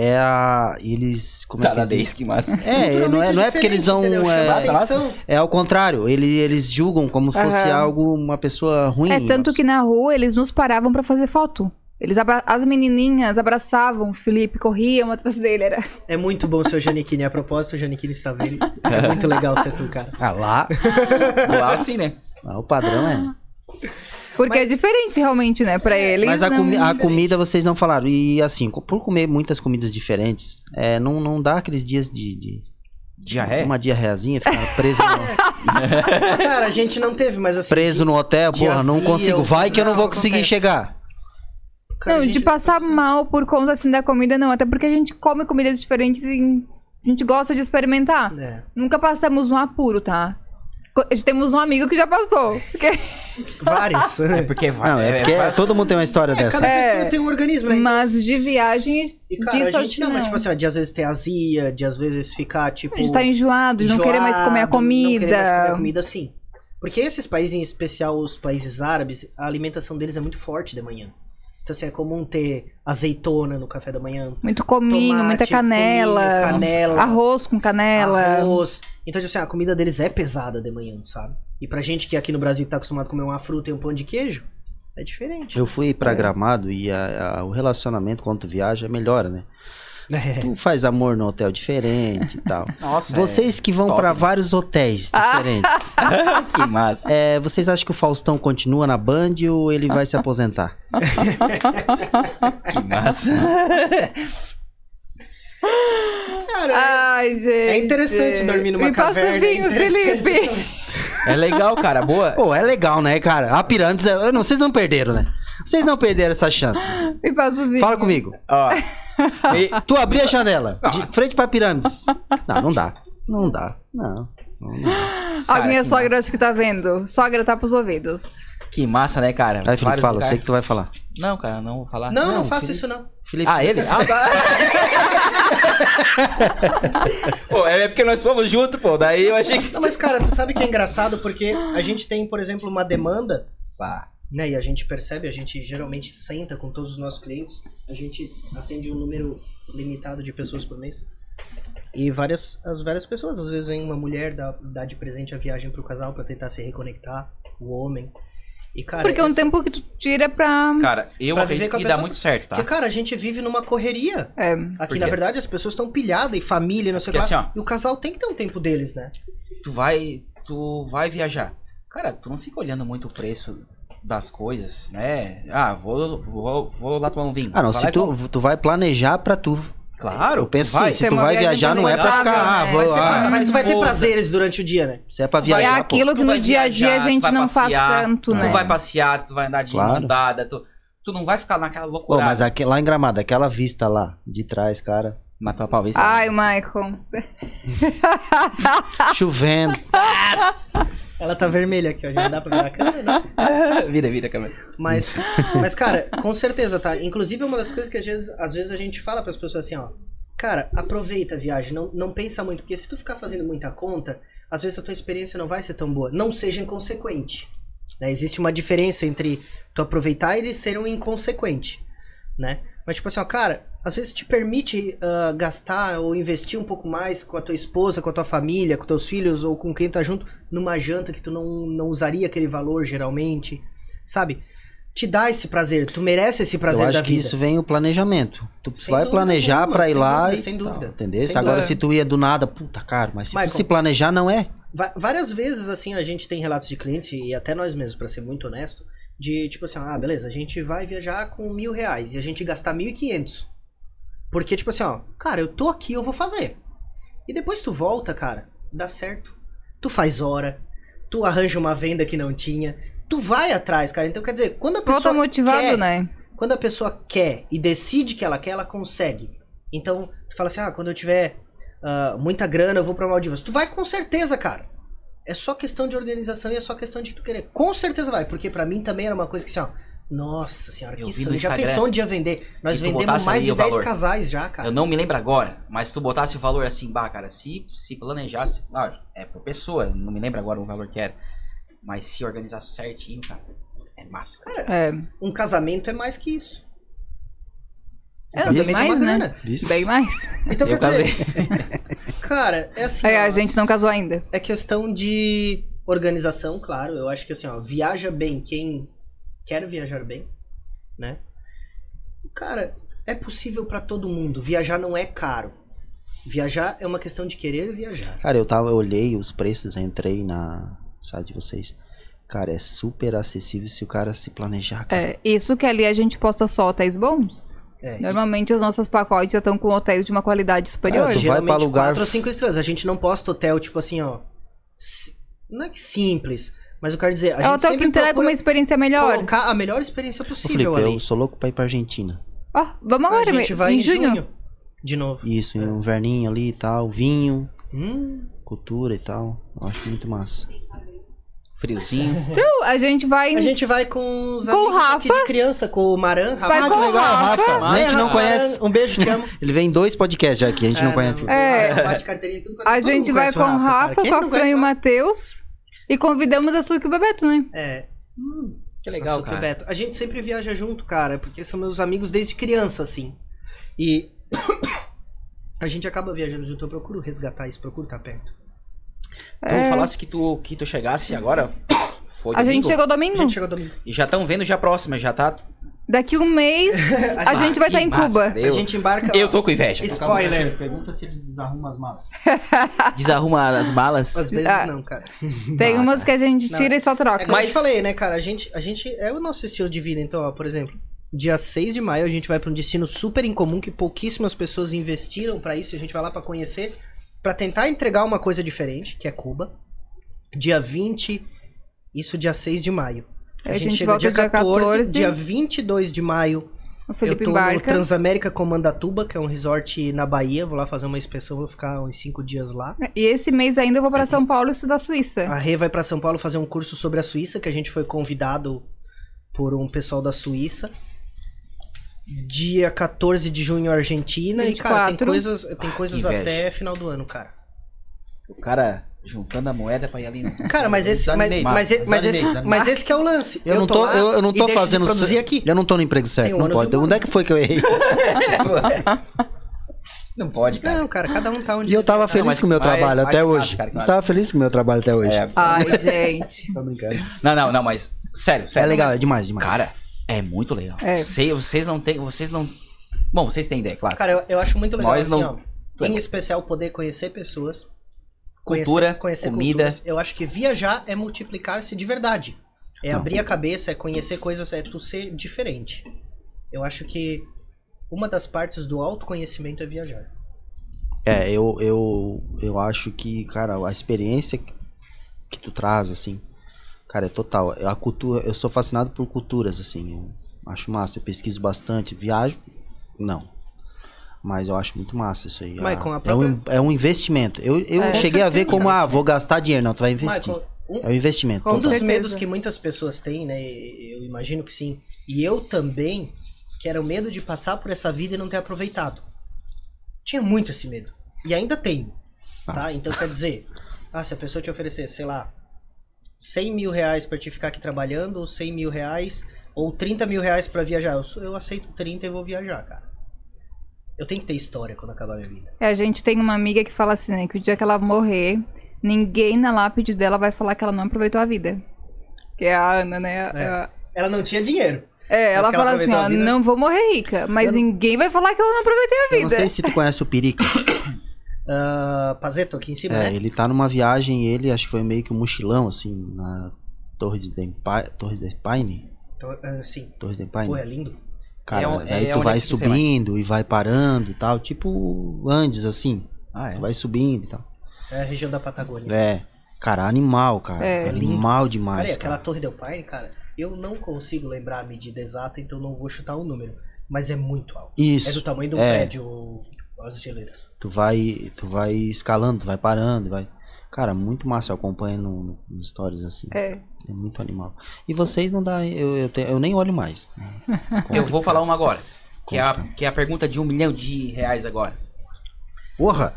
B: É a. Eles. Como é que
C: Taradez,
B: eles
C: que massa.
B: É, não é, não é porque eles vão.
A: Entendeu? Chama assim?
B: É,
C: Massa, massa.
A: atenção.
B: é ao contrário, ele- eles julgam como se fosse
D: Aham.
B: algo, uma pessoa ruim.
D: É tanto que na rua eles nos paravam pra fazer foto. Eles abra- as menininhas abraçavam o Felipe, corriam atrás dele, era
A: É muito bom o seu Janiquini. A propósito, o Janiquini está vendo. É muito legal ser tu, cara.
B: Ah, lá.
C: Lá assim, né?
B: lá o padrão é.
D: porque é diferente realmente, né, Pra
A: É,
D: eles.
B: Mas a,
D: não-
B: comi- a comida vocês não falaram. E assim, co- por comer muitas comidas diferentes, é, não, não dá aqueles dias de. de
C: Diarreia?
B: Uma diarreazinha, ficar preso no,
A: Cara, a gente não teve, mas assim.
B: preso no hotel, porra, não
A: Diazia,
B: consigo.
A: eu-
B: Vai que eu não
A: não,
B: vou conseguir
A: acontece.
B: chegar.
A: cara, a
D: Não,
A: gente
D: de passar mal por conta assim da comida não, até porque a gente come comidas diferentes e a gente gosta de experimentar.
A: É.
D: Nunca passamos um apuro, tá? Co- Temos um amigo que já passou. Porque
A: Vários.
C: É porque vai.
B: Não, é porque
C: fácil.
B: todo mundo tem uma história dessa.
A: Cada
D: É.
A: pessoa tem um organismo, né?
D: Mas de viagem,
A: E, cara,
D: disso
A: a gente não, mas tipo assim, ó, de às vezes ter azia, de às vezes ficar, tipo.
D: a gente tá enjoado, de não querer mais comer a
A: enjoado, Não querer mais comer a
D: comida.
A: comida, sim. Porque esses países, em especial os países árabes, a alimentação deles é muito forte de manhã. Então, assim, é comum ter azeitona no café da manhã,
D: Muito cominho,
A: Tomate,
D: muita canela,
A: cominho, canela.
D: arroz com canela.
A: arroz. Então, tipo assim, a comida deles é pesada de manhã, sabe? E pra gente que aqui no Brasil tá acostumado a comer uma fruta e um pão de queijo, é diferente.
B: Eu fui pra Gramado e a- a- o relacionamento quando tu viaja melhora, né? Tu faz amor no hotel diferente e tal.
C: Nossa.
B: Vocês que vão
C: top,
B: pra
C: né?
B: vários hotéis diferentes,
C: é- Que massa.
B: é, vocês acham que o Faustão continua na Band ou ele vai se aposentar?
C: Que massa.
A: Cara,
D: Ai, gente.
A: é interessante dormir numa
D: Me
A: caverna.
D: passa vinho,
A: é interessante
D: Felipe.
A: também.
C: É legal, cara. Boa.
B: Pô, é legal, né, cara? A Pirâmides, é- eu não, vocês não perderam, né? Vocês não perderam essa chance.
D: Me passa vinho.
B: Fala comigo.
C: Ó. E-
B: Tu abri a janela, de
C: Nossa.
B: frente pra Pirâmides. Não, não dá. Não dá. Não. não dá.
D: A minha
C: que
D: sogra acho que tá vendo. Sogra tá pros ouvidos.
C: Que massa, né, cara?
B: Aí, Felipe,
C: Vários
B: fala, eu
C: lugares.
B: sei que tu vai falar.
C: Não, cara, não vou
D: Ah,
C: falar.
A: Não, não,
D: é
A: faço
C: Felipe-
A: isso não.
B: Felipe,
C: Ah, ele? Ah, tá. pô, é porque nós fomos juntos, pô. Daí eu achei que.
A: Não, mas cara, tu sabe que é engraçado porque a gente tem, por exemplo, uma demanda
C: Pá.
A: né? E a gente percebe, a gente geralmente senta com todos os nossos clientes, a gente atende um número limitado de pessoas por mês. E várias, as várias pessoas, às vezes vem uma mulher dá, dá de presente a viagem pro casal pra tentar se reconectar, o homem. E cara, assim,
D: Porque é um
A: esse-
D: tempo que tu tira pra.
C: Cara, eu
A: Pra viver
C: acredito
A: com a
C: que dá
A: pessoa.
C: muito certo, tá?
A: Porque, cara, a gente vive numa correria.
D: É.
A: Aqui,
C: Por
A: na
C: quê?
A: verdade, as pessoas estão pilhadas e família, não sei o que
C: Porque
A: lá.
C: assim, ó.
A: E o casal tem que ter um tempo deles, né?
C: Tu vai. Tu vai viajar. Cara, tu não fica olhando muito o preço das coisas, né? Ah, vou, vou, vou lá tomar um vinho.
B: ah, não,
C: Vai
B: se
C: lá e compra.
B: tu, tu vai planejar pra tu.
C: Claro,
B: Eu penso
C: vai.
B: assim, se
D: Tem
B: tu
D: uma
B: vai
D: viagem
B: viajar, não é pra
D: planejável,
B: ficar, ah,
D: né?
B: vou
D: Vai ser
B: lá.
D: uma-
A: Mas
C: mas
A: tu vai ter
C: esposa.
A: prazeres durante o dia, né?
B: Se é pra
D: é
B: viajar, pô.
D: aquilo que
C: Tu vai
D: no dia a dia a
C: viajar, tu
D: gente
C: vai
D: não
C: passear,
D: faz tanto,
C: Tu
D: né?
C: vai passear, tu vai andar de
B: Claro.
C: mão dada, tu, tu não vai ficar naquela
B: Pô,
C: loucura.
B: mas aqui, lá em Gramado, aquela vista lá de trás, cara,
C: Matou a palvista.
D: Ai, Michael.
B: chovendo.
A: Ela tá vermelha aqui, ó. Já não dá pra ver na câmera, né?
C: vira, vira, a câmera.
A: Mas, mas, cara, com certeza, tá? Inclusive, uma das coisas que às vezes, às vezes a gente fala para as pessoas assim, ó. Cara, aproveita a viagem, não, não pensa muito, porque se tu ficar fazendo muita conta, às vezes a tua experiência não vai ser tão boa. Não seja inconsequente. Né? Existe uma diferença entre tu aproveitar e ser um inconsequente, né? Mas, tipo assim, ó, cara, às vezes te permite ah, gastar ou investir um pouco mais com a tua esposa, com a tua família, com teus filhos ou com quem tá junto, numa janta que tu não, não usaria aquele valor geralmente, sabe? Te dá esse prazer, tu merece esse prazer
B: eu
A: da
B: acho que
A: vida.
B: isso vem o planejamento. Tu
A: Sem
B: vai
A: dúvida
B: planejar
A: alguma,
B: pra ir
A: sem
B: lá
A: dúvida,
B: e
A: sem
B: tal,
A: dúvida.
B: entendeu?
A: Sem
B: Agora
D: dúvida.
B: se tu ia do nada, puta, cara, mas se
A: Michael.
B: tu se planejar não é.
A: Va- Várias vezes, assim, a gente tem relatos de clientes, e até nós mesmos, pra ser muito honesto, de tipo assim, ah, beleza, a gente vai viajar com mil reais e a gente gastar mil e quinhentos. Porque, tipo assim, ó, cara, eu tô aqui, eu vou fazer. E depois tu volta, cara, dá certo. Tu faz hora, tu arranja uma venda que não tinha, tu vai atrás, cara. Então, quer dizer, quando a pessoa
D: Volta motivado,
A: quer,
D: né?
A: quando a pessoa quer e decide que ela quer, ela consegue. Então, tu fala assim, ah, quando eu tiver ah, muita grana, eu vou pra Maldivas. Tu vai com certeza, cara. É só questão de organização e é só questão de tu querer. Com certeza vai, porque pra mim também era uma coisa que assim, ó. Nossa senhora,
C: Eu
A: que
C: vi no
A: sonho. Já
C: Instagram.
A: pensou um dia vender? Nós
C: E tu
A: vendemos
C: botasse
A: mais
C: ali
A: de
C: o
A: 10
C: valor.
A: casais já, cara.
C: Eu não me lembro agora, mas se tu botasse o valor assim, bah, cara, se, se planejasse. Ah, é por pessoa, não me lembro agora o valor que era. Mas se organizar certinho, cara, é massa. Cara,
D: É.
A: Um casamento é mais que isso. Um
D: É,
A: casamento
D: bem mais,
A: uma
D: né?
A: grana.
D: Bem mais.
A: Então,
C: eu
A: quer dizer,
C: casei.
A: cara, é assim.
D: É,
A: ó,
D: a gente não casou ainda.
A: É questão de organização, claro. Eu acho que assim, ó, viaja bem quem quer viajar bem, né? Cara, é possível pra todo mundo. Viajar não é caro. Viajar é uma questão de querer viajar.
B: Cara, eu tava, eu olhei os preços, entrei na site de vocês. Cara, é super acessível se o cara se planejar. cara.
D: É, isso que ali a gente posta só hotéis bons.
A: É.
D: Normalmente os nossos pacotes já estão com hotéis de uma qualidade superior.
B: É, tu vai
A: Geralmente
B: pra lugar-
A: quatro ou cinco estrelas. A gente não posta hotel tipo assim, ó. si- Não é que simples, mas eu quero dizer, a
D: É o
A: gente
D: hotel que
A: sempre
D: entrega
A: procura
D: uma experiência melhor.
A: colocar a melhor experiência
B: Ô, Felipe,
A: possível ali.
B: eu sou louco pra ir pra Argentina.
D: Ó, vamos agora,
A: a gente
D: em-
A: vai
D: em junho.
A: de novo.
B: Isso, em
A: É.
B: um verninho ali e tal, vinho,
A: Hum,
B: cultura e tal. Eu acho muito massa.
C: Friozinho.
D: Então, a gente vai.
A: A gente vai com os
D: Com
A: amigos
D: o Rafa.
A: aqui de criança, com o Maran. Rafa,
D: Vai
A: Ah,
D: com
A: que
D: o
A: legal,
D: Rafa.
A: Rafa.
C: Né?
B: A gente não
A: Maran,
B: conhece.
A: Um beijo, te amo.
B: Ele vem em dois podcasts já aqui, a gente não
A: Ah,
B: conhece.
D: É.
A: Rafa Bate carteirinha, tudo quanto-
D: A
A: todo
D: gente
A: mundo
D: vai
A: conhece
D: com o
A: cara.
D: Rafa,
A: Quem
D: com a
A: não
D: Fran
A: conhece
D: e o
A: o Rafa?
D: Matheus. E convidamos a Suki e o Bebeto, né?
A: É.
C: Que legal,
A: Super
C: cara.
A: Beto. A gente sempre viaja junto, cara, porque são meus amigos desde criança, assim. E a gente acaba viajando junto. Eu procuro resgatar isso, procuro estar perto.
C: Tu
D: É.
C: falasse que tu, que tu chegasse agora. Foi
D: A gente
C: domingo,
D: chegou
A: A
D: domingo.
A: gente chegou domingo.
C: E já estão vendo já a próxima, já tá.
D: Daqui um mês a gente vai
C: que
D: estar em
C: massa,
D: Cuba.
C: Eu,
A: A gente embarca.
C: eu tô com inveja.
A: Spoiler.
B: Pergunta se eles desarrumam as malas.
C: Desarruma as malas.
A: Às vezes
D: Ah.
A: não, cara.
D: Tem umas que a gente
A: Não.
D: tira e só troca.
A: É como eu
C: Mas-
A: te falei, né, cara? A gente, a gente é o nosso estilo de vida. Então, ó, por exemplo, dia 6 de maio a gente vai pra um destino super incomum que pouquíssimas pessoas investiram pra isso. A gente vai lá pra conhecer, pra tentar entregar uma coisa diferente, que é Cuba. Dia 20, isso dia 6 de maio.
D: A gente volta dia 14.
A: Dia 22 de maio
D: O Felipe
A: eu tô no
D: embarca.
A: Transamérica Comandatuba, que é um resort na Bahia. Vou lá fazer uma inspeção, vou ficar uns cinco dias lá.
D: E esse mês ainda eu vou pra São Paulo estudar Suíça.
A: A Rê vai pra São Paulo fazer um curso sobre a Suíça, que a gente foi convidado por um pessoal da Suíça. Dia 14 de junho, Argentina. E, cara, tem
D: 24.
A: coisas,
B: Ah,
A: tem coisas
C: inveja.
A: até final do ano, cara.
C: O cara juntando a moeda pra ir ali. né? no-
A: Cara, mas esse, mas,
B: Desanimei,
A: mas, mas,
B: desanimei,
A: esse,
B: desanimei.
A: mas esse que é o lance.
B: Eu não
A: tô,
B: tô-
A: lá
B: eu- eu não
A: e
B: tô
A: deixo de
B: fazendo
A: produzir aqui.
B: Eu não tô no emprego certo,
A: Tem um
B: não
A: ônus e
B: pode.
A: um
B: Onde é que foi que eu errei?
C: Não pode, cara.
A: Não, cara, cada um tá onde.
B: E eu tava feliz
C: mas-
B: com o meu
C: mas-
B: trabalho
C: mas
B: até
C: faz,
B: hoje.
C: cara,
B: Eu
C: claro.
B: Tava feliz com o meu trabalho até hoje.
C: É.
D: Ai, gente.
B: Tô brincando.
C: Não, não, não, mas sério,
B: É
C: sério.
A: né?
B: legal, é demais, demais.
C: Cara, é muito legal.
D: É.
C: Sei, vocês não têm, vocês não. Bom, vocês têm ideia, claro.
A: Cara, eu, eu acho muito legal
C: Nós
A: assim,
C: não-
A: ó. Em especial poder conhecer pessoas.
C: Cultura, comida.
A: culturas. Eu acho que viajar é multiplicar-se de verdade. É
B: Não.
A: abrir a cabeça, é conhecer coisas, é tu ser diferente. Eu acho que uma das partes do autoconhecimento é viajar.
B: É, eu, eu, eu acho que, cara, a experiência que- que tu traz, assim, cara, é total. A cultura, eu sou fascinado por culturas, assim, eu acho massa, eu pesquiso bastante, viajo, não. Mas eu acho muito massa isso aí.
A: Mas
B: Ah,
A: com a
B: é, um, é um investimento. Eu, eu
D: É, com
B: cheguei a ver
A: certeza.
B: como, ah, vou gastar dinheiro, não, tu vai investir.
A: Michael, um,
B: É um investimento.
D: Com
A: Um dos
B: total.
D: certeza.
A: medos que muitas pessoas têm, né? e Eu imagino que sim. E eu também, que era o medo de passar por essa vida e não ter aproveitado. Tinha muito esse medo. E ainda tenho. Tá? Então quer dizer, ah, se a pessoa te oferecer, sei lá, 100 mil reais pra te ficar aqui trabalhando, ou 100 mil reais, ou 30 mil reais pra viajar. Eu, sou- eu aceito 30 e vou viajar, cara. Eu tenho que ter história quando acabar minha vida.
D: É, a gente tem uma amiga que fala assim, né? Que o dia que ela morrer, ninguém na lápide dela vai falar que ela não aproveitou a vida. Que é a Ana, né?
A: É.
D: É,
A: Ela não tinha dinheiro.
D: é, ela
A: que ela
D: fala assim,
A: aproveitou a
D: ó,
A: vida.
D: não vou morrer rica, mas
A: Eu não-
D: ninguém vai falar que eu não aproveitei a
B: Eu não
D: vida.
B: sei se tu conhece o Pirica.
A: Ah, Pazeto aqui em cima,
B: É,
A: né?
B: ele tá numa viagem, ele acho que foi meio que um mochilão, assim, na Torres de Empire. Torres de Paine?
A: Então, ah, sim.
B: Torres de Paine?
A: Pô, é lindo.
B: Cara,
C: É o-
B: aí
C: é
B: tu
C: onde é
B: vai
C: que você vai?
B: subindo e vai parando e tal. Tipo Andes, assim.
C: Ah, é.
B: Tu vai subindo e tal.
A: É a região da Patagônia.
B: É. Cara, animal, cara.
D: É,
B: animal
A: Cara, e
B: demais.
A: aquela
B: Cara,
A: Torre Del Paine, cara, eu não consigo lembrar a medida exata, então não vou chutar o número. Mas é muito alto. É do
B: Isso.
A: tamanho de um
B: é.
A: prédio, as geleiras.
B: Tu vai, tu vai escalando, tu vai parando, vai. Cara, muito massa. Eu acompanho no, no- nos stories assim. É.
D: É.
B: muito animal. E vocês não dá. Eu, eu, te- eu nem olho mais. né?
C: Eu vou falar uma agora. Que é, a,
B: Conta.
C: que é a pergunta de um milhão de reais agora.
B: Porra!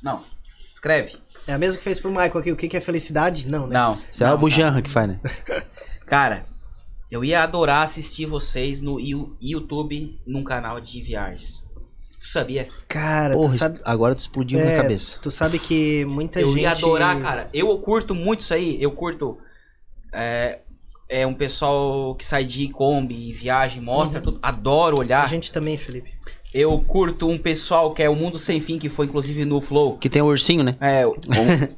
C: Não. Escreve.
A: É a mesma que fez pro Michael aqui, o que, que é felicidade? Não, né?
C: Não.
B: Isso é
C: não,
B: o Bujanra que faz, né?
C: não. Cara, eu ia adorar assistir vocês no Yu- YouTube num canal de viagens. Tu sabia?
A: Cara,
B: Porra,
A: tu, sabe,
B: agora tu explodiu
A: É,
B: minha cabeça.
A: tu sabe que muita
C: eu
A: gente...
C: ia adorar, cara. Eu curto muito isso aí. Eu curto. É, é um pessoal que sai de Kombi, viagem, mostra tudo. Adoro
A: Uhum. A
C: olhar.
A: gente também, Felipe.
C: Eu curto um pessoal que é o Mundo Sem Fim, que foi inclusive no Flow.
B: Que tem o ursinho, né?
C: É, o,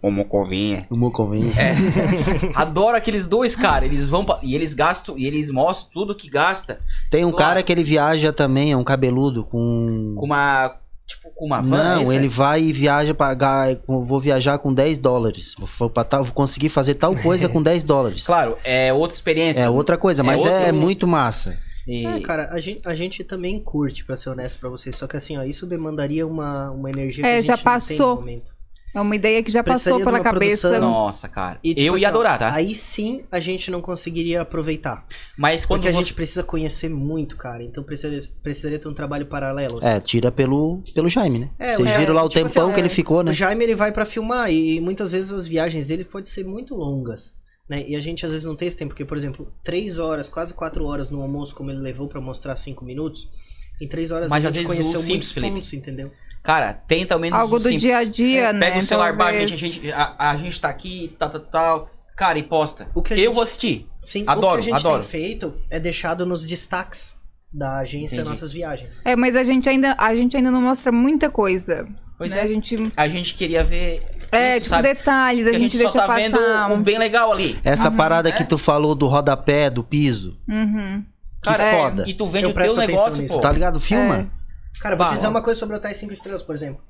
C: o Mocovinha.
B: O Mocovinho.
C: Adoro aqueles dois, cara. Eles vão pra- e eles gastam e eles mostram tudo que gasta
B: Tem um
C: Claro.
B: cara que ele viaja também, é um cabeludo com.
C: com uma tipo com uma van. é
B: Não,
C: isso aí?
B: ele vai e viaja pagar. Vou viajar com 10 dólares. Vou, fa- pra tal- vou conseguir fazer tal coisa com 10 dólares.
C: Claro, é outra experiência.
B: É outra coisa,
C: É
B: mas
C: outro-
B: é muito massa.
C: E-
A: É, cara, a gente, a gente também curte, pra ser honesto pra vocês. Só que assim, ó, isso demandaria uma, uma energia
D: É,
A: que a
D: já
A: gente não tem no
D: passou.
A: momento.
D: É uma ideia que já
A: Precisaria
D: passou
A: de
D: pela
A: uma
D: cabeça.
A: produção.
C: Nossa, cara.
A: é um E, tipo
C: eu ia
A: assim, ó,
C: adorar, tá?
A: Aí sim a gente não conseguiria aproveitar.
C: Mas quando
A: Porque a
C: você-
A: gente precisa conhecer muito, cara. Então precisaria, precisaria ter um trabalho paralelo. assim.
B: É, tira pelo, pelo Jaime, né?
A: É,
B: Vocês
A: é,
B: viram lá o
A: tipo assim,
B: tempão
A: ó,
B: que ele
A: é,
B: ficou, né?
A: O Jaime ele vai pra filmar e muitas vezes as viagens dele podem ser muito longas. Né? E a gente às vezes não tem esse tempo, porque, por exemplo, três horas, quase quatro horas no almoço, como ele levou pra mostrar cinco minutos, em três horas
C: Mas
A: a
C: às
A: gente
C: vezes o
A: conheceu
C: simples,
A: muitos
C: Felipe.
A: pontos, entendeu?
C: Cara, tem também nos
D: Algo do
C: simples.
D: dia a dia, né?
C: É, Pega o celular, bah,
D: Talvez.
C: gente, a gente, a, a gente tá aqui, tal, tal, tal. Cara, e posta.
A: O que a
C: Eu
A: gente-
C: vou assistir.
A: Sim, o que
C: Adoro,
A: a gente
C: adoro.
A: tem feito é deixado nos destaques da agência
C: Entendi.
A: nossas viagens.
D: É, mas a gente ainda, a gente ainda não mostra muita coisa.
C: Pois
D: né? A
C: é.
D: gente
C: A gente queria ver.
D: é,
C: isso,
D: tipo,
C: sabe?
D: detalhes, a
C: Porque
D: gente, deixa
C: só tá vendo
D: passar.
C: um bem legal ali.
B: Essa parada que tu falou do rodapé, do piso.
D: Uhum.
B: Que
C: Cara,
D: é.
B: foda.
C: E tu vende
A: Eu
C: o teu
A: presto atenção
C: negócio,
A: nisso,
C: pô.
B: Tá ligado? Filma.
A: Cara, vou
C: Bah,
A: te dizer
C: ó.
A: uma coisa sobre hotéis 5 estrelas, por exemplo.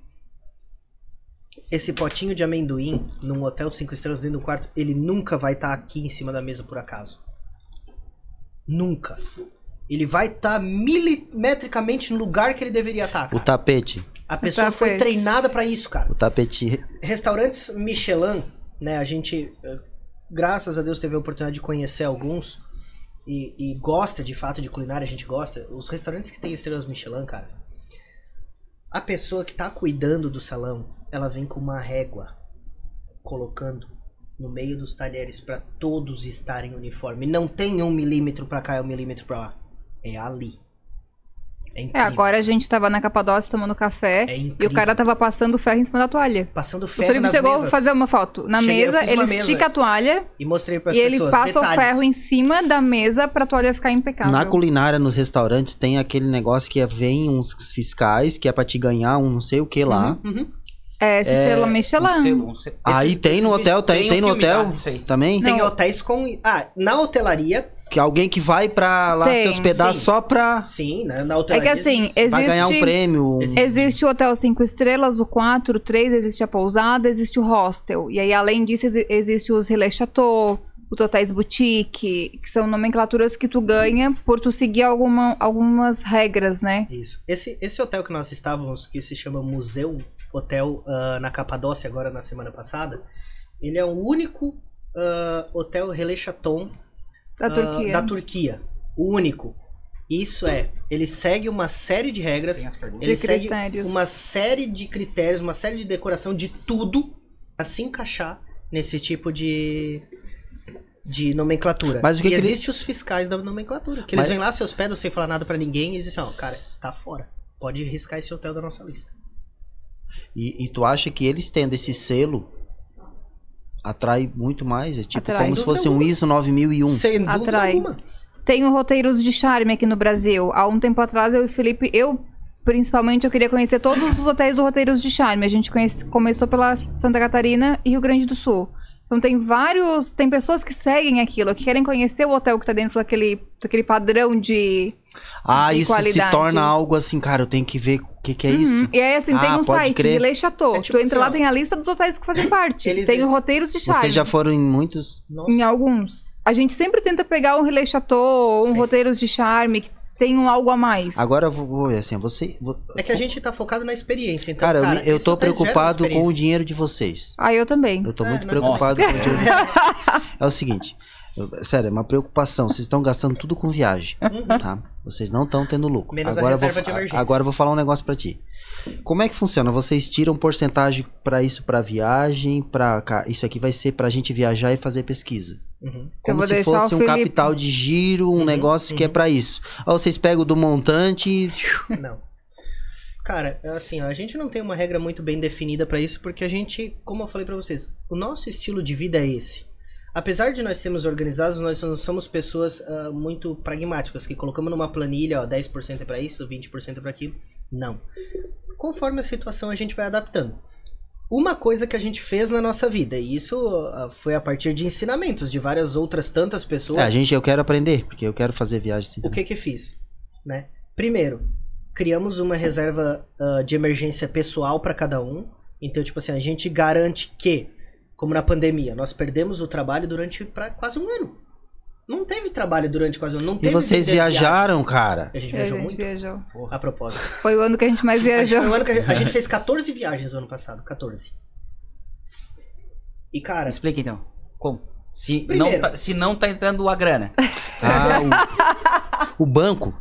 A: Esse potinho de amendoim num hotel de 5 estrelas dentro do tá quarto, ele nunca vai estar aqui em cima da mesa por acaso. Nunca. Ele vai estar milimetricamente no lugar que ele deveria estar.
B: O
A: cara.
B: tapete.
A: A pessoa foi
D: tapete.
A: treinada pra isso, cara.
B: O tapete.
A: Restaurantes Michelin, né? A gente, eh, graças a Deus, teve a oportunidade de conhecer alguns e, e gosta de fato de culinária, a gente gosta. Os restaurantes que têm estrelas Michelin, cara, a pessoa que tá cuidando do salão, ela vem com uma régua colocando no meio dos talheres pra todos estarem uniforme. Não tem um milímetro pra cá e um milímetro pra lá. É ali. É
D: É,
A: incrível.
D: agora a gente tava na Capadócia tomando café
A: É
D: e
A: incrível.
D: o cara tava passando ferro em cima da toalha.
A: passando
D: o
A: ferro
D: Felipe
A: nas
D: chegou
A: mesas
D: a fazer um uma foto na
A: Cheguei, eu
D: mesa,
A: fiz
D: ele
A: uma mesa.
D: estica a toalha
A: e mostrei para
D: e ele passa o ferro em cima da mesa pra toalha ficar impecável.
B: Na culinária, nos restaurantes, tem aquele negócio que é, vem uns fiscais, que é pra te ganhar um não sei o que
D: Uhum.
B: lá.
D: É, se estrela Michelin.
C: Um selo, um selo.
B: Aí tem no hotel, tem-
C: um
B: tem no
C: filme,
B: hotel?
C: tá? Isso aí.
B: Também?
A: Tem
D: Não.
A: hotéis com. Ah, na hotelaria,
B: Que alguém que vai pra lá se
D: Tem,
B: hospedar
A: sim.
B: só pra,
A: sim, né? Na
D: É que
A: hotelaria.
D: assim,
A: existe.
B: pra ganhar um
D: existe,
B: prêmio. um-
A: Existe.
D: existe o hotel 5 estrelas, o 4, o 3, existe a pousada, existe o hostel. E aí, além disso, exi- existe os relais chateau, os hotéis boutique, que são nomenclaturas que tu ganha por tu seguir alguma- algumas regras, né?
A: Isso. Esse, esse hotel que nós estávamos, que se chama Museu Hotel ah, na Capadócia, agora na semana passada, ele é o único ah, hotel Relais Chaton
D: Da
A: ah,
D: Turquia.
A: da Turquia. O único. Isso é, ele segue uma série de regras.
C: Tem as perguntas.
A: Ele
D: De
A: segue
D: critérios.
A: uma série de critérios, uma série de decoração de tudo pra se encaixar nesse tipo de de nomenclatura.
B: Mas o que
A: e
B: que ele-
A: existe os fiscais da nomenclatura, que
B: Mas-
A: eles vêm lá, se hospedam sem falar nada pra ninguém e dizem assim, ó, cara, tá fora. Pode riscar esse hotel da nossa lista.
B: E, e tu acha que eles tendo esse selo atrai muito mais? É tipo
D: Atrai.
B: como se
A: Sem dúvida
B: fosse um
A: alguma.
B: ISO 9001.
A: Sem dúvida
D: Atrai.
A: alguma.
D: Tem o Roteiros de Charme aqui no Brasil. Há um tempo atrás, eu e o Felipe, eu principalmente, eu queria conhecer todos os hotéis do Roteiros de Charme. A gente conhece- começou pela Santa Catarina e Rio Grande do Sul. Então tem vários. Tem pessoas que seguem aquilo, que querem conhecer o hotel que tá dentro daquele, daquele padrão de.
B: Ah,
D: de
B: isso se
D: qualidade.
B: torna algo assim, cara, eu tenho que ver o que, que é isso.
D: Uhum. E aí, assim, tem
B: Ah,
D: um
B: pode
D: site,
B: crer.
D: Relais Chateau.
A: É tipo
D: tu entra
A: assim,
D: lá,
A: ó.
D: tem a lista dos hotéis que fazem parte.
A: Eles
D: tem
A: ex-
D: o Roteiros de Charme.
B: Vocês já foram em muitos.
A: Nossa.
D: Em alguns. A gente sempre tenta pegar um Relais Chateau, um
A: Sim.
D: Roteiros de Charme, que tem um algo a mais.
B: Agora eu vou, vou ver assim, você. vou-
A: É que a gente tá focado na experiência, então,
B: Cara,
A: cara,
B: eu- eu,
A: isso
B: tô
A: tá gerando
B: preocupado com o
A: experiência.
B: dinheiro de vocês.
D: Ah, eu também.
B: Eu tô
A: É,
B: muito
A: nós-
B: preocupado com o dinheiro.
A: É.
B: É o seguinte, eu- sério, é uma preocupação. Vocês estão gastando tudo com viagem,
A: Uhum.
B: tá? Vocês não estão tendo lucro.
A: Menos a
B: agora eu
A: reserva
B: vou,
A: de
B: fa-
A: emergência.
B: Agora eu vou falar um negócio pra ti. Como é que funciona? Vocês tiram porcentagem pra isso, pra viagem, para isso aqui vai ser pra gente viajar e fazer pesquisa.
A: Uhum.
B: Como
D: vou
B: se
D: deixar o
B: fosse um
D: Felipe-
B: capital de giro, um
A: Uhum,
B: negócio que é
A: uhum.
B: pra isso. Aí vocês pegam do montante é, e
A: Não. Cara, é assim, ó, a gente não tem uma regra muito bem definida pra isso, porque a gente, como eu falei pra vocês, o nosso estilo de vida é esse. Apesar de nós sermos organizados, nós não somos pessoas ah, muito pragmáticas, que colocamos numa planilha, ó, 10% é pra isso, 20% é pra aquilo. Não. Conforme a situação, a gente vai adaptando. Uma coisa que a gente fez na nossa vida, e isso ah, foi a partir de ensinamentos de várias outras tantas pessoas.
B: É, a gente, eu quero aprender, porque eu quero fazer viagem assim.
A: o que que fiz, né? Primeiro, criamos uma reserva ah, de emergência pessoal para cada um. Então, tipo assim, a gente garante que, como na pandemia, nós perdemos o trabalho durante pra quase um ano. Não teve trabalho durante quase um ano. Não
B: E
A: teve
B: vocês
A: vida-
B: viajaram, cara.
A: A gente
D: É, a
A: viajou
D: gente
A: muito.
D: viajou.
A: A propósito.
D: Foi o ano que a gente mais viajou.
A: Foi um ano que a, gente, a gente fez 14 viagens no ano passado. 14. E, cara,
C: Explica então. Como? Se não,
A: Primeiro.
C: tá, se não tá entrando a grana.
B: Ah, o, o banco.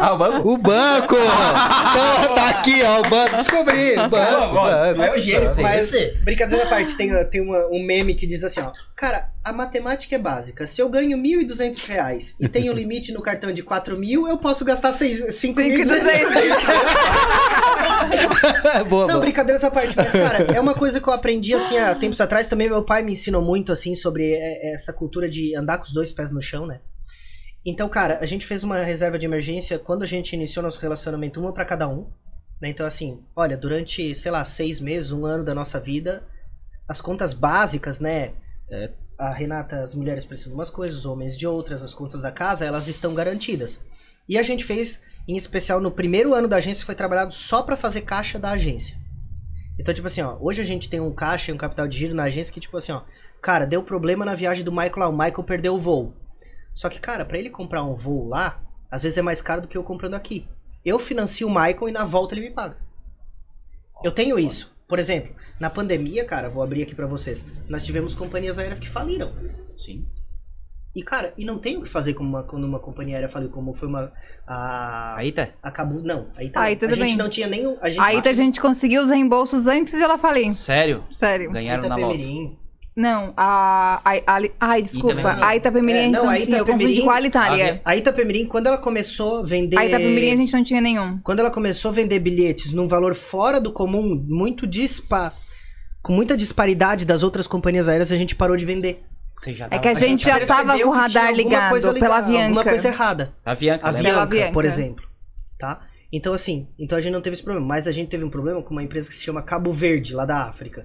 C: Ah, o banco?
B: O banco! Então, tá aqui, ó, o banco. Descobri, o banco.
C: Ó, ó, tu é o gênio,
B: banco.
A: Mas, brincadeira à parte, tem, tem uma- um meme que diz assim, ó. Cara, a matemática é básica. Se eu ganho 1.200 reais e tenho limite no cartão de 4 mil, eu posso gastar seis- 5.200
B: é, boa,
A: Não,
B: boa.
A: brincadeira essa parte. Mas, cara, é uma coisa que eu aprendi, assim, há tempos atrás. Também meu pai me ensinou muito, assim, sobre é, essa cultura de andar com os dois pés no chão, né? Então, cara, a gente fez uma reserva de emergência quando a gente iniciou nosso relacionamento, uma pra cada um. Né? Então, assim, olha, durante, sei lá, seis meses, um ano da nossa vida, as contas básicas, né? É, A Renata, as mulheres precisam de umas coisas, os homens de outras, as contas da casa, elas estão garantidas. E a gente fez, em especial no primeiro ano da agência, foi trabalhado só pra fazer caixa da agência. Então, tipo assim, ó, hoje a gente tem um caixa e um capital de giro na agência que, tipo assim, ó, cara, deu problema na viagem do Michael lá, o Michael perdeu o voo. Só que, cara, pra ele comprar um voo lá, às vezes é mais caro do que eu comprando aqui. Eu financio o Michael e na volta ele me paga. Eu tenho isso. Por exemplo, na pandemia, cara, vou abrir aqui pra vocês. Nós tivemos companhias aéreas que faliram.
C: Sim.
A: E, cara, e não tem o que fazer como uma, quando uma companhia aérea faliu, como foi uma. A,
C: Aí tá.
A: a Cabu. Não, aí tá.
D: Aí
A: a
D: tudo
A: gente
D: bem.
A: não tinha nem. o- A gente
D: Aí tá a gente conseguiu os reembolsos antes de ela falir.
C: Sério?
D: Sério.
C: Ganharam na volta.
A: Itapemirim.
D: Não, a. a, a, ai, desculpa.
C: Itapemirim.
D: A Itapemirim
A: É,
D: a gente
A: não,
D: não,
A: a
D: tinha. Eu confundi
A: Itapemirim-
D: com a Alitalia.
A: A Itapemirim, quando ela começou a vender.
D: A Itapemirim a gente não tinha nenhum.
A: Quando ela começou a vender bilhetes num valor fora do comum, muito dispa, com muita disparidade das outras companhias aéreas, a gente parou de vender.
C: Você já
D: É
C: tava
D: que a gente já
A: Percebeu
D: tava
A: que
D: com o
A: tinha
D: radar
A: alguma
D: ligado
A: coisa
D: pela
A: ligada, Alguma
D: Avianca.
A: coisa errada.
C: A Bianca,
A: A
C: lembra?
D: Pela
A: Avianca, por
D: Avianca.
A: exemplo, tá? Então assim, então a gente não teve esse problema, mas a gente teve um problema com uma empresa que se chama Cabo Verde, lá da África.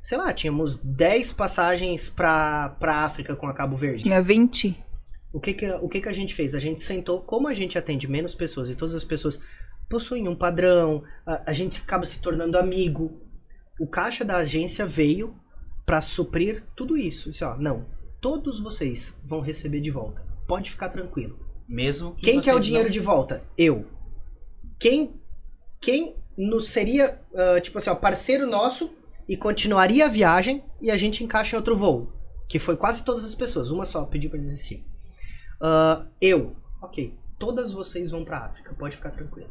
A: Sei lá, tínhamos 10 passagens pra, pra África com a Cabo Verde.
D: Tinha 20.
A: O que que, o que que a gente fez? A gente sentou, como a gente atende menos pessoas e todas as pessoas possuem um padrão, a, a gente acaba se tornando amigo. O caixa da agência veio para suprir tudo isso. Disse, ó, não, todos vocês vão receber de volta. Pode ficar tranquilo.
C: Mesmo que
A: Quem quer o
C: vocês
A: dinheiro
C: não-
A: de volta? Eu. Quem quem nos seria, ah, tipo assim, ó, parceiro nosso e continuaria a viagem e a gente encaixa em outro voo? Que foi quase todas as pessoas, uma só pediu pra desistir. Ah, eu. Ok, todas vocês vão pra África, pode ficar tranquilo.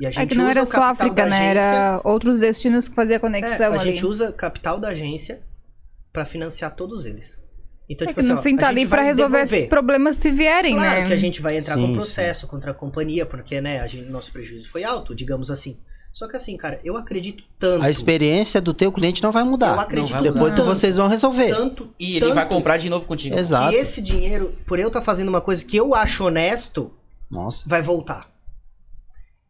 A: E a
D: É que não
A: usa
D: era
A: o
D: só
A: capital
D: África,
A: da
D: né?
A: agência-
D: Era outros destinos que fazia
A: É,
D: conexão
A: a
D: ali.
A: gente usa capital da agência pra financiar todos eles. Então,
D: É
A: tipo
D: que
A: assim,
D: no
A: ó,
D: fim
A: a
D: tá
A: gente
D: ali pra
A: vai
D: resolver
A: devolver.
D: esses problemas se vierem,
A: Claro
D: né?
A: que a gente vai entrar com
B: Sim,
A: processo contra a companhia, porque, né, a gente, nosso prejuízo foi alto, digamos assim. Só que assim, cara, eu acredito tanto.
B: A experiência do teu cliente não vai
A: Eu
B: mudar.
A: acredito
C: Não, vai
B: Depois
D: mudar.
A: tanto,
B: vocês vão resolver.
A: tanto
C: E ele
A: Tanto-
C: vai comprar de novo contigo.
B: Exato.
A: que esse dinheiro, por eu estar fazendo uma coisa que eu acho honesto,
B: Nossa.
A: vai voltar.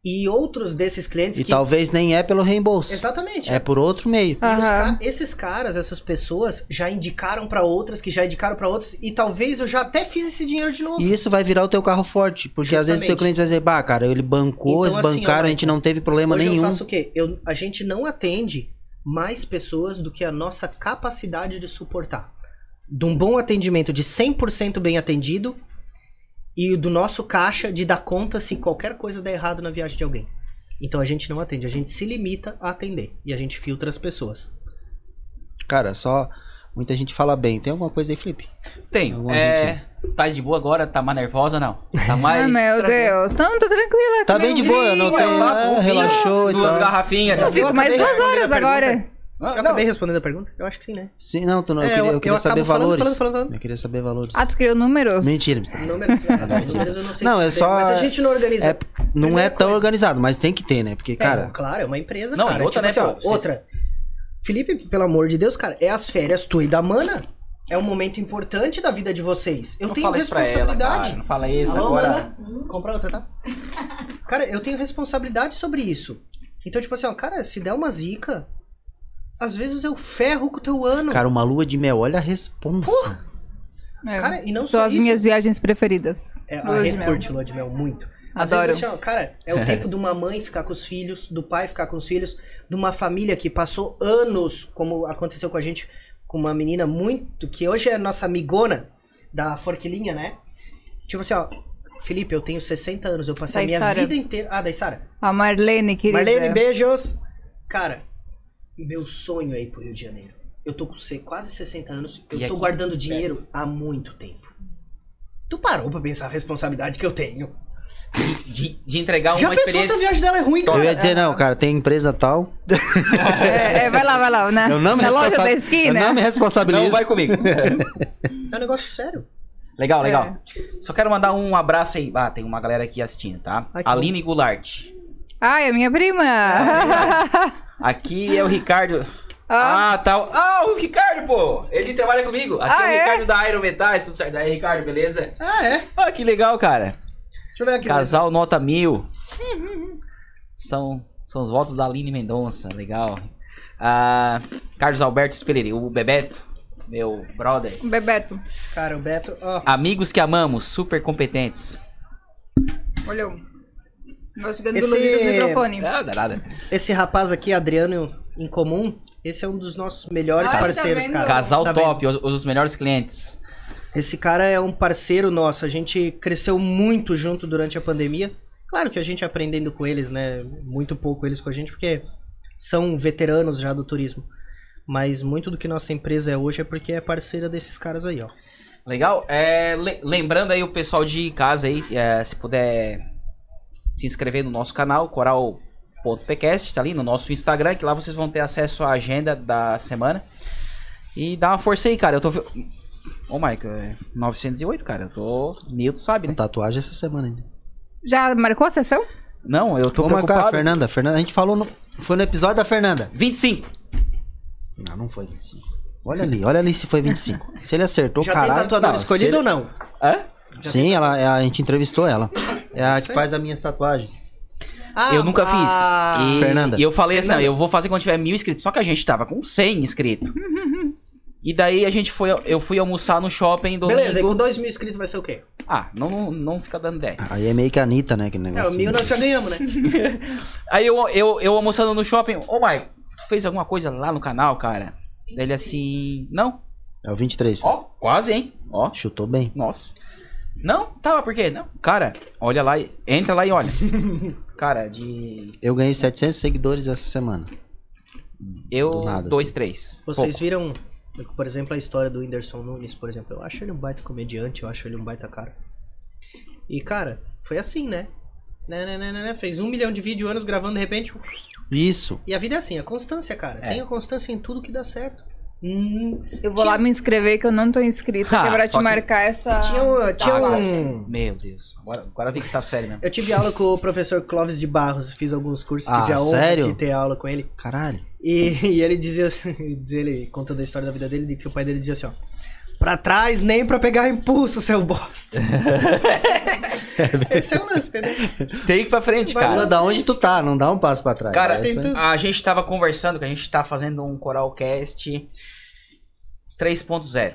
A: E outros desses clientes
B: E
A: que.
B: talvez nem é pelo reembolso.
A: Exatamente. Ah,
B: É por outro meio.
A: E os
D: Aham.
A: ca- Esses caras, essas pessoas, já indicaram pra outras, que já indicaram pra outras, e talvez eu já até fiz esse dinheiro de novo.
B: E isso vai virar o teu carro forte. Porque às vezes o teu
A: Justamente.
B: cliente vai dizer, bah, cara, ele
A: Então,
B: bancou, eles
A: assim, ó,
B: bancaram, a gente
A: Michael,
B: não teve problema
A: Hoje
B: nenhum.
A: eu faço o quê? Eu, a gente não atende mais pessoas do que a nossa capacidade de suportar. De um bom atendimento de 100% bem atendido e do nosso caixa de dar conta se qualquer coisa der errado na viagem de alguém. Então a gente não atende, a gente se limita a atender e a gente filtra as pessoas.
B: Cara, só. Muita gente fala bem. Tem alguma coisa aí, Felipe?
C: Tem.
B: Algum
C: É, tá de boa agora? Tá mais nervosa não? Tá mais...
D: Ah, meu Deus. Não, tô tranquila.
B: Tá bem
D: tomei
B: de
D: um
B: boa, não
D: vinho.
B: tem. É, relaxou e
C: Duas
B: tal.
C: garrafinhas.
D: Eu
A: Eu
D: fico mais
A: acabei
D: duas
A: respondendo
D: horas
A: a pergunta.
D: agora.
C: Ah, Não,
A: Eu acabei respondendo a pergunta? Eu acho que sim, né?
B: Sim, não, tu não. eu
A: É,
B: queria, eu queria
A: acabo
B: saber
A: falando,
B: valores.
A: falando, falando, falando.
B: Eu queria saber valores.
D: Ah, tu criou números?
B: Mentira.
A: Números, números eu não sei.
B: Não, é
A: dizer,
B: só-
A: Mas a gente não organiza.
B: É, não é
A: Primeira
B: tão
A: coisa.
B: organizado, mas tem que ter, né? Porque, cara,
A: É, claro, é uma empresa,
C: Não,
A: cara. assim,
C: e outra, né,
A: ó,
C: pô, se-
A: outra. Felipe, pelo amor de Deus, cara, é as férias tua e da mana. É um momento importante da vida de vocês. Eu
C: não
A: tenho
C: fala isso pra ela, cara.
A: responsabilidade.
C: Não fala isso
A: Alô,
C: agora.
A: mana? Compra outra, tá? Cara, eu tenho responsabilidade sobre isso. Então, tipo assim, ó, cara, se der uma zica, às vezes eu ferro com o teu ano.
B: cara, uma lua de mel, olha a responsa.
D: É.
A: Cara, e não
D: São
A: só
D: as
A: isso.
D: minhas viagens preferidas.
A: É, a
D: Lua de
A: Rê
D: mel.
A: curte lua de mel muito. Às
D: Adoro.
A: vezes, assim, ó, cara, é o tempo de uma mãe ficar com os filhos, do pai ficar com os filhos, de uma família que passou anos, como aconteceu com a gente, com uma menina muito, que hoje é nossa amigona da Forquilinha, né? Tipo assim, ó, Felipe, eu tenho 60 anos, eu passei
D: Da
A: a minha
D: Isara.
A: vida inteira. Ah, da Sara.
D: A Marlene, querida.
A: Marlene, beijos! Cara, meu sonho é ir pro Rio de Janeiro. Eu tô com se- quase 60 anos, eu
C: E
A: tô
C: aqui, É.
A: guardando dinheiro há muito tempo. Tu parou pra pensar a responsabilidade que eu tenho?
C: De, de- de entregar uma
A: Já pensou se a
C: experiência...
A: viagem dela é ruim, cara?
B: Eu ia dizer, não, cara, tem empresa tal.
D: É, é, vai lá, vai lá. Na,
B: Eu não me,
D: na loja
B: responsa-
D: da
B: eu
D: esquina.
B: não me responsabilizo.
C: Não vai comigo.
A: É um negócio sério.
C: legal, legal.
D: É.
C: Só quero mandar um abraço aí. Ah, tem uma galera aqui assistindo, tá?
A: Ai, que
C: Aline Goulart.
D: Ai, a minha prima.
C: Aqui é o Ricardo.
D: Ah,
C: Ah, tá. Ah, o Ricardo, pô! Ele trabalha comigo. Aqui é
D: Ah,
C: o
D: é?
C: Ricardo da Iron Metais, tudo certo. Aí, Ricardo, beleza?
A: Ah, é?
C: Ah, que legal, cara.
A: Deixa eu ver aqui.
C: Casal nota mil. São, são os votos da Aline Mendonça, legal. Ah, Carlos Alberto Spelleri, o Bebeto, meu brother.
D: Bebeto,
A: Cara, o Beto, ó.
C: Amigos que amamos, super competentes.
D: olhou. Vou chegando
A: Esse-
D: do Luiz do microfone.
C: Ah, dá nada.
A: Esse rapaz aqui, Adriano, em comum, esse é um dos nossos melhores
D: Ai, tá
A: parceiros,
D: vendo?
A: cara.
C: Casal
A: Tá
C: top, os, os melhores clientes.
A: Esse cara é um parceiro nosso. A gente cresceu muito junto durante a pandemia. Claro que a gente aprendendo com eles, né? Muito pouco eles com a gente, porque são veteranos já do turismo. Mas muito do que nossa empresa é hoje é porque é parceira desses caras aí, ó.
C: Legal? É, le- lembrando aí o pessoal de casa aí, é, se puder se inscrever no nosso canal, coral.pcast, tá ali no nosso Instagram, que lá vocês vão ter acesso à agenda da semana. E dá uma força aí, cara. Eu tô. ve- Ô, Michael, é 908, cara. Eu tô. Nilton sabe, né?
B: Tatuagem essa semana ainda.
D: Já marcou a sessão?
C: Não, eu tô
B: Vamos marcar a
C: preocupado.
B: Fernanda. Fernanda, a gente falou no. Foi no episódio da Fernanda.
C: 25.
B: Não, não foi 25. Olha ali, olha ali se foi 25. Se ele acertou,
A: Já tem
B: caralho.
A: tatuador
C: não,
A: escolhido
C: se ele-
A: ou não?
C: Hã?
B: Sim, ela, é a a gente entrevistou ela. É a que
A: Sei.
B: faz as minhas tatuagens.
A: Ah,
C: eu nunca
A: ah,
C: fiz. E,
B: Fernanda.
C: E eu falei assim, não,
A: Fernanda.
C: eu vou fazer quando tiver mil inscritos. Só que a gente tava com 100 inscritos. e daí a gente foi, eu fui almoçar no shopping domingo.
A: Beleza, e com 2 mil inscritos vai ser o quê?
C: Ah, não, não, não fica dando ideia.
B: Aí é meio que a Anitta, né? Que
A: É,
B: negócio.
A: o mil nós já ganhamos, né?
C: Aí eu, eu, eu almoçando no shopping, ô Maicon, tu fez alguma coisa lá no canal, cara? Daí Ele assim, não,
B: É o 23.
C: ó, quase, hein? Ó,
B: Chutou bem.
C: nossa. Não, tava, por quê? Não, cara, olha lá, e- entra lá e olha. cara, de.
B: Eu ganhei 700 seguidores essa semana.
C: Eu,
B: Do nada, assim.
C: dois, três.
A: Vocês
C: pouco.
A: viram, por exemplo, a história do Whindersson Nunes, por exemplo. Eu acho ele um baita comediante, eu acho ele um baita cara. E, cara, foi assim, né? Né, né, né, né, né, Fez um milhão de vídeo anos gravando de repente.
B: Isso.
A: E a vida é assim, a constância, cara.
C: É.
A: Tenha constância em tudo que dá certo. Hum,
D: Eu vou lá me inscrever que eu não tô inscrita,
C: Ah,
D: que é pra
C: só
D: te
C: que-
D: marcar essa...
A: tinha um, tinha
D: Tá, vai,
A: um-
C: Meu Deus, agora, agora vi que tá sério mesmo.
A: Eu tive aula com o professor Clóvis de Barros, fiz alguns cursos,
B: Ah,
A: tive a honra
B: sério?
A: de ter aula com ele.
B: Caralho.
A: E, e ele dizia assim, diz ele contando a história da vida dele, que o pai dele dizia assim, ó. Pra trás nem pra pegar impulso, seu bosta. Esse é o lance, entendeu?
C: Tem que ir pra frente,
A: Vai
C: cara.
B: Cara, da onde tu tá? Não dá um passo pra trás.
C: Cara, então,
B: Parece-
A: tem tudo.
C: A gente tava conversando que a gente tá fazendo um Coralcast 3.0.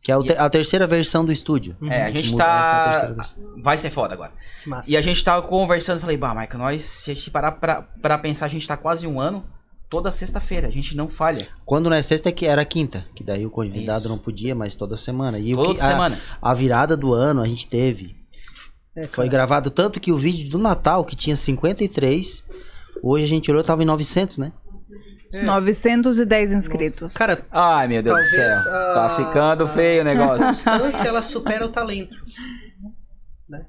B: que é o te- a terceira versão do estúdio.
C: É, a gente
B: muda Uhum. essa terceira
C: tá.
B: versão.
C: Vai ser foda agora.
A: Que massa.
C: E a gente tava conversando, falei, bah, Maica, nós, se a gente parar pra, pra pensar, a gente tá quase um ano, toda sexta-feira, a gente não falha.
B: Quando não é sexta é que era quinta, que daí o convidado
C: Isso.
B: não podia, mas toda semana. E o
C: Toda
B: que- ah, a-
C: semana.
B: a virada do ano a gente teve
A: É,
B: Foi
A: cara,
B: gravado tanto que o vídeo do Natal, que tinha 53, hoje a gente olhou, tava em 900, né?
A: é.
D: 910 inscritos.
A: Cara,
C: Ai, meu Deus do
A: Talvez,
C: céu.
A: ah,
C: Tá ficando feio o negócio.
A: a distância, ela supera o talento. Né?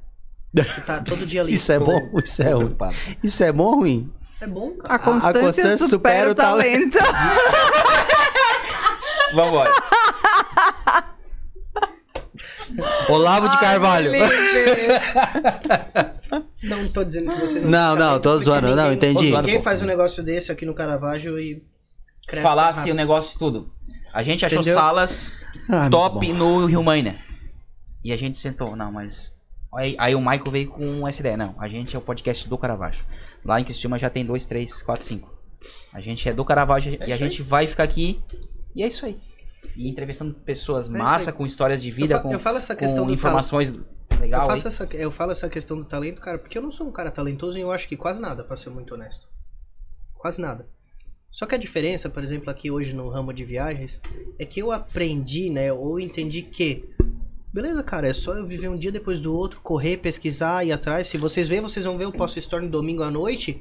A: Você tá todo dia ali.
B: Isso é bom, isso é ruim.
C: Preocupado.
B: Isso é bom ou ruim?
A: É bom, cara.
D: a constância,
B: constância supera
D: supera
B: o
D: o talento.
C: Vambora.
B: Olavo de Carvalho.
D: Ai, Felipe.
A: Não tô dizendo que você não...
B: Não, não, tô
A: Porque
B: zoando,
A: ninguém-
B: não, entendi.
C: zoando.
A: Ninguém faz um negócio desse aqui no Caravaggio e... cresce
C: Falar
A: rápido.
C: assim o negócio e tudo. A gente achou
A: Entendeu?
C: salas
B: Ah, muito
C: top
B: bom.
C: no Rio Maina. E a gente sentou, não, mas. Aí, aí o Michael veio com essa ideia. Não, a gente é o podcast do Caravaggio. Lá em Criciúma já tem dois, três, quatro, cinco. A gente é do Caravaggio e a
A: isso aí.
C: gente vai ficar aqui. E é isso aí. E entrevistando pessoas
A: É isso
C: massa,
A: aí.
C: com histórias de
A: Eu,
C: vida,
A: fa
C: com,
A: eu falo essa
C: com
A: questão do talento.
C: informações
A: Eu,
C: legal. aí.
A: faço essa, eu falo essa questão do talento, cara, porque eu não sou um cara talentoso e eu acho que quase nada, pra ser muito honesto. Quase nada. Só que a diferença, por exemplo, aqui hoje no ramo de viagens, é que eu aprendi, né, ou entendi que. Beleza, cara, é só eu viver um dia depois do outro, correr, pesquisar, ir atrás. Se vocês verem, vocês vão ver o Post Store no domingo à noite,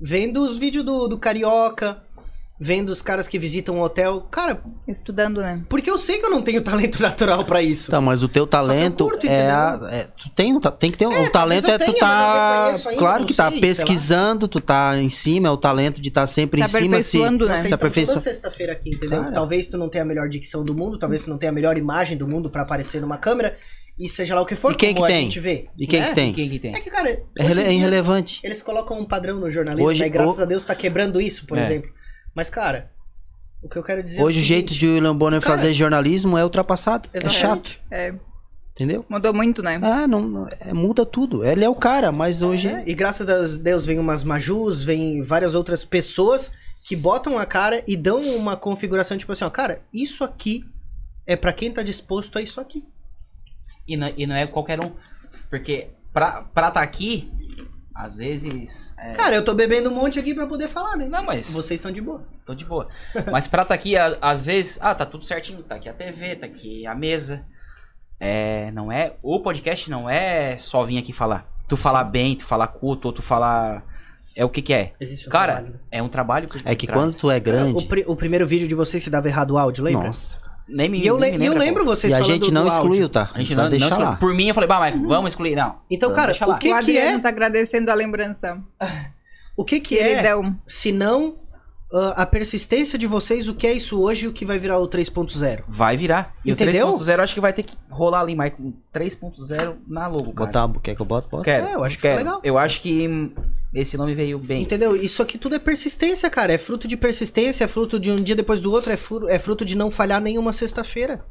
A: vendo os vídeos do, do Carioca, vendo os caras que visitam o hotel. Cara,
D: Estudando, né?
A: porque eu sei que eu não tenho talento natural pra isso.
B: Tá, mas o teu talento
A: curto,
B: é, a- é- tu tem um ta- tem que ter um- o talento
A: eu
B: é tu
A: tenha, mas eu não
B: tá
A: reconheço ainda,
B: claro
A: não
B: que tá
A: sei, sei lá.
B: pesquisando, tu tá em cima, é o talento de estar sempre
D: Se
B: em cima se
D: aperfeiçoando, né?
A: Vocês
B: se
A: estão
B: aperfeiçoa-
A: toda sexta-feira aqui, entendeu?
B: Cara.
A: Talvez tu não tenha a melhor dicção do mundo, talvez tu não tenha a melhor imagem do mundo pra aparecer numa câmera, e seja lá o que for,
B: E quem
A: como
B: que
A: a
B: tem?
A: gente vê.
B: E quem
A: né?
B: que tem?
C: Quem que tem?
A: É que, cara, hoje
B: É rele-
A: em
B: é
A: dia,
B: irrelevante.
A: eles colocam um padrão no jornalismo,
B: Hoje-
A: né? e graças
B: o-
A: a Deus tá quebrando isso, por
C: É.
A: exemplo. Mas, cara, é o que eu quero dizer
B: Hoje o jeito
A: seguinte,
B: de William Bonner
A: Cara,
B: fazer jornalismo é ultrapassado.
A: exatamente.
B: É chato,
D: É,
B: entendeu?
D: mudou muito, né?
B: Ah, não, não- é, muda tudo. Ele é o cara, mas hoje.
A: né? E graças a Deus vem umas Majus, vem várias outras pessoas que botam a cara e dão uma configuração, tipo assim, ó, cara, isso aqui é pra quem tá disposto a isso aqui.
C: E não, e não é qualquer um. Porque pra estar aqui, às vezes. é-
A: Cara, eu tô bebendo um monte aqui pra poder falar, né?
C: Não, mas.
A: Vocês estão de boa.
C: Tô de boa. Mas pra tá aqui, a- às vezes, ah, tá tudo certinho, tá aqui a TV, tá aqui a mesa, É, não é. O podcast não é só vir aqui falar. Tu falar bem, tu falar culto, ou tu falar. É o que que é?
A: Existe um
C: Cara,
A: trabalho.
C: É um trabalho por
B: É que
C: trás.
B: quando tu é grande.
A: O, pri- o primeiro vídeo de vocês que dava errado o áudio, lembra?
B: Nossa.
C: Nem me,
A: E eu,
C: nem
A: le-
C: me
A: e eu
C: lembra,
A: lembro
C: pô.
A: vocês
B: E a
A: falando
B: gente
A: do
B: não
A: áudio.
B: excluiu, tá?
C: A gente não, não
B: deixa
C: exclui.
B: lá.
C: Por mim, eu falei, bah, mas vamos excluir. Não.
A: Então,
C: Vamos
A: cara,
C: deixar
A: o
C: lá.
A: que
D: o
A: que
D: Adriano
A: é?
D: tá agradecendo a lembrança.
A: O que que é,
D: Queridão.
A: se não ah, a persistência de vocês, o que é isso hoje e o que vai virar o 3.0?
C: Vai virar. E
A: Entendeu?
C: o 3.0 acho que vai ter que rolar ali, mas com 3.0 na logo, cara.
B: Botar, quer que eu bote? Bota.
C: Quero,
A: É, eu acho que
C: quero.
A: ficou legal.
C: Eu acho que hum, esse nome veio bem.
A: Entendeu? Isso aqui tudo é persistência, cara. É fruto de persistência, é fruto de um dia depois do outro, é, fru- é fruto de não falhar nenhuma sexta-feira.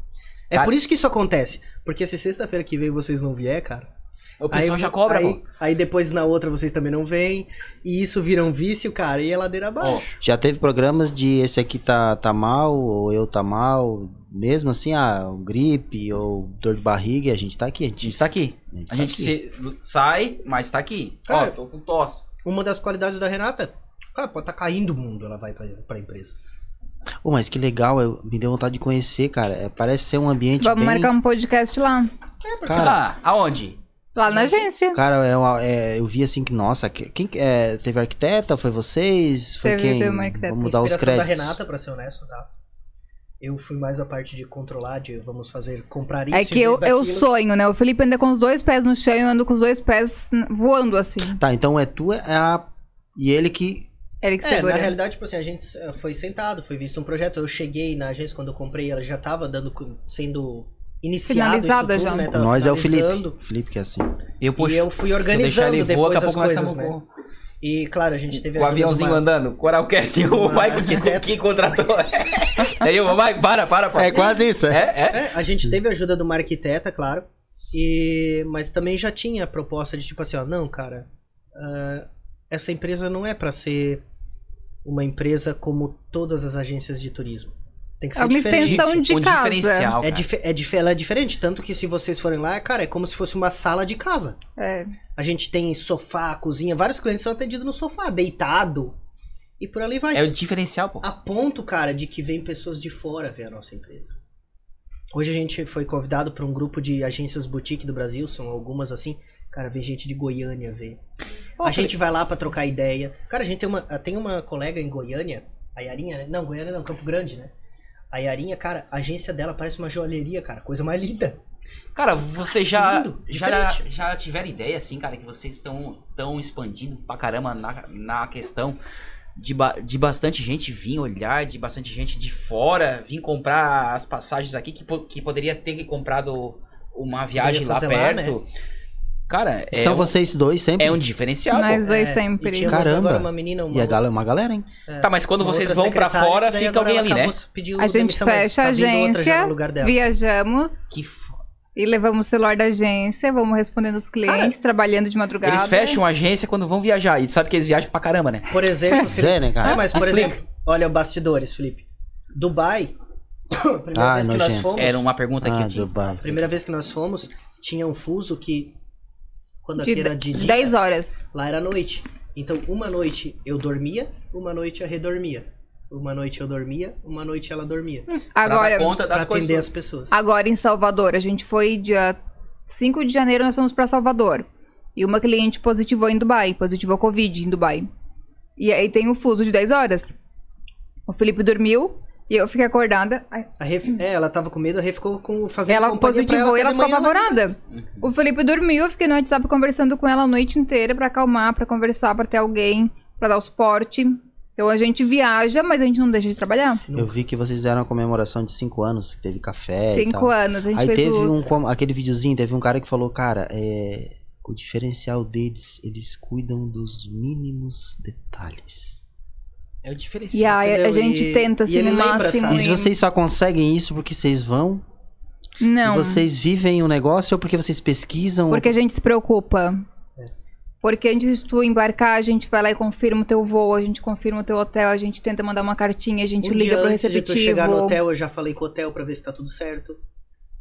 A: É
C: Cara-
A: por isso que isso acontece. Porque se sexta-feira que vem vocês não vier, cara.
C: O pessoal
A: aí-
C: já cobra,
A: aí,
C: pô.
A: aí depois na outra vocês também não vêm. E isso vira um vício, cara, e é ladeira abaixo.
B: Já teve programas de esse aqui tá, tá mal, ou eu tá mal, mesmo assim, ah, gripe ou dor de barriga, e a gente tá aqui. A
C: A
B: gente,
C: gente tá aqui.
B: tá
C: A gente
B: aqui.
C: se- sai, mas tá aqui.
A: Cara.
C: Ó, tô com tosse.
A: Uma das qualidades da Renata, cara, pode estar caindo o mundo, ela vai pra, pra empresa.
B: Pô, mas que legal, eu, me deu vontade de conhecer, cara. É, parece ser um ambiente
D: Vamos
B: bem...
D: marcar um podcast lá.
B: Cara,
C: ah, aonde?
D: Lá na agência.
B: Cara, é uma- é, eu vi assim que, nossa, que- quem que- é, teve arquiteta? Foi vocês? Foi
D: Teve,
B: quem?
D: teve uma arquiteta.
B: Vamos mudar os
A: Inspiração da
B: créditos.
A: Renata, pra ser honesto, tá? Eu fui mais a parte de controlar, de vamos fazer, comprar isso.
D: É
A: em
D: que
A: vez
D: eu, eu
A: daquilo.
D: sonho, né? O Felipe anda com os dois pés no chão e eu ando com os dois pés voando assim.
B: Tá, então é tu, é a. E ele que.
D: Ele que
A: É, na
D: segura.
A: realidade, tipo assim, a gente eh, foi sentado, foi visto um projeto. Eu cheguei na agência quando eu comprei, ela já tava dando, co- sendo iniciado isso
D: Finalizada
A: tudo,
D: já.
A: né? Tava
B: nós é o Felipe.
A: finalizando.
B: O Felipe que é assim.
C: Eu puxo.
A: E eu fui
C: Se eu deixar
A: organizando
C: ele voa,
A: depois
C: daqui a
A: as
C: pouco nós
A: coisas,
C: tamo
A: né? E claro, a gente teve
C: com o
A: a ajuda do
C: aviãozinho
A: Mar-
C: andando. Coralcast, o
A: Uma-
C: Mike que, que contratou. Daí eu, Mike, para, para, para.
B: É quase isso, é.
C: É, é.
A: É, a gente teve a ajuda de uma arquiteta, claro. E mas também já tinha a proposta de tipo assim, ó, não, cara, ah, essa empresa não é pra ser uma empresa como todas as agências de turismo. Tem que ser
D: É uma
A: diferente.
D: extensão de
C: um
D: casa.
C: diferencial.
A: É,
C: cara.
A: dife- é dif- ela é diferente, tanto que se vocês forem lá, cara, é como se fosse uma sala de casa.
D: É.
A: A gente tem sofá, cozinha, vários clientes são atendidos no sofá, deitado. E por ali vai.
C: É o diferencial,
D: Ah,
C: pô.
A: A ponto, cara, de que vem pessoas de fora ver a nossa empresa. Hoje a gente foi convidado para um grupo de agências boutique do Brasil, são algumas assim. Cara, vem gente de Goiânia ver. a
C: Pô, Felipe,
A: gente vai lá pra trocar ideia. Cara, a gente tem uma, ah, tem uma colega em Goiânia, a Yarinha, né? Não, Goiânia não, Campo Grande, né? A Yarinha, cara, a agência dela parece uma joalheria, cara. Coisa mais linda.
C: Cara, vocês
A: Ah,
C: já,
A: lindo,
C: já,
A: diferente.
C: já tiveram ideia, assim, cara, que vocês estão tão expandindo pra caramba na, na questão de, ba- de bastante gente vir olhar, de bastante gente de fora vir comprar as passagens aqui, que, po- que poderia ter comprado uma viagem lá
A: fazer lá, né?
C: perto. Cara, é,
B: São
C: um,
B: vocês dois sempre.
C: é um diferencial. pô.
D: Nós dois
A: É,
C: um
D: sempre.
A: E tínhamos
B: Caramba.
A: agora uma menina, uma
B: E a gal é uma galera, hein?
C: Tá, mas quando
A: uma
C: vocês
A: outra
C: vão pra
A: secretária,
C: fora,
A: que daí
C: fica
A: agora
C: alguém
A: ela
C: ali, né?
A: acabou se pedindo
D: A gente
A: demissão, mas
D: fecha
A: tá
D: a
A: vindo outra já
D: agência,
A: no lugar dela.
D: viajamos
C: Que f...
D: e levamos o celular da agência, vamos respondendo os clientes,
A: Ah.
D: trabalhando de madrugada.
C: Eles fecham a agência quando vão viajar. E tu sabe que eles viajam pra caramba, né?
A: Por exemplo, Felipe,
B: Zé, né, cara?
A: Ah, mas, por
C: Explica.
A: exemplo, olha o bastidores, Felipe. Dubai, a primeira
B: Ah,
A: vez que nós
B: nojento.
A: fomos,
C: Era
D: um
C: uma pergunta assim. que
B: Ah,
C: eu tinha.
B: Dubai.
A: primeira vez que nós fomos, tinha um fuso que quando aqui
D: de
A: era de um dia,
D: 10 horas.
A: lá era noite. Então, uma noite eu dormia, uma noite eu redormia. Uma noite eu dormia, uma noite ela dormia.
D: Hum.
C: Pra
D: Agora,
C: dar conta
A: Pra
C: das
A: atender
C: coisas.
A: as pessoas.
D: Agora em Salvador, a gente foi dia 5 de janeiro, nós fomos pra Salvador. E uma cliente positivou em Dubai, positivou Covid em Dubai. E aí tem o fuso de 10 horas. O Felipe dormiu e eu fiquei acordada. Ai,
A: A Rê- é, ela tava com medo, a Rê ficou com, fazendo
D: Ela
A: companhia pra
D: positivou e
A: até
D: ela
A: de
D: ficou
A: manhã, né? Uhum.
D: apavorada. O Felipe dormiu, eu fiquei no WhatsApp conversando com ela a noite inteira pra acalmar, pra conversar, pra ter alguém, pra dar o suporte. Então a gente viaja, mas a gente não deixa de trabalhar.
B: Eu vi que vocês fizeram uma comemoração de 5 anos, que teve
A: É,
B: café e
A: então.
D: Cinco
B: tal.
D: anos, a gente
B: Aí
D: fez
B: teve
D: os...
B: um, como- aquele videozinho, teve um cara que falou, cara, é, o diferencial deles, eles cuidam dos mínimos detalhes.
C: É o diferencial.
D: E aí a
A: Entendeu?
D: gente
A: E- e
D: tenta, assim,
A: ele
D: no
A: lembra,
D: máximo.
A: sabe?
B: E se
D: e-
B: vocês só conseguem isso porque vocês vão,
D: Não.
B: e vocês vivem o negócio ou porque vocês pesquisam?
D: Porque a gente se preocupa.
A: É.
D: Porque antes de tu embarcar, a gente vai lá e confirma o teu voo, a gente confirma o teu hotel, a gente tenta mandar uma cartinha, a gente
A: Um
D: liga
A: dia
D: pro
A: antes de tu chegar no
D: receptivo.
A: hotel, eu já falei com o hotel pra ver se tá tudo certo.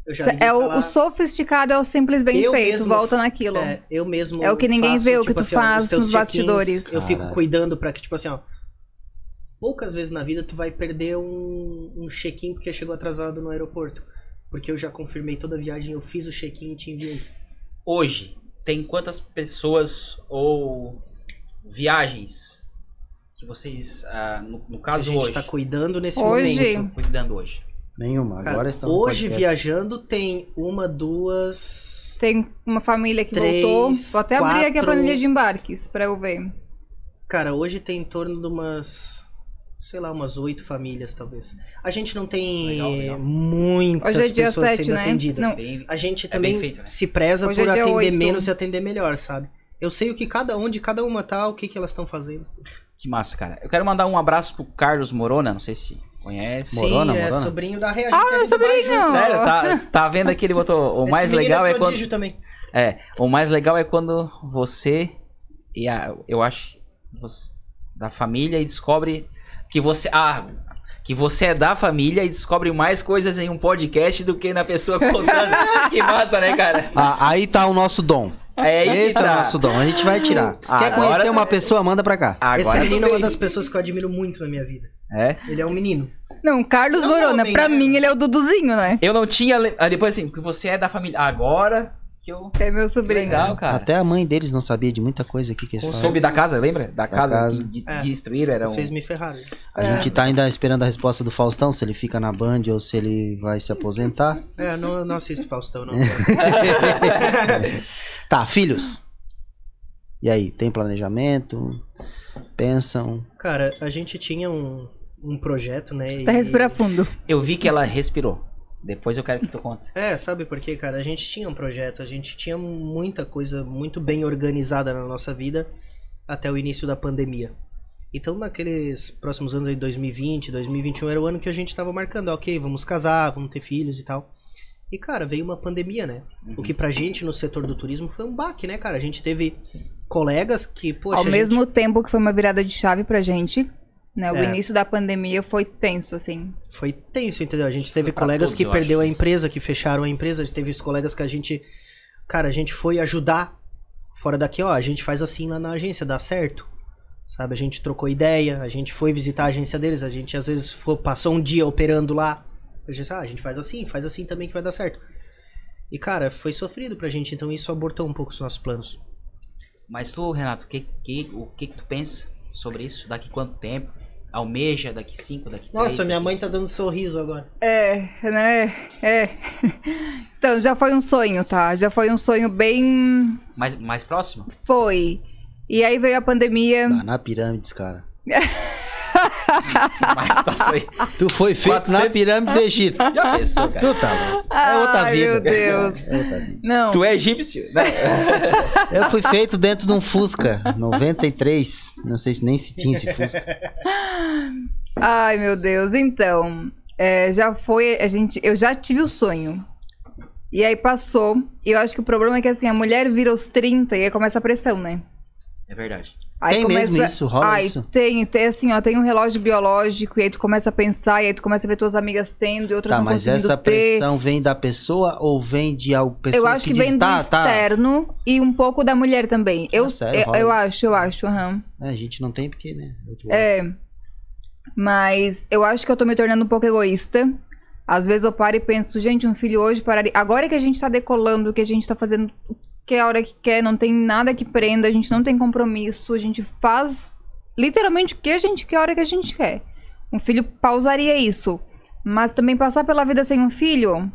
A: Eu já liguei
D: É
A: pra
D: o,
A: lá.
D: o sofisticado é o simples bem
A: Eu
D: feito,
A: mesmo-
D: volta naquilo.
A: É, eu mesmo.
D: É o que ninguém
A: faço, tipo assim,
D: vê, o que tu
A: ó,
D: faz
A: os teus
D: nos
A: check-ins,
D: bastidores.
A: Eu fico
B: Caralho.
A: cuidando pra que, tipo assim, ó. Poucas vezes na vida tu vai perder um, um check-in porque chegou atrasado no aeroporto. Porque eu já confirmei toda a viagem, eu fiz o check-in e te enviei.
C: Hoje, tem quantas pessoas ou viagens que vocês, ah, no, no
A: A
C: caso
A: gente
C: hoje,
A: tá cuidando nesse
D: Hoje?
A: momento.
C: cuidando hoje?
B: Nenhuma.
A: Cara,
B: Agora estão
A: hoje
B: no podcast.
A: viajando tem uma, duas.
D: Tem uma família que
A: Três,
D: voltou. Vou até abrir aqui a
A: quatro.
D: planilha de embarques pra eu ver.
A: Cara, hoje tem em torno de umas. Sei lá, umas oito famílias, talvez. A gente não tem
C: Legal, legal.
A: muitas
D: Hoje é dia
A: pessoas
D: 7,
A: sendo
D: né?
A: atendidas.
D: Não.
C: Bem-
A: A gente
C: bem
A: também
C: feito, né?
A: se preza
D: Hoje é
A: por
D: dia
A: atender
D: oito.
A: menos e atender melhor, sabe? Eu sei o que cada um de cada uma tá, o que, que elas estão fazendo.
C: Que massa, cara. Eu quero mandar um abraço pro Carlos Morona, não sei se conhece.
B: Morona,
A: Sim, é
B: Morona?
A: sobrinho da Rea.
D: Ah, meu sobrinho!
C: Sério, tá, tá vendo aqui, ele botou. O mais legal é quando.
A: Também.
C: É, o mais legal é quando você e a, eu acho você- da família e descobre que você ah, que você é da família e descobre mais coisas em um podcast do que na pessoa contando. que massa, né, cara?
B: Ah, aí tá o nosso dom.
C: É
B: Esse
C: isso.
B: é o nosso dom. A gente vai tirar. Quer
C: Agora
B: conhecer
C: tá-
B: uma pessoa? Manda pra cá.
A: Esse
C: Agora
A: menino
C: tu
A: é uma
C: veio.
A: das pessoas que eu admiro muito na minha vida.
C: É.
A: Ele é um menino.
D: Não, Carlos
A: Não,
D: Morona.
A: homem,
D: pra
A: né?
D: mim, ele é o Duduzinho, né?
C: Eu não tinha le- ah, depois assim, porque você é da família. Agora que eu
D: É meu
C: que
D: sobrinho.
C: legal, cara.
B: Até a mãe deles não sabia de muita coisa aqui que eles falam.
C: Soube da casa, lembra? Da, casa,
B: casa.
C: que de-
A: É.
C: destruíram, era um...
A: Vocês me ferraram.
B: A
D: É.
B: gente tá ainda esperando a resposta do Faustão, se ele fica na Band ou se ele vai se aposentar.
A: É, não, eu não assisto Faustão, não.
B: Tá, filhos. E aí, tem planejamento? Pensam?
A: Cara, a gente tinha um, um projeto, né?
D: Tá
A: e-
D: respira fundo.
C: Eu vi que ela respirou. Depois eu quero que tu conta.
A: É, sabe por quê, cara? A gente tinha um projeto, a gente tinha muita coisa muito bem organizada na nossa vida até o início da pandemia. Então, naqueles próximos anos aí, 2020, 2021, era o ano que a gente tava marcando, ah, ok, vamos casar, vamos ter filhos e tal. E, cara, veio uma pandemia, né? O que pra gente no setor do turismo foi um baque, né, cara? A gente teve colegas que, poxa,
D: Ao
A: a gente-
D: mesmo tempo que foi uma virada de chave pra gente, né? O
A: É.
D: início da pandemia foi tenso, assim.
A: foi tenso, entendeu? A gente teve
C: pra
A: colegas
C: todos,
A: que
C: eu
A: perdeu
C: acho.
A: a empresa, que fecharam a empresa, teve os colegas que a gente, cara, a gente foi ajudar fora daqui, ó, a gente faz assim lá na agência, dá certo. Sabe, a gente trocou ideia, a gente foi visitar a agência deles, a gente às vezes foi- passou um dia operando lá. A gente, ah, a gente faz assim, faz assim também que vai dar certo. E cara, foi sofrido pra gente, então isso abortou um pouco os nossos planos.
C: Mas tu, Renato, que, que, o que, que tu pensa sobre isso? Daqui quanto tempo? Almeja daqui cinco, daqui três?
A: Nossa, minha
C: daqui-
A: mãe tá dando sorriso agora.
D: É, né? É. Então, já foi um sonho, tá? Já foi um sonho bem.
C: Mais, mais próximo?
D: Foi. E aí veio a pandemia.
B: Tá na pirâmides, cara.
C: Mas passou aí.
B: Tu foi feito na
C: 400.
B: pirâmide do Egito.
C: Já pensou, cara?
B: Tu tá louco. É outra
D: Ai,
B: vida.
D: meu Deus.
B: É outra vida.
D: Não.
C: Tu é egípcio? Né?
B: Eu fui feito dentro de um Fusca 93. Não sei se nem se tinha esse Fusca.
D: Ai, meu Deus. Então, é, já foi. A gente, eu já tive o sonho. E aí passou. E eu acho que o problema é que assim, a mulher vira os 30 e aí começa a pressão, né?
C: É verdade.
D: Aí
B: tem
D: começa...
B: mesmo isso? Rola
D: Ai,
B: isso?
D: tem, tem assim, ó, tem um relógio biológico, e aí tu começa a pensar, e aí tu começa a ver tuas amigas tendo, e outras
B: Tá,
D: não
B: mas
D: conseguindo
B: essa
D: ter.
B: pressão vem da pessoa ou vem de algo pessoas
D: Eu acho que,
B: que
D: vem
B: dizem,
D: do
B: tá, tá.
D: externo e um pouco da mulher também. Eu,
B: sério?
D: eu,
B: Rola
D: eu
B: isso?
D: acho, eu acho, aham.
B: É, a gente não tem porque, né?
D: É. Mas eu acho que eu tô me tornando um pouco egoísta. Às vezes eu paro e penso, gente, um filho hoje pararia. Agora que a gente tá decolando, que a gente tá fazendo o que a hora que quer, não tem nada que prenda, a gente não tem compromisso, a gente faz literalmente o que a gente quer, a hora que a gente quer. Um filho pausaria isso. Mas também passar pela vida sem um filho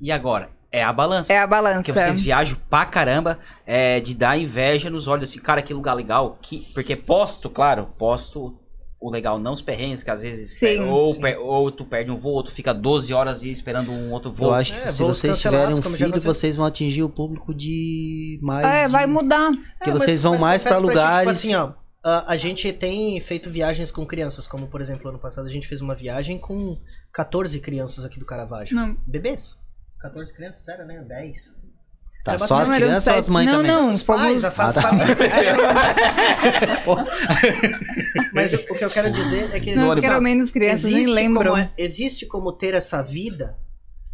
C: E agora? É a balança.
D: é a
C: Porque
D: balança.
C: vocês viajam pra caramba é, de dar inveja nos olhos assim, cara, que lugar legal. Que... Porque posto, claro, posto o legal, não os perrengues, que às vezes
D: Sim.
C: per- ou,
A: Sim.
C: per- ou tu perde um voo, tu fica 12 horas e esperando um outro voo.
B: Eu acho que
A: É,
B: se
A: voos
B: vocês
A: cancelados,
B: tiverem um
A: como já
B: filho,
A: aconteceu.
B: vocês vão atingir o público de mais.
D: É,
B: de-
D: vai mudar.
B: Porque vocês vão mais pra
A: Ah, confesso ti,
B: lugares-
A: tipo assim, ó, a, a gente tem feito viagens com crianças, como por exemplo, ano passado a gente fez uma viagem com 14 crianças aqui do Caravaggio.
D: Não,
A: Bebês. 14 crianças, era, né? 10.
B: Tá,
A: é
B: só as
D: Não, eram
B: crianças ou as
D: sete.
B: mães
D: não,
B: também?
D: Não,
A: Os pais,
D: fomos...
A: a faz
B: Ah, tá.
A: família. Mas o que eu quero dizer é que
D: não,
A: assim, ó,
D: quero menos crianças, nem lembro.
A: Como, é- existe como ter essa vida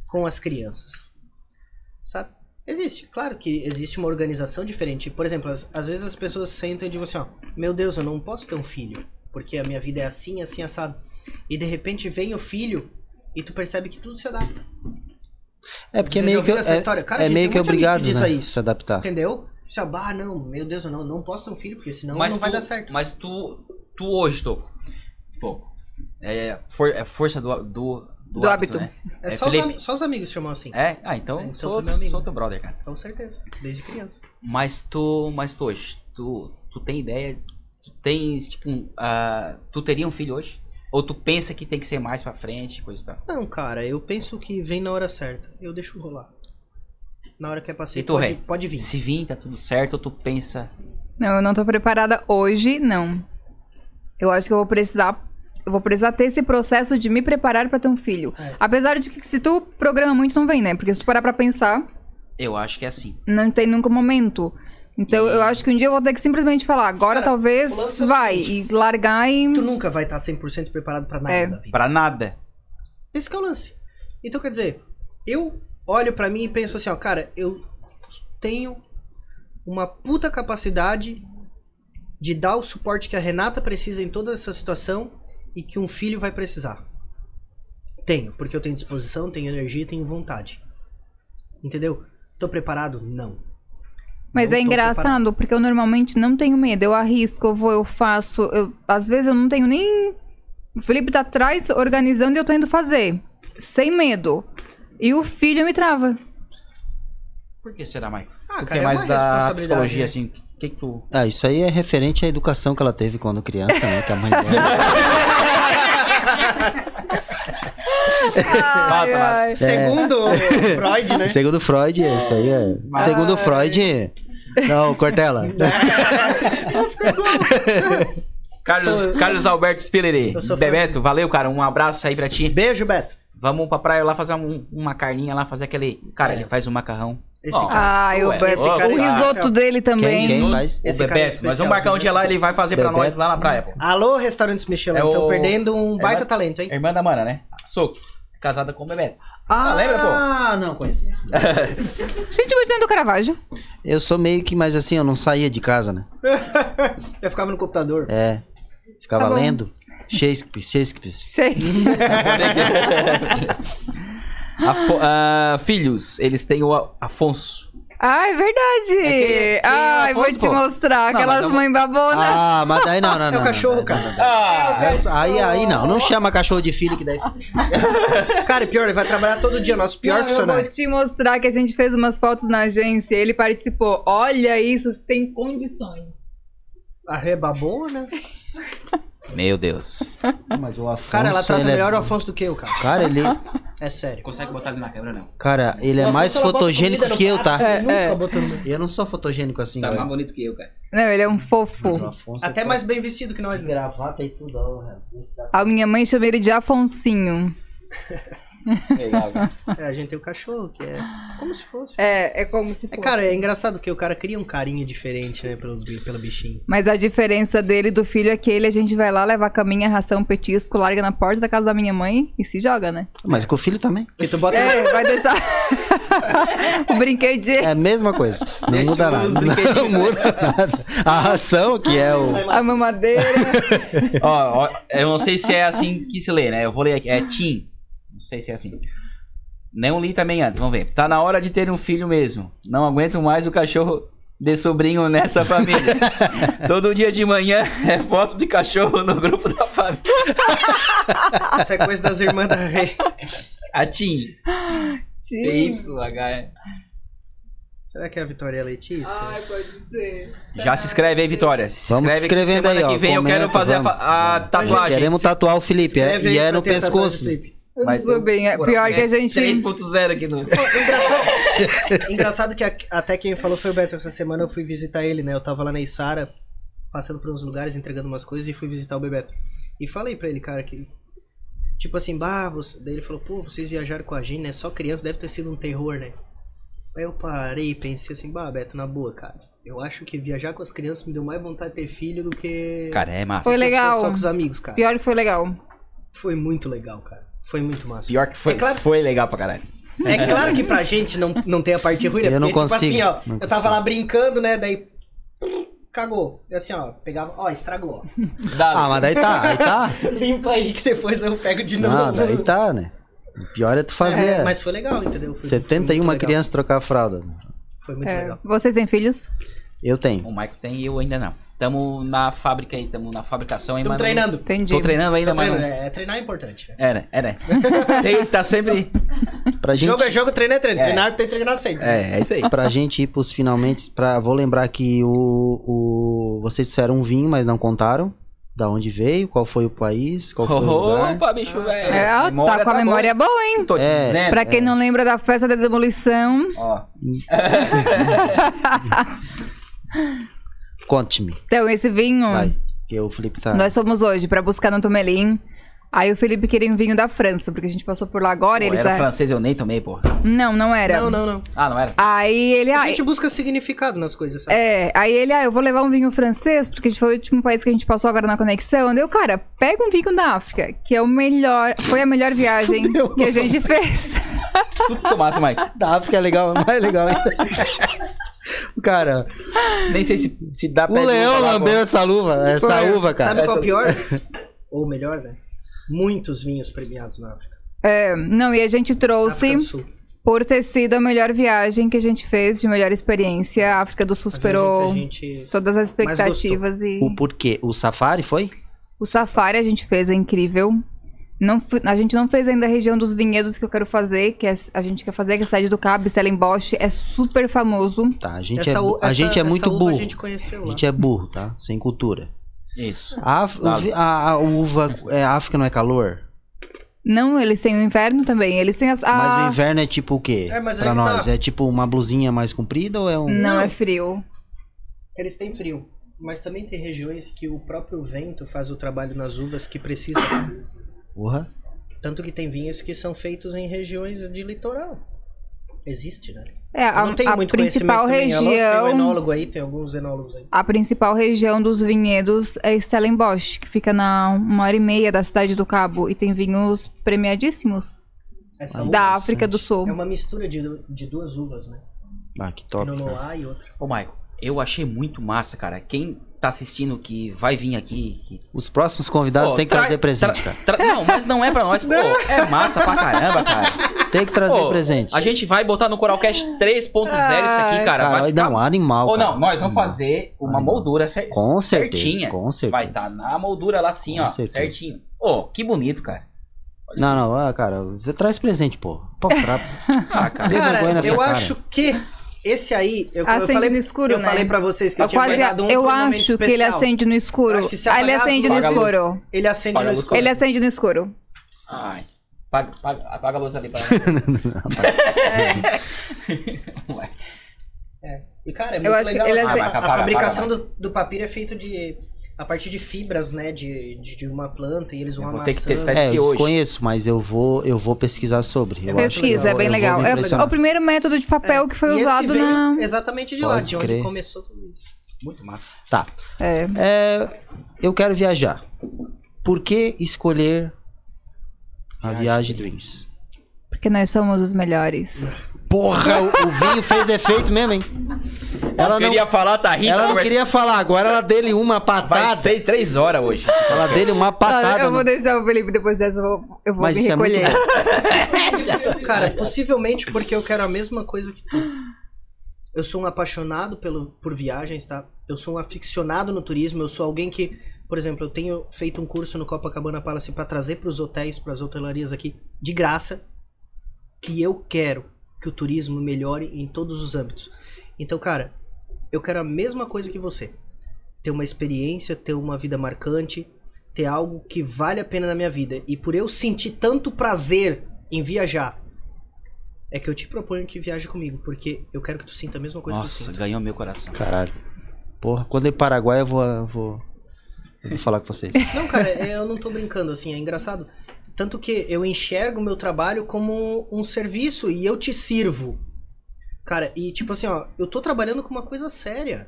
A: com as crianças. Sabe? Existe. Claro que existe uma organização diferente. Por exemplo, às, às vezes as pessoas sentam e dizem assim, ó, meu Deus, eu não posso ter um filho, porque a minha vida é assim, assim, assado. E de repente vem o filho E tu percebe que tudo se adapta.
B: É porque
A: Vocês já
B: é meio que,
A: ouviram essa
B: é,
A: história? Cara,
B: é
A: gente,
B: meio
A: tem
B: que
A: um monte de
B: obrigado
A: amigo que
B: né,
A: diz isso.
B: se adaptar.
A: Entendeu? Se ah, bah, não, meu Deus, eu não, não posso ter um filho, porque senão não
C: tu,
A: vai dar certo.
C: Mas tu, tu hoje, Toco. Toco. É, for- é força do, do, do,
D: Do hábito.
C: né?
A: É,
C: é,
A: só, os,
C: Felipe.
A: ami- só os amigos chamam assim.
C: É? Ah, então,
A: É, então
C: sou,
A: tu é meu amigo.
C: sou teu brother, cara.
A: Com certeza. Desde criança.
C: Mas tu, mas tu hoje, tu, tu tem ideia, tu tens, tipo, um, ah, tu teria um filho hoje? Ou tu pensa que tem que ser mais pra frente, coisa e tal?
A: Não, cara, eu penso que vem na hora certa. Eu deixo rolar. Na hora que é pra ser,
C: E tu,
A: pode,
C: Rei?
A: pode vir.
C: Se vir, tá tudo certo, ou tu pensa...
D: Não, eu não tô preparada hoje, não. Eu acho que eu vou precisar. Eu vou precisar ter esse processo de me preparar pra ter um filho.
A: É.
D: Apesar de que se tu programa muito, não vem, né? Porque se tu parar pra pensar,
C: Eu acho que é assim.
D: não tem nunca um momento. Então eu acho que um dia eu vou ter que simplesmente falar, agora
A: Cara,
D: talvez
A: o lance é o
D: vai. E largar e.
A: Tu nunca vai estar 100% preparado pra nada
D: É.
A: da vida.
C: Pra nada.
A: Esse que é o lance. Então, quer dizer, eu olho pra mim e penso assim, ó, cara, eu tenho uma puta capacidade de dar o suporte que a Renata precisa em toda essa situação e que um filho vai precisar. Tenho, porque eu tenho disposição, tenho energia, tenho vontade. Entendeu? Tô preparado? Não.
D: Mas
A: Não
D: é
A: tô
D: engraçado,
A: preparado.
D: porque eu normalmente não tenho medo. Eu arrisco, eu vou, eu faço. eu- às vezes eu não tenho nem. O Felipe tá atrás organizando e eu tô indo fazer. Sem medo. E o filho me trava.
C: Por que será, Maicon?
A: Ah, cara,
C: Tu que é
A: é
C: mais
A: uma
C: da
A: responsabilidade,
C: psicologia,
A: né?
C: assim, o que que tu...
B: Ah, isso aí é referente à educação que ela teve quando criança, né? Que a mãe dela.
C: Ai, ai.
A: Segundo Freud, né?
B: Segundo Freud, isso aí é.
C: Mas-
B: Segundo Freud. Não, Cortella.
C: Carlos,
A: Sou eu.
C: Carlos Alberto Spilleri.
A: Eu sou fã.
C: Bebeto, valeu, cara. Um abraço aí pra ti.
A: Beijo, Beto.
C: Vamos pra praia lá fazer um- uma carninha lá, fazer aquele. Cara,
A: É.
C: ele faz um macarrão.
A: Esse
C: Ó,
A: cara.
D: Ah, eu
C: Ué,
D: peço.
C: esse cara
D: o
C: é
D: risoto
A: especial.
D: dele também.
B: Quem, quem faz?
C: O
A: Esse cara é
C: Bebeto. Nós
A: especial,
C: vamos marcar um
A: né?
C: dia lá, ele vai fazer pra
B: Bebeto.
C: nós lá na praia, pô.
A: Alô, restaurantes Michelin.
C: É
A: Estão
C: o-
A: perdendo um
C: É
A: baita
C: mais-
A: talento, hein?
C: Irmã da Mana, né? Soco. Casada com o Bebeto.
B: Ah,
C: lembra, pô?
B: não, conheço.
D: Gente, eu vou dizendo do Caravaggio.
B: Eu sou meio que, mas assim, eu não saía de casa, né?
A: Eu ficava no computador.
B: É. Ficava
D: Tá bom.
B: lendo. Shakespeare, Shakespeare.
D: Sei.
C: Afo- ah, filhos, eles têm o A- Afonso.
D: Ah, é verdade.
C: É que- que
D: Ai, vou
C: Afonso,
D: te
C: pô.
D: mostrar.
C: Não,
D: Aquelas
C: mas eu-
D: mães babonas.
B: Ah, mas daí não, não, não.
A: É o cachorro,
B: não, não,
A: cara.
B: não, não.
C: Ah!
B: Aí, aí não, não chama cachorro de filho que daí.
A: Cara, e pior, ele vai trabalhar todo dia, nosso pior
D: Não, eu vou
A: funcionário.
D: te mostrar que a gente fez umas fotos na agência. Ele participou. Olha isso, você tem condições.
A: A Rê é babona.
C: Meu Deus.
B: Mas o Afonso.
A: Cara, ela trata
B: ele é-
A: melhor o Afonso do que eu, cara.
B: Cara, ele,
A: É sério.
C: Consegue botar ele na câmera, não?
B: cara, ele é
A: O
B: mais
A: Afonso, ela bota
B: fotogênico
A: comida no
B: que eu, tá?
A: prato, nunca
D: É, é.
A: botou no-
B: Eu não sou fotogênico assim,
C: Tá
B: cara.
C: mais bonito que eu, cara.
D: Não, ele é um
B: Mas o
D: fofo.
B: Afonso
A: Até
B: tá-
A: mais bem vestido que nós, né?
B: Gravata e tudo, ó, velho. Esse dá-
D: A minha mãe chama ele de Afonsinho.
C: Legal, cara.
A: É, a gente tem o cachorro, que é como se fosse.
D: É, é como se
A: É,
D: fosse.
A: cara, é engraçado que o cara cria um carinho diferente, né, pelo, bi- pelo bichinho.
D: Mas a diferença dele e do filho é que ele, a gente vai lá levar caminha, ração, petisco, larga na porta da casa da minha mãe e se joga, né?
B: Mas com o filho também.
A: Porque tu bota.
D: É, vai deixar o brinquedinho.
B: É a mesma coisa. Não
C: Deixa
B: muda
C: os
B: nada. Não
C: brinquedinhos, né?
B: muda nada. A ração, que é o.
D: A mamadeira.
C: ó, ó, eu não sei se é assim que se lê, né? Eu vou ler aqui. É Tim. Não sei se é assim. Não li também antes, vamos ver. Tá na hora de ter um filho mesmo. Não aguento mais o cachorro de sobrinho nessa família. Todo dia de manhã é foto de cachorro no grupo da família.
A: Essa é coisa das irmãs da Rê.
C: A Tim. T-Y-H.
A: Será que é a Vitória Letícia?
D: pode ser.
C: Já se inscreve aí, Vitória. Se
B: Vamos se
C: inscreve que
B: escrevendo
C: semana
B: aí,
C: que
B: ó,
C: vem eu quero
B: comenta,
C: fazer a fa- a, tatuagem.
B: Queremos tatuar o Felipe. é-
A: Escreve aí
B: e é
A: pra
B: no
A: ter tatuagem,
B: pescoço.
A: Felipe.
D: Eu sou bem. é Pior que a gente.
C: 3.0 aqui no...
A: Engraçado que a- até quem falou foi o Beto. Essa semana eu fui visitar ele, né? Eu tava lá na Isara, passando por uns lugares, entregando umas coisas e fui visitar o Bebeto. E falei pra ele, cara, que. Tipo assim, bah, você... daí ele falou, pô, vocês viajaram com a gente, né? Só criança deve ter sido um terror, né? Aí eu parei e pensei assim, bah, Beto, na boa, cara. Eu acho que viajar com as crianças me deu mais vontade de ter filho do que.
C: Cara, é massa.
D: Foi legal.
A: Só com os amigos, cara.
D: Pior que foi legal.
A: Foi muito legal, cara. Foi muito massa.
C: Pior que foi,
A: É claro-
C: foi legal pra caralho.
A: É claro que pra gente não, não tem a parte ruim, né?
B: Eu não consigo,
A: tipo assim, ó,
B: não
A: eu tava
B: consigo.
A: lá brincando, né? Daí. Cagou. Eu assim, ó, pegava, ó, estragou.
C: Dá,
B: Ah, mas daí tá, aí tá.
A: Limpa aí que depois eu pego de novo.
B: Não, daí tá, né? O pior é tu fazer.
A: É, mas foi legal, entendeu? Foi, foi
B: 71
A: muito legal.
B: crianças trocar a fralda.
A: Foi muito
D: É,
A: legal.
D: Vocês têm filhos?
B: Eu tenho.
C: O Maico tem e eu ainda não. Tamo na fábrica aí, tamo na fabricação aí,
A: Estamos
C: mas não-
A: treinando.
D: Entendi.
C: Tô treinando ainda,
A: Tamo
C: mas
A: treinando.
C: não.
A: É, treinar é importante.
C: É, né? É, né? Tem, tá sempre...
B: Pra gente,
A: Jogo é jogo, treino é treino.
C: É.
A: Treinar tem que treinar sempre.
C: É, é isso aí.
B: pra gente ir pros finalmente. Pra, vou lembrar que o, o. Vocês disseram um vinho, mas não contaram. Da onde veio, qual foi o país, qual foi
A: Oh.
B: o lugar.
C: Opa, bicho, velho.
D: É, ó, tá com a memória boa, hein?
C: boa. Tô te
B: É.
C: dizendo.
D: Pra quem não lembra da festa da demolição,
C: Ó,
B: Conte-me.
D: então esse
A: Hum.
D: vinho,
B: Vai. Que o Felipe tá.
D: nós fomos hoje pra buscar no Tomelim. Aí o Felipe queria um vinho da França, porque a gente passou por lá agora e
C: pô,
D: eles...
C: era
D: ah,
C: francês, eu nem tomei, porra.
D: Não, não era.
A: Não, não, não.
C: Ah, não era?
D: Aí ele...
A: A
D: ah,
A: gente busca significado nas coisas, sabe?
D: É, aí ele, ah, eu vou levar um vinho francês, porque foi o último país que a gente passou agora na conexão. Deu, cara, pega um vinho da África, que é o melhor, foi a melhor viagem
B: Fudeu.
D: que a gente fez.
C: Tu tomasse, Mike.
B: Da África é legal, mais legal ainda. cara,
C: Nem sei se, se dá
B: o
A: um
C: pé de
B: leão
C: falar,
B: lambeu essa luva, essa
A: Pô,
B: uva,
A: Sabe
B: cara.
A: qual é o
C: Essa-
A: pior? Ou melhor, né? Muitos vinhos premiados na África.
D: Não, e a gente trouxe,
A: África do Sul.
D: por ter sido a melhor viagem que a gente fez, de melhor experiência, a África do Sul
A: A
D: superou
A: gente, a gente-
D: todas as
A: mais gostou.
D: expectativas e...
B: O porquê? O safari foi?
D: O safari a gente fez, é incrível. Não fu- a gente não fez ainda a região dos vinhedos que eu quero fazer, que é- a gente quer fazer, que é a cidade do Cabo, Stellenbosch, é super famoso.
B: Tá, a gente
A: essa
B: é,
A: u-
B: a
A: essa-
B: gente é
A: essa
B: muito
A: uva
B: burro.
A: A gente conheceu
B: A
A: lá.
B: gente é burro, tá? Sem cultura.
C: Isso.
B: A, Af-
C: Tá.
B: o vi- a- a uva, é, a África não é calor?
D: Não, eles têm o inverno também. Eles têm as. A...
B: Mas o inverno é tipo o quê?
A: É, mas aí
B: pra
A: que
B: nós,
A: tá.
B: é tipo uma blusinha mais comprida ou é um...
D: Não,
A: Não.
D: é frio.
B: é-
A: Eles têm frio. Mas também tem regiões que o próprio vento faz o trabalho nas uvas que precisa.
B: Porra.
A: Tanto que tem vinhos que são feitos em regiões de litoral. Existe, né?
D: É,
A: Eu
D: a,
A: não tenho
D: a
A: muito
D: principal
A: conhecimento também. Alô, Tem um
D: região.
A: enólogo aí, tem alguns enólogos aí.
D: A principal região dos vinhedos é Stellenbosch, que fica na uma hora e meia da cidade do Cabo e tem vinhos premiadíssimos
A: Essa
B: Ah,
A: uva
D: da
B: interessante.
D: África do Sul.
A: é uma mistura de, de duas uvas, né?
B: Ah, que top.
A: Pinot
B: cara.
A: Noir e outra.
C: Ô, Maico, eu achei muito massa, cara. Quem tá assistindo que vai vir aqui... que-
B: Os próximos convidados
C: Pô,
B: tem que
C: tra-
B: trazer presente, cara.
C: Tra- Não, mas não é pra nós. Pô, é massa pra caramba, cara.
B: Tem que trazer
C: Ô,
B: presente.
C: A gente vai botar no Coralcast 3.0 isso aqui, cara.
B: Cara,
C: vai ficar...
B: não, animal,
C: Ou
B: cara.
C: não, nós vamos fazer uma
B: Animal.
C: moldura cer...
B: Com certeza,
C: certinha.
B: com certeza.
C: Vai tá, estar na moldura lá assim,
B: Com
C: ó,
B: certeza.
C: certinho. Ô, que bonito, cara.
B: Não, não, ah, cara, v- traz presente, pô. Pô, tra...
C: Ah, cara.
B: Dê vergonha
A: Cara,
B: nessa
A: eu
B: cara.
A: acho que esse aí. Eu, eu
D: Acende
A: falei,
D: no escuro,
A: eu
D: né?
A: falei pra vocês que eu,
D: Eu,
A: tinha
D: quase,
A: guardado um
D: eu
A: pra um momento
D: acho que ele
A: especial.
D: acende no escuro.
A: Acho que se
D: Ah, ele
A: apagar as
D: acende no
A: luzes-
D: escuro.
A: Ele acende
C: Apaga
A: no
C: a luz,
A: escuro.
D: Ele acende no escuro.
C: Ai. Paga, paga- apaga a luz ali pra Ué.
A: E, cara, é muito
D: Eu acho que
A: legal.
D: ele
A: assim,
D: acende-
A: a,
C: Apaga,
A: a
C: apaga,
A: fabricação
C: apaga.
A: Do, do papiro é feito de. A partir de fibras, né? De, de, de uma planta e eles vão
C: Eu vou
A: amassando.
C: ter que testar esse-
B: É,
C: que
B: eu
C: hoje.
B: desconheço, mas eu vou, eu vou pesquisar sobre. Eu acho que
D: Pesquisa,
B: eu-
D: é bem
B: eu vou
D: legal.
B: me
D: É
B: impressionar.
D: o primeiro método de papel que foi
A: É. E esse
D: usado
A: veio
D: na.
A: Exatamente de lá,
B: Pode
A: de onde
B: crer.
A: começou tudo isso.
C: Muito massa.
B: Tá.
D: É.
B: É, eu quero viajar. Por que escolher a
C: Viagem
B: Viagem Dreams?
D: Porque nós somos os melhores.
B: Porra, o, o vinho fez efeito mesmo, hein? Ela não,
C: falar, tá rindo.
B: ela não
C: conversa-
B: queria falar, agora ela dele uma
C: Vai
B: patada.
C: ser três horas hoje.
B: Ela dele uma
D: Olha,
B: patada.
D: eu vou
B: no-
D: deixar o Felipe depois dessa, eu vou, eu vou
B: Mas
D: me
B: isso é muito
D: recolher.
B: bom.
A: Então, Cara, possivelmente porque eu quero a mesma coisa que tu. Eu sou um apaixonado pelo, por viagens, tá? Eu sou um aficionado no turismo, eu sou alguém que, por exemplo, eu tenho feito um curso no Copacabana Palace pra trazer pros hotéis, pras hotelarias aqui de graça, que eu quero que o turismo melhore em todos os âmbitos. Então, cara, eu quero a mesma coisa que você. Ter uma experiência, ter uma vida marcante, ter algo que vale a pena na minha vida. E por eu sentir tanto prazer em viajar, é que eu te proponho que viaje comigo, porque eu quero que tu sinta a mesma coisa
C: Nossa,
A: que eu sinto.
C: ganhou meu coração.
B: Caralho. Porra, quando eu ir pro Paraguai eu vou, eu vou, eu vou falar com vocês.
A: Não, cara, é- eu não tô brincando, assim, é engraçado. Tanto que eu enxergo o meu trabalho como um serviço e eu te sirvo. Cara, e tipo assim, ó, eu tô trabalhando com uma coisa séria.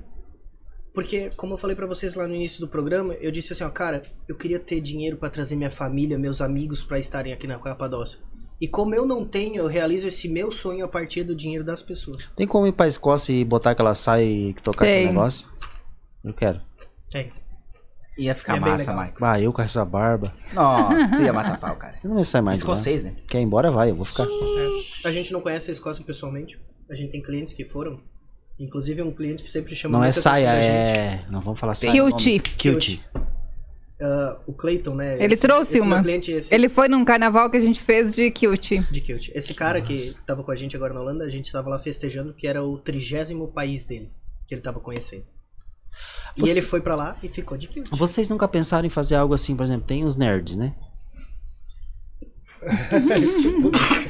A: Porque, como eu falei pra vocês lá no início do programa, eu disse assim, ó, cara, eu queria ter dinheiro pra trazer minha família, meus amigos pra estarem aqui na Capadócia. E como eu não tenho, eu realizo esse meu sonho a partir do dinheiro das pessoas.
B: Tem como ir pra Escócia e botar aquela saia e tocar aquele
D: Tem.
B: negócio? Eu quero.
A: Tem.
C: Ia ficar
A: É bem
C: massa,
A: legal.
C: Michael.
B: Bah, Ah, eu com essa barba.
C: Nossa, tu ia matar pau, cara.
B: Eu não ia sair mais de lá.
C: Escocês, né?
B: Quer ir embora, vai, eu vou ficar. é
A: A gente não conhece a Escócia pessoalmente. A gente tem clientes que foram. Inclusive, um cliente que sempre chamou
B: Não é
A: muita atenção
B: saia,
A: da gente.
B: é. Não vamos falar saia.
D: Cute.
B: Cute.
A: Ah, o Clayton, né?
D: Ele trouxe
A: esse meu
D: uma.
A: cliente, esse,
D: Ele foi num carnaval que a gente fez de cute.
A: de Kilt. Esse cara
B: Nossa.
A: que tava com a gente agora na Holanda, a gente tava lá festejando que era o trigésimo país dele, que ele tava conhecendo.
B: Você-
A: E ele foi pra lá e ficou de Kilt.
B: Vocês nunca pensaram em fazer algo assim, por exemplo, tem os nerds, né?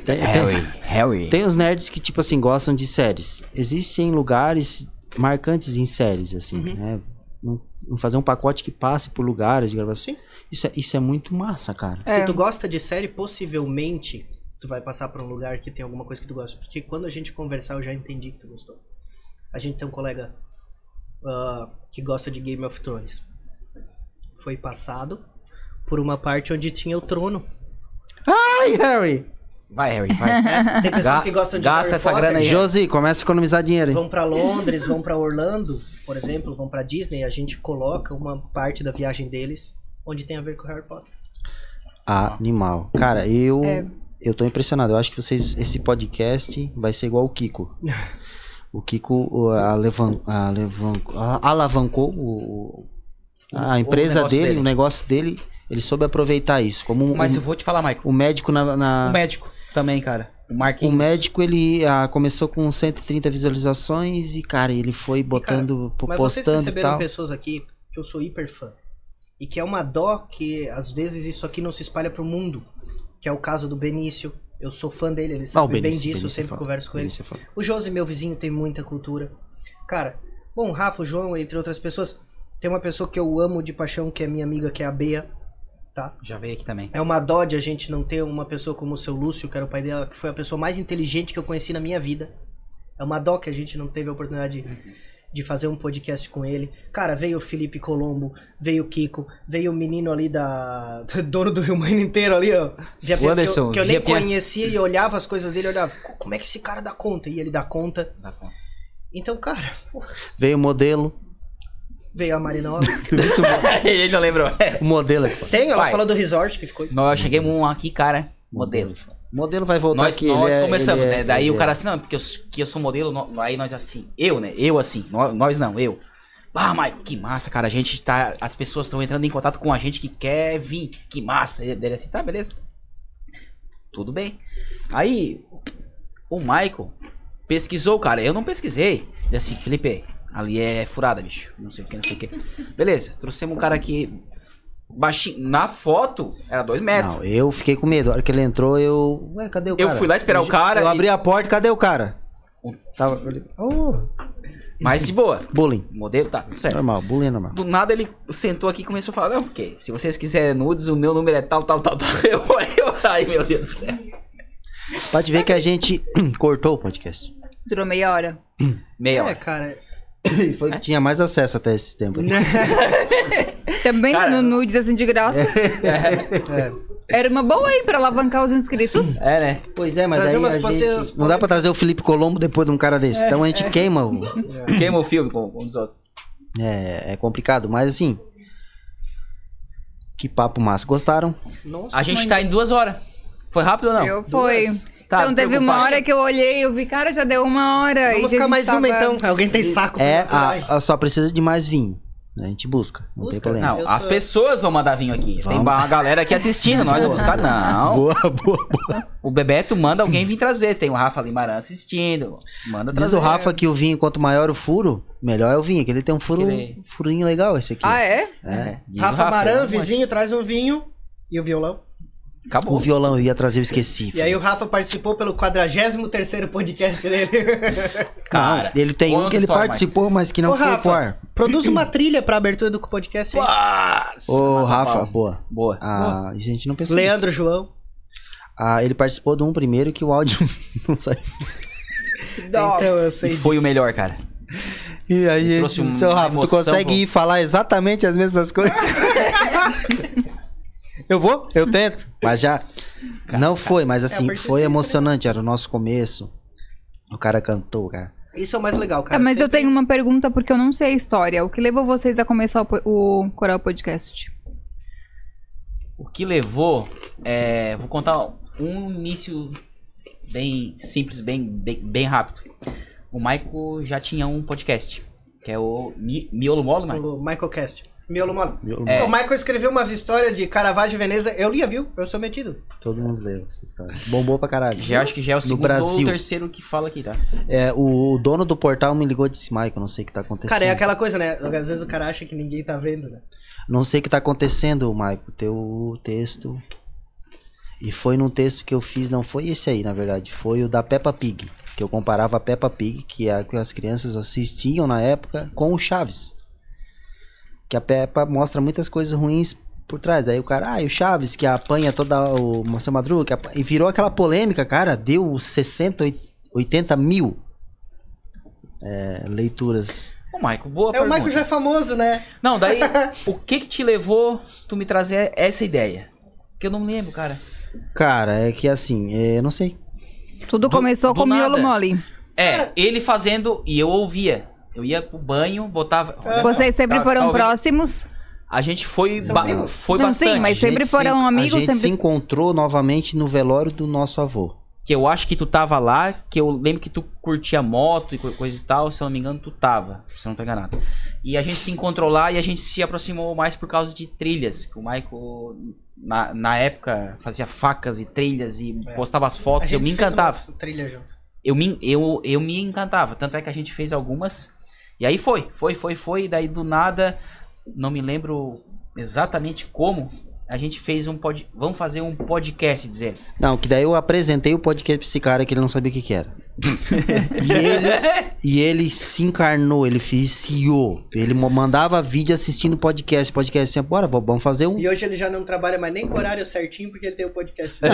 B: Tem, tem,
C: Harry.
B: tem os nerds que, tipo assim, gostam de séries. Existem lugares marcantes em séries, assim,
A: Uhum.
B: né? Não- não fazer um pacote que passe por lugares de gravação.
A: Sim.
B: Isso é, isso é muito massa, cara.
D: É.
A: Se tu gosta de série, possivelmente tu vai passar pra um lugar que tem alguma coisa que tu gosta. Porque quando a gente conversar, eu já entendi que tu gostou. A gente tem um colega ah, que gosta de Game of Thrones. Foi passado por uma parte onde tinha o trono.
B: Ai, Harry!
C: Vai, Harry, vai.
A: Tem pessoas
C: Ga-
A: que gostam de
C: gasta
A: Harry
C: essa
A: Potter,
C: grana aí,
A: que
B: Josi, começa a economizar dinheiro, hein?
A: vão pra Londres, vão pra Orlando, por exemplo, vão pra Disney, a gente coloca uma parte da viagem deles onde tem a ver com Harry Potter.
B: Animal. Cara, eu.
D: É.
B: Eu tô impressionado. Eu acho que vocês. Esse podcast vai ser igual o Kiko. O Kiko o, alevan, alevan, a- alavancou o- a
C: O
B: empresa
C: negócio
B: dele,
C: dele.
B: o negócio dele. Ele soube aproveitar isso. Como um,
C: Mas
B: um-
C: eu vou te falar, Michael.
B: o médico na. na-
C: O médico também, cara. O Marquinhos.
B: o médico, ele ah, começou com 130 visualizações e, cara, ele foi botando, po-
A: Mas vocês
B: postando e
A: receberam
B: tal.
A: pessoas aqui que eu sou hiper fã. E que é uma dó que às vezes isso aqui não se espalha pro mundo. Que é o caso do Benício. Eu sou fã dele, ele
B: Ah, o
A: sabe bem
B: Benício,
A: disso, eu
B: Benício
A: sempre
B: fala,
A: converso com ele.
B: Benício fala.
A: O Josi, meu vizinho, tem muita cultura. Cara, bom, o Rafa, o João, entre outras pessoas. Tem uma pessoa que eu amo de paixão, que é minha amiga, que é a Bea, tá?
C: Já veio aqui também.
A: É uma dó de a gente não ter uma pessoa como o seu Lúcio, que era o pai dela, que foi a pessoa mais inteligente que eu conheci na minha vida. É uma dó que a gente não teve a oportunidade de, de fazer um podcast com ele. Cara, veio o Felipe Colombo, veio o Kiko, veio o menino ali da. dono do Rio Mano inteiro ali, ó. Via Pian,
C: O
A: que eu-
C: Anderson,
A: que eu, nem
C: Via Pian.
A: conhecia e olhava as coisas dele, eu olhava, "Co- como é que esse cara dá conta? E ele dá conta.
C: Dá conta.
A: Então, cara,
B: Veio o modelo.
A: veio a Marinova.
B: Tu viste o mo-
C: Ele não lembrou.
B: o modelo. é ele fala.
A: Tem, ela
C: Vai.
A: falou do resort que ficou.
C: Nós chegamos um aqui, cara. Modelo.
B: O modelo vai voltar
C: Nós,
B: aqui.
C: nós
B: ele é-
C: começamos,
B: ele é-
C: né? Daí
B: ele
C: o
B: é-
C: cara assim, não, porque eu, s- que eu sou modelo, no- aí nós assim. Eu, né? Eu assim. nó- Nós não, eu. Ah, mas que massa, cara. A gente tá. As pessoas estão entrando em contato com a gente que quer vir. Que massa. Ele ele assim, tá, beleza. Tudo bem. Aí, o Michael pesquisou, cara. Eu não pesquisei. Ele assim, Felipe, ali é furada, bicho. Não sei o que, não sei o que. Beleza, trouxemos um cara aqui. Baixinho. Na foto, era dois metros.
B: Não, eu fiquei com medo. A hora que ele entrou, eu. Ué, cadê o
C: Eu
B: cara?
C: fui lá esperar o cara
B: Eu
C: e-
B: abri a porta, cadê o cara? Tava. Oh,
C: Mas de boa.
B: bullying.
C: Modelo, tá, tudo certo.
B: Normal, bullying é normal.
C: Do nada ele sentou aqui e começou a falar, não, porque se vocês quiserem nudes, o meu número é tal, tal, tal, tal. Eu olhei, eu- ai meu Deus do céu.
B: Pode ver que a gente cortou o podcast.
D: Durou meia hora.
C: Meia
A: É,
C: hora.
A: cara.
B: E foi
C: É?
B: que tinha mais acesso até esse tempo. aqui.
D: Também
C: Cara-
D: no nudes, assim, de graça.
A: É.
D: Era uma boa aí pra alavancar os inscritos.
C: É, né?
B: Pois é, mas
A: Trazer
B: aí
A: umas
B: a
A: vocês-
B: gente... Não dá pra trazer o Felipe Colombo depois de um cara
C: É.
B: desse. Então a gente queima o...
C: Queima o filme com com um dos outros.
B: É, é complicado, mas assim... Que papo massa. Gostaram?
A: Nossa.
C: A gente tá em duas horas. Foi rápido ou não?
D: eu foi.
C: Tá,
D: então teve uma hora que eu olhei, eu vi, cara, já deu uma hora. e a
A: Vamos ficar
D: gente
A: mais
D: tava-
A: uma então. Alguém tem saco pra
B: É,
C: ah,
A: botar, vai.
B: a, a- só precisa de mais vinho. A gente busca. Não
A: Busca,
B: tem problema.
C: Não,
A: Eu
C: as
A: sou-
C: pessoas vão mandar vinho aqui. Tem
B: Vamos.
C: uma galera aqui assistindo, nós vamos buscar. Não.
B: Boa, boa, boa.
C: O Bebeto manda alguém vir trazer. Tem o Rafa Limarã assistindo. Manda
B: Diz
C: trazer.
B: o Rafa que o vinho, quanto maior o furo, melhor é o vinho. Que ele tem um furo,
C: Ele-
B: furinho legal esse aqui.
D: Ah, é?
B: É.
C: Diz o
A: Rafa Maran,
C: não,
A: vizinho, traz um vinho e o violão.
C: Acabou.
B: O violão eu ia trazer, eu esqueci.
A: E aí o Rafa participou pelo 43º podcast dele.
C: Cara,
B: Não, ele tem um
C: conta
B: que ele
C: história,
B: participou, mas que não
A: Ô,
B: foi
A: Rafa.
B: pro ar.
A: Produz uma trilha pra abertura do podcast aí.
C: Nossa,
B: Ô,
C: mata
B: Rafa,
C: pau.
B: boa.
C: Boa.
B: Ah, a gente não pensou
A: Leandro
B: nisso.
A: João.
B: Ah, ele participou de um primeiro que o áudio não saiu.
D: Que dó. Tá,
A: Então eu
C: E
A: sei
C: foi o
A: disso.
C: melhor, cara.
B: E aí,
C: Ele
B: ele
C: trouxe
B: disse, seu
C: uma
B: Rafa, tu
C: emoção,
B: consegue falar exatamente as mesmas coisas? eu vou, eu tento, mas já. não foi, mas assim,
A: persistência,
B: foi emocionante, era o nosso começo. O cara cantou, cara.
A: Isso é o mais legal, cara.
D: Tá, mas eu
A: Sempre-
D: tenho uma pergunta porque eu não sei a história. O que levou vocês a começar o, po- o Coral Podcast?
C: O que levou. é, vou contar um início bem simples, bem, bem, bem rápido. O Maico já tinha um podcast, que é o Mi, Miolo Molo, Maico?
A: O Michael Cast. Miolo Molo.
B: Meu-
C: É.
A: O Michael escreveu umas histórias de Caravaggio e Veneza. Eu lia, viu? Eu sou metido.
B: Todo mundo leu essa história. Bombou pra caralho.
C: Já acho que já é o segundo ou
B: Brasil.
C: terceiro que fala aqui, tá?
B: É, o, o dono do portal me ligou e disse, Michael, não sei o que tá acontecendo.
A: Cara, é aquela coisa, né? Às vezes o cara acha que ninguém tá vendo, né?
B: Não sei o que tá acontecendo, Maico. Teu texto. E foi num texto que eu fiz, não foi esse aí, na verdade. Foi o da Peppa Pig. Que eu comparava a Peppa Pig, que é a que as crianças assistiam na época, com o Chaves. Que a Peppa mostra muitas coisas ruins por trás. Aí o cara, ah, e o Chaves, que apanha toda o Moça Madruga. que apa- E virou aquela polêmica, cara. Deu 60, oit- 80 mil é, leituras.
C: Ô, Maico,
A: É,
C: boa
A: o
C: pergunta.
A: Michael já é famoso, né?
C: Não, daí, o que que te levou tu me trazer essa ideia? Que eu não me lembro, cara.
B: Cara, é que assim, é, eu não sei.
D: Tudo
C: Do-
D: começou
C: do
D: com o Miolo
C: nada.
D: Mole.
C: É, ele fazendo e eu ouvia. Eu ia pro banho, botava.
A: É.
D: Vocês sempre
C: Tá-
D: foram
C: talvez-
D: próximos?
C: A gente foi,
A: São
C: ba-
A: primos.
C: foi
D: Não,
C: bastante.
D: sim, mas- sempre
B: gente
D: foram amigos,
B: A gente se
D: sempre-
B: encontrou novamente no velório do nosso avô.
C: Que eu acho que tu tava lá, que eu lembro que tu curtia moto e co- coisa e tal, se eu não me engano, tu tava, se eu não tô enganado. E a gente se encontrou lá e a gente se aproximou mais por causa de trilhas, que o Michael, na, na época, fazia facas e trilhas e
A: É.
C: postava as
A: A
C: fotos, eu
A: gente
C: me
A: fez
C: encantava.
A: umas Trilha junto.
C: eu me, eu, eu me encantava. Tanto é que a gente fez algumas. E aí foi, foi, foi, foi. E daí do nada, não me lembro exatamente como, a gente fez um pod. Vamos fazer um podcast, dizer.
B: Não, que daí eu apresentei o podcast pra esse cara que ele não sabia o que, que era. e, ele, e ele se encarnou, ele viciou. Ele mo- mandava vídeo assistindo podcast. Podcast assim, bora, vô, vamos fazer um.
A: E hoje ele já não trabalha mais nem com horário certinho porque ele tem o podcast.
B: É.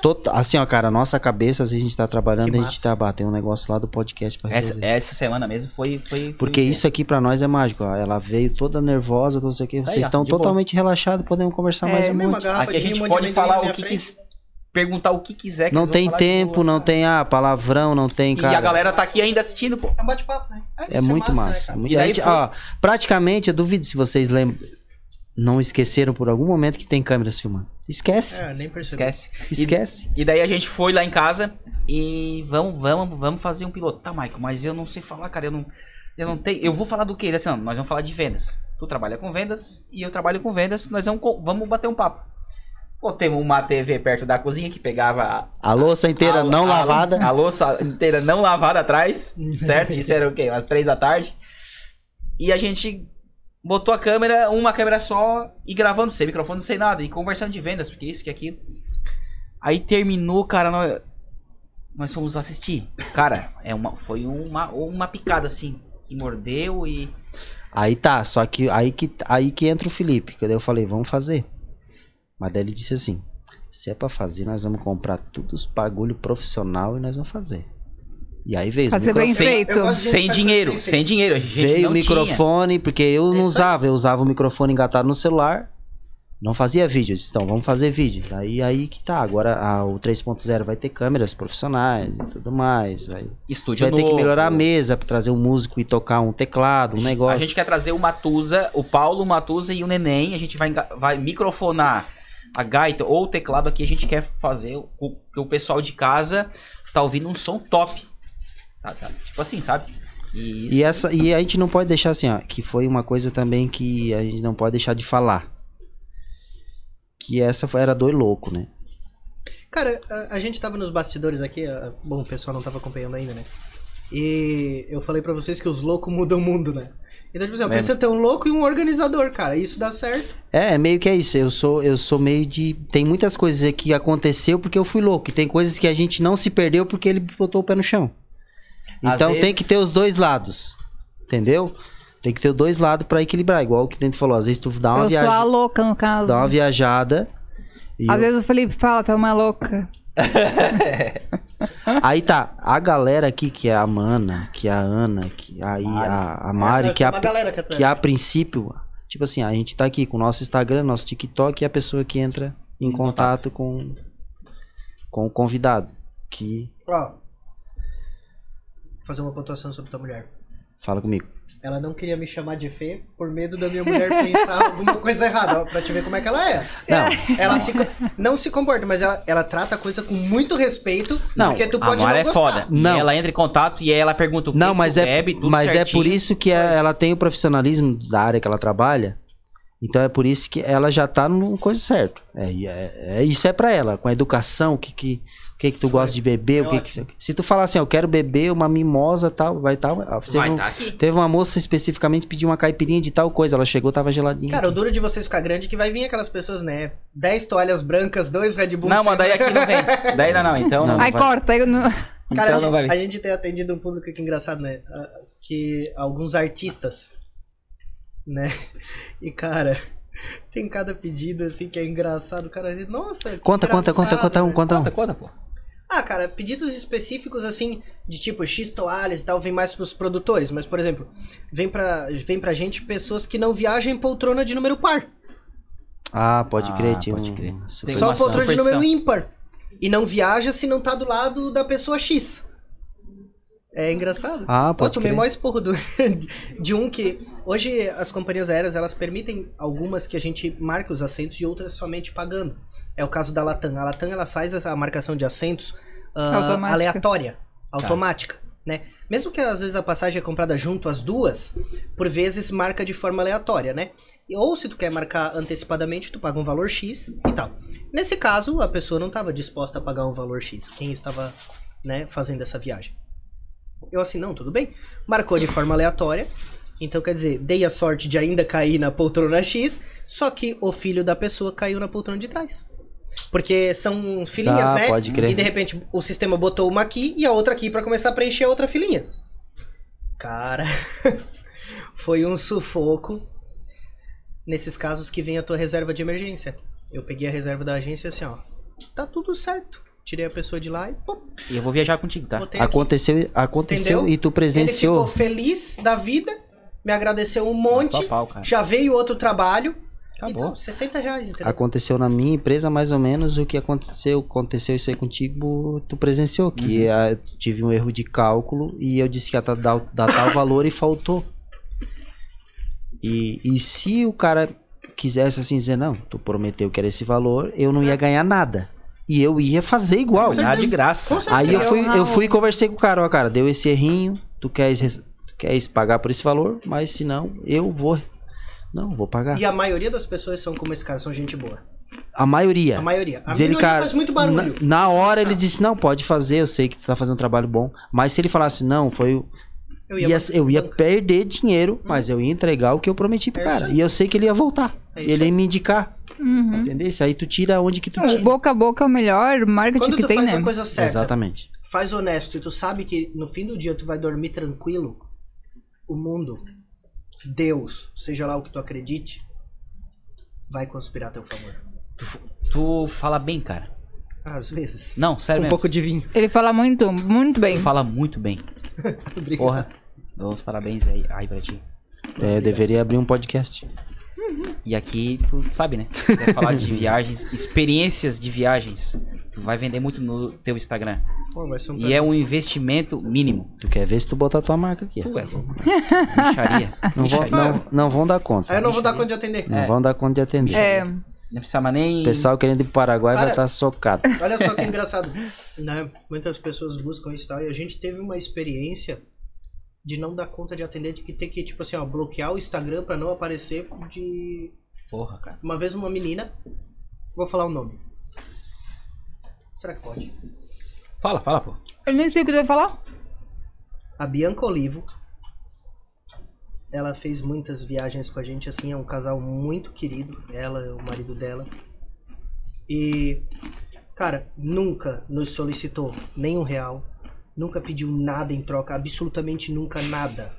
B: Tot- Assim, ó, cara, nossa cabeça, às vezes a gente tá trabalhando,
A: Que
B: a
A: massa.
B: gente tá, bah, tem um negócio lá do podcast pra
C: Essa,
B: resolver.
C: essa semana mesmo foi. foi
B: Porque
C: foi-
B: isso aqui pra nós é mágico, ó. Ela veio toda nervosa, não sei o quê.
C: ó,
B: Vocês estão
C: de boa.
B: totalmente relaxados, podemos conversar
D: É,
B: mais um
A: Também uma
B: monte.
A: garrafa
C: Aqui a
A: de
C: gente
A: limão de
C: pode
A: amendoim na
C: falar
A: minha
C: o que
A: frente.
C: quis. Perguntar o que quiser. que
B: Não
C: eles vão
B: tem
C: falar de
B: tempo,
C: boa.
B: não tem ah, palavrão, não tem cara.
C: E a galera tá aqui ainda assistindo, pô.
A: É um bate-papo, né? isso
B: É muito
A: né,
B: massa.
A: cara?
B: muito-
C: E daí
B: a gente-
C: foi-
B: ó, praticamente, eu duvido se vocês lembram. Não esqueceram por algum momento que tem câmeras filmando. Esquece,
A: É, nem percebi.
C: Esquece.
B: esquece.
C: E daí a gente foi lá em casa e vamos, vamos, vamos fazer um piloto. Tá, Michael, mas eu não sei falar, cara. Eu não, eu não tenho. Eu vou falar do quê? Ele Assim, não, nós vamos falar de vendas. Tu trabalha com vendas e eu trabalho com vendas. Nós vamos, co- vamos bater um papo. Pô, temos uma TV perto da cozinha que pegava a-
B: A louça inteira
C: a-
B: não
C: a-
B: lavada.
C: A louça inteira não lavada atrás, certo? Isso era o quê? Umas três da tarde. E a gente botou a câmera, uma câmera só, e gravando sem microfone, sem nada, e conversando de vendas, porque isso, que aquilo. Aí terminou, cara, nós, nós fomos assistir. Cara, é uma, foi uma, uma picada assim, que mordeu e.
B: Aí tá, só que aí, que aí que entra o Felipe. Que daí eu falei, vamos fazer. Mas daí ele disse assim: se é pra fazer, nós vamos comprar tudo os bagulho profissional e nós vamos fazer. E aí veio os
D: Fazer bem
B: microfones.
C: Sem-
D: feito.
A: eu gosto de-
C: Sem dinheiro, sem dinheiro. A gente
B: Veio
C: não
B: o
C: tinha.
B: microfone, porque eu
A: Isso
B: não
A: aí.
B: usava, eu usava o microfone engatado no celular. Não fazia vídeo, eu disse, então vamos fazer vídeo. Aí aí que tá, agora ah, o 3.0 vai ter câmeras profissionais e tudo mais, vai.
C: Estúdio
B: Vai ter que
C: novo.
B: melhorar a mesa pra trazer um músico e tocar um teclado, um negócio.
C: A gente quer trazer o Matusa, o Paulo, o Matusa e o Neném. A gente vai, enga- vai microfonar a gaita ou o teclado aqui. A gente quer fazer o o- que o pessoal de casa tá ouvindo um som top. Tá, tá. Tipo assim, sabe? E isso.
B: E, essa, e a gente não pode deixar assim, ó, que foi uma coisa também que a gente não pode deixar de falar. Que essa foi- era doi louco, né?
A: Cara, a, a gente tava nos bastidores aqui, a- bom, o pessoal não tava acompanhando ainda, né? E eu falei pra vocês que os loucos mudam o mundo, né? Então, tipo assim, ó,
C: Lembra.
A: precisa ter um louco e um organizador, cara. Isso dá certo.
B: É, meio que é isso. Eu sou, eu sou meio de. Tem muitas coisas que aconteceu porque eu fui louco. E tem coisas que a gente não se perdeu porque ele botou o pé no chão.
C: Às
B: Então tem
C: vezes-
B: que ter os dois lados. Entendeu? Tem que ter os dois lados pra equilibrar. Igual o que dentro falou. Às vezes tu dá uma,
D: eu
B: viaja...
D: sou a louca, no caso.
B: dá uma viajada. e
D: Às
B: eu-
D: vezes o Felipe fala, tu é uma louca.
B: Aí tá. A galera aqui, que é a Mana, que é a Ana, que aí a, a Mari, que é a,
A: uma galera que,
B: que a princípio, tipo assim, a gente tá aqui com o nosso Instagram, nosso TikTok e a pessoa que entra em contato com, com o convidado. Que
A: Ó, fazer uma pontuação sobre tua mulher.
B: Fala comigo.
A: Ela não queria me chamar de Fê por medo da minha mulher pensar alguma coisa errada, ó, pra te ver como é que ela é.
B: Não,
A: Ela se co- não se comporta, mas ela, ela trata a coisa com muito respeito,
B: Não,
A: porque tu
C: A
A: pode
C: Mara
A: não
C: é
A: gostar.
C: foda. E
B: Não.
C: ela entra em contato e ela pergunta o que,
B: não,
C: que
B: mas
C: tu
B: é,
C: bebe, tudo
B: mas é
C: certinho.
B: por isso que é- ela tem o profissionalismo da área que ela trabalha. Então é por isso que ela já tá no coisa certo. É, e é- é- isso é pra ela, com a educação, o que que, o que, que tu gosta de beber,
A: É
B: o que que se tu falar assim, eu quero beber uma mimosa, tal, vai tal, ah, teve,
C: Vai
B: um-
C: tá aqui.
B: teve uma moça especificamente pediu uma caipirinha de tal coisa, ela chegou, tava geladinha.
A: Cara, o duro de vocês ficar grande é que vai vir aquelas pessoas, né? 10 toalhas brancas, dois Red Bull.
C: Não, mas daí
A: sempre.
C: aqui não vem. Daí não, não. Então não.
B: Não.
D: Ai,
B: vai.
D: corta. Eu não...
A: Cara,
C: então
A: a,
C: não vai
A: gente, a
C: vir.
A: gente tem atendido um público que é engraçado, né? Ah, Que alguns artistas, né? E, cara, tem cada pedido assim que é engraçado. O cara diz, nossa. que
B: Conta, conta, conta,
A: engraçado,
B: conta um,
A: né?"
B: conta um.
C: Conta, conta, pô.
A: Ah, cara, pedidos específicos assim, de tipo X toalhas e tal, vem mais pros produtores. Mas, por exemplo, vem pra, vem pra gente pessoas que não viajam em poltrona de número par.
B: Ah, pode
C: Ah,
B: crer, tinha
C: pode
B: um-
C: crer.
B: super-
C: Tem
A: Só
C: uma
A: poltrona de
C: superstição.
A: número ímpar. E não viaja se não tá do lado da pessoa X. É engraçado.
B: Ah,
A: Pô,
B: pode
A: tomei
B: crer.
A: maior esporro do, de um que. Hoje as companhias aéreas elas permitem algumas que a gente marque os assentos e outras somente pagando. É o caso da Latam. A Latam ela faz essa marcação de assentos ah,
D: Automática.
B: Tá.
A: aleatória, automática, né? Mesmo que às vezes a passagem é comprada junto às duas, por vezes marca de forma aleatória, né? E- Ou se tu quer marcar antecipadamente, tu paga um valor X e tal. Nesse caso, a pessoa não estava disposta a pagar um valor X. Quem estava, né, fazendo essa viagem? Eu assim, não, tudo bem. Marcou de forma aleatória. Então, quer dizer, dei a sorte de ainda cair na poltrona X, só que o filho da pessoa caiu na poltrona de trás. Porque são filinhas,
B: Ah,
A: né?
B: pode crer.
A: E de repente o sistema botou uma aqui e a outra aqui pra começar a preencher a outra filinha. Cara, foi um sufoco nesses casos que vem a tua reserva de emergência. Eu peguei a reserva da agência assim, ó. Tá tudo certo. Tirei a pessoa de lá e pô,
C: E eu vou viajar contigo, tá?
A: botei aqui.
B: Aconteceu, aconteceu
A: Entendeu?
B: e tu
A: Ele ficou
B: presenciou.
A: feliz da vida, me agradeceu um monte,
C: Pau, pau, cara. Tá
A: já veio outro trabalho.
C: Acabou.
A: Então, 60 reais, entendeu?
B: Aconteceu na minha empresa mais ou menos o que aconteceu. Aconteceu isso aí contigo, tu presenciou. Que
A: Uhum.
B: ah, eu tive um erro de cálculo e eu disse que ia tá- dar, dar tal valor e faltou. E, e se o cara quisesse assim dizer, não, tu prometeu que era esse valor, eu não
A: Uhum.
B: ia ganhar nada. E eu ia fazer igual.
A: Com
C: Nada
A: certeza.
C: de graça.
A: Com certeza.
B: Aí eu fui, eu
D: Não.
B: fui e conversei com o cara, ó, cara, deu esse errinho, tu queres, res- tu queres pagar por esse valor, mas se não, eu vou. Não, vou pagar.
A: E a maioria das pessoas são como esse cara, são gente boa.
B: A maioria.
A: A maioria. A
B: Diz ele,
A: minoria
B: É. cara,
A: faz muito barulho.
B: Na, na hora ele disse, não, pode fazer, eu sei que tu tá fazendo um trabalho bom. Mas se ele falasse, não, foi. o-
A: Eu é
B: ia- eu ia
A: bancar.
B: perder dinheiro, mas eu ia entregar o que eu prometi pro
A: É
B: cara.
A: isso aí.
B: E eu sei que ele ia voltar.
A: É isso
B: ele
A: aí. Hum.
B: ia me indicar.
D: Uhum.
B: Entendeu? Isso aí tu tira onde que tu
D: O
B: tira.
D: boca a boca é o melhor marketing
A: Quando
D: que
A: tu
D: tem,
A: faz
D: né?
A: a coisa certa,
B: Exatamente.
A: faz honesto e tu sabe que no fim do dia tu vai dormir tranquilo, o mundo, Deus, seja lá o que tu acredite, vai conspirar a teu favor.
C: Tu fala bem, cara.
A: Às vezes. Um
C: Não, sério É mesmo.
A: de vinho.
D: Ele fala muito, muito bem.
C: Tu fala muito bem.
A: Obrigado.
C: Porra. Dou os parabéns aí, aí pra ti.
B: É, deveria abrir um podcast.
C: E aqui, tu sabe, né? Se quiser falar de viagens, experiências de viagens, tu vai vender muito no teu Instagram.
A: Pô, vai ser um
C: E é um investimento mínimo.
B: Tu quer ver se tu botar tua marca aqui. ó.
C: Tu é louco. mas Bicharia.
B: Não vão,
C: bicharia.
B: não, não vão dar
A: Aí
B: conta.
A: eu É, não vou dar
C: Bicharia.
A: conta de atender.
B: Não vão dar conta de atender.
D: É,
C: Não precisava nem.
B: O pessoal querendo ir pro Paraguai vai
A: Cara-
B: estar socado.
A: É, Olha só que engraçado, né? Muitas pessoas buscam isso e tal. E a gente teve uma experiência de não dar conta de atender, de que ter que, tipo assim, ó, bloquear o Instagram pra não aparecer de
C: Porra, cara.
A: Uma vez uma menina, vou falar o nome. Será que pode?
C: Fala, fala, pô.
D: Eu nem sei o que tu vai falar.
A: A Bianca Olivo. Ela fez muitas viagens com a gente, assim, é um casal muito querido, ela, o marido dela. E, cara, nunca nos solicitou nenhum real, nunca pediu nada em troca, absolutamente nunca nada.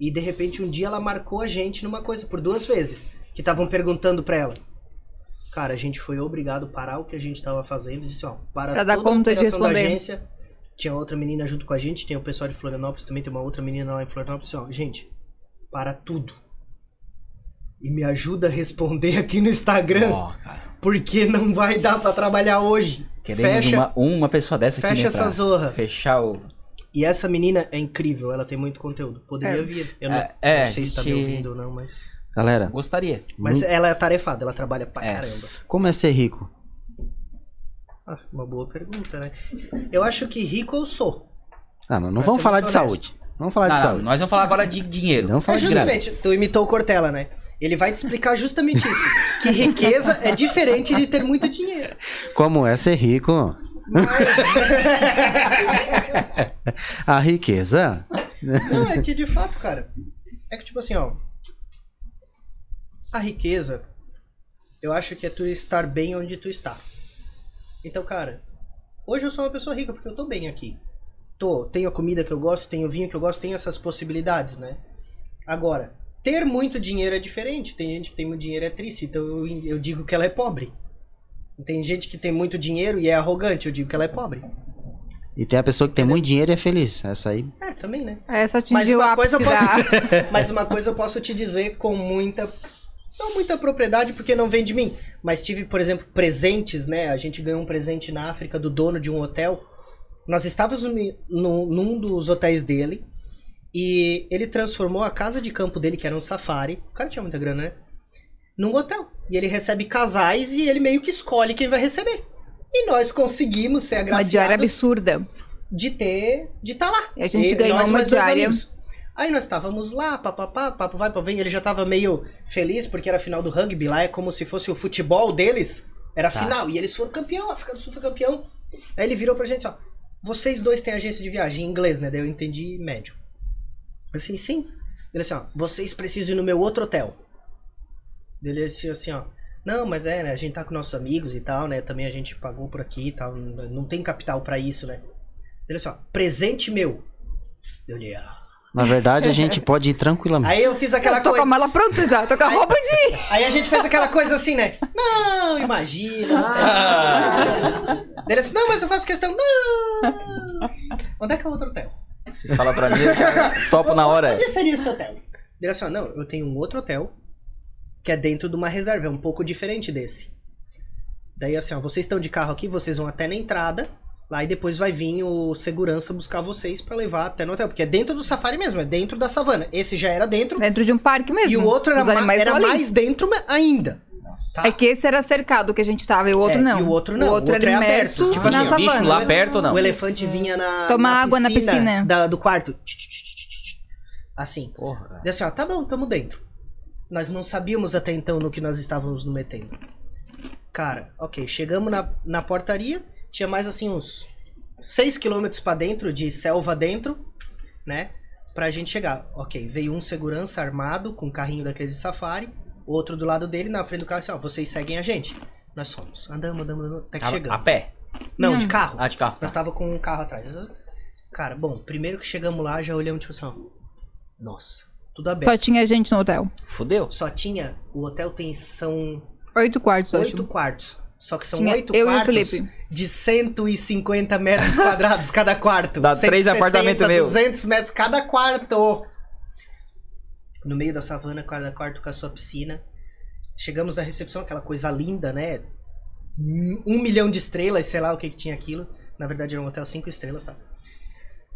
A: E de repente um dia ela marcou a gente numa coisa por duas vezes, que estavam perguntando pra ela. Cara, a gente foi obrigado a parar o que a gente tava fazendo e disse, ó, para
D: Pra dar
A: toda a
D: conta de
A: operação da
D: responder.
A: agência. Tinha outra menina junto com a gente, tem o pessoal de Florianópolis também, tem uma outra menina lá em Florianópolis, ó, gente, para tudo. E me ajuda a responder aqui no Instagram.
C: Ó, cara.
A: Porque não vai dar pra trabalhar hoje.
C: Queremos
A: fecha
C: uma, uma pessoa dessa aqui.
A: fecha
C: né,
A: essa
C: pra
A: zorra.
C: Fechar o.
A: E essa menina é incrível, ela tem muito conteúdo. Poderia
D: É.
A: vir. Eu não,
C: É, é,
A: não sei se tá me
C: gente-
A: ouvindo ou não, mas.
B: Galera,
C: Gostaria.
A: Mas
B: mu-
A: ela é tarefada, ela trabalha pra
C: É.
A: caramba.
B: como é ser rico?
A: Ah, uma boa pergunta, né? Eu acho que rico eu sou.
B: Ah, não, não
A: Pra
B: vamos
A: ser
B: falar
A: muito
B: de
A: honesto.
B: saúde. Vamos falar de
C: Não,
B: saúde.
C: nós vamos falar agora de dinheiro.
B: Não
A: É
B: fala de grana.
A: justamente, tu imitou o Cortella, né? Ele vai te explicar justamente isso. que riqueza é diferente de ter muito dinheiro.
B: Como é ser rico? A riqueza?
A: Não, é que de fato, cara. É que tipo assim, ó. A riqueza, eu acho que é tu estar bem onde tu está. Então, cara, hoje eu sou uma pessoa rica porque eu tô bem aqui. Tô, tenho a comida que eu gosto, tenho o vinho que eu gosto, tenho essas possibilidades, né? Agora, ter muito dinheiro é diferente. Tem gente que tem muito dinheiro e é triste, então eu, eu digo que ela é pobre. Tem gente que tem muito dinheiro e é arrogante, eu digo que ela é pobre.
B: E tem a pessoa que tem muito dinheiro e é feliz. Essa aí.
A: É, também, né?
D: Essa
A: Mas
D: atingiu
A: uma
D: a
A: coisa
D: ápice
A: eu
D: da...
A: Mas uma coisa eu posso te dizer com muita. Não muita propriedade, porque não vem de mim. Mas tive, por exemplo, presentes, né? A gente ganhou um presente na África do dono de um hotel. Nós estávamos no- no- num dos hotéis dele. E ele transformou a casa de campo dele, que era um safari. O cara tinha muita grana, né? Num hotel. E ele recebe casais e ele meio que escolhe quem vai receber. E nós conseguimos ser
D: Uma diária
A: agraciados
D: absurda.
A: de ter. de tá estar lá.
D: E a gente
A: E
D: ganhou
A: nós
D: uma
A: mais dois
D: diária.
A: amigos. Aí nós estávamos lá, papapá, papo vai, papo vem. Ele já tava meio feliz porque era final do rugby lá, é como se fosse o futebol deles. Era
C: Tá.
A: final. E eles foram campeão, a África do Sul foi campeão. Aí ele virou pra gente, ó. Vocês dois têm agência de viagem em inglês, né? Daí eu entendi médio. Assim, sim. Ele assim, ó. Vocês precisam ir no meu outro hotel. Daí Ele disse assim, ó. Não, mas é, né? A gente tá com nossos amigos e tal, né? Também a gente pagou por aqui e tal. n- Não tem capital pra isso, né? Ele assim, ó. Presente meu. Eu li, ah.
B: Na verdade, a gente pode ir tranquilamente.
A: Aí eu fiz aquela
D: Eu tô com
A: coisa.
D: a mala pronta já, tô com a
A: Ai.
D: roupa de...
A: Aí a gente fez aquela coisa assim, né? Não, imagina.
C: Ah.
A: Daí Ele assim, não, mas eu faço questão. Não. Onde é que é o outro hotel?
C: Se fala pra mim, eu já topo na hora.
A: Onde seria esse hotel? Daí Ele assim, ó, não, eu tenho um outro hotel que é dentro de uma reserva, é um pouco diferente desse. Daí assim, ó, vocês estão de carro aqui, vocês vão até na entrada, lá e depois vai vir o segurança buscar vocês pra levar até no hotel, porque é dentro do safari mesmo, é dentro da savana. Esse já era dentro
D: Dentro de um parque mesmo.
A: e o outro era,
D: Os
A: ma-
D: animais
A: era
D: são ali.
A: mais dentro ma- ainda. Tá?
D: É que esse era cercado que a gente tava e o outro
A: É,
D: não.
A: e o outro não,
D: O
A: o
D: outro,
A: outro
D: era
A: é aberto,
D: imerso
A: tipo
D: na
A: assim,
C: o bicho
D: savana.
C: lá perto ou não?
A: O elefante vinha na
D: Tomar
A: na
D: água na piscina.
A: da- do quarto. Assim.
C: Porra, cara.
A: Daí assim, ó, tá bom, tamo dentro. Nós não sabíamos até então no que nós estávamos nos metendo. Cara, ok, chegamos na, na portaria, tinha mais assim uns 6 quilômetros pra dentro, de selva dentro, né? Pra gente chegar. Ok, veio um segurança armado com um carrinho daqueles de safari, outro do lado dele, na frente do carro, assim, ó, vocês seguem a gente. Nós somos. Andamos, andamos, andamos, até que
C: A, Tá a
A: chegamos.
C: pé.
A: Não,
D: Não.
A: de carro.
C: Ah, de carro.
A: Nós tava com um carro atrás. Cara, bom, primeiro que chegamos lá, já olhamos, tipo assim, ó. Nossa, tudo aberto.
D: Só tinha gente no hotel.
C: Fudeu.
A: Só tinha. O hotel tem. São
D: Oito quartos, eu
A: oito
D: acho.
A: quartos. Só que são
D: um- Tinha
A: oito
D: eu e o
A: quartos
D: Felipe.
A: de 150 metros quadrados cada quarto.
C: Dá três
A: 170,
C: apartamentos meu.
A: 200 metros cada quarto. No meio da savana, cada quarto com a sua piscina. Chegamos na recepção, aquela coisa linda, né? Um milhão de estrelas, sei lá o que, que tinha aquilo. Na verdade era um hotel cinco estrelas, tá?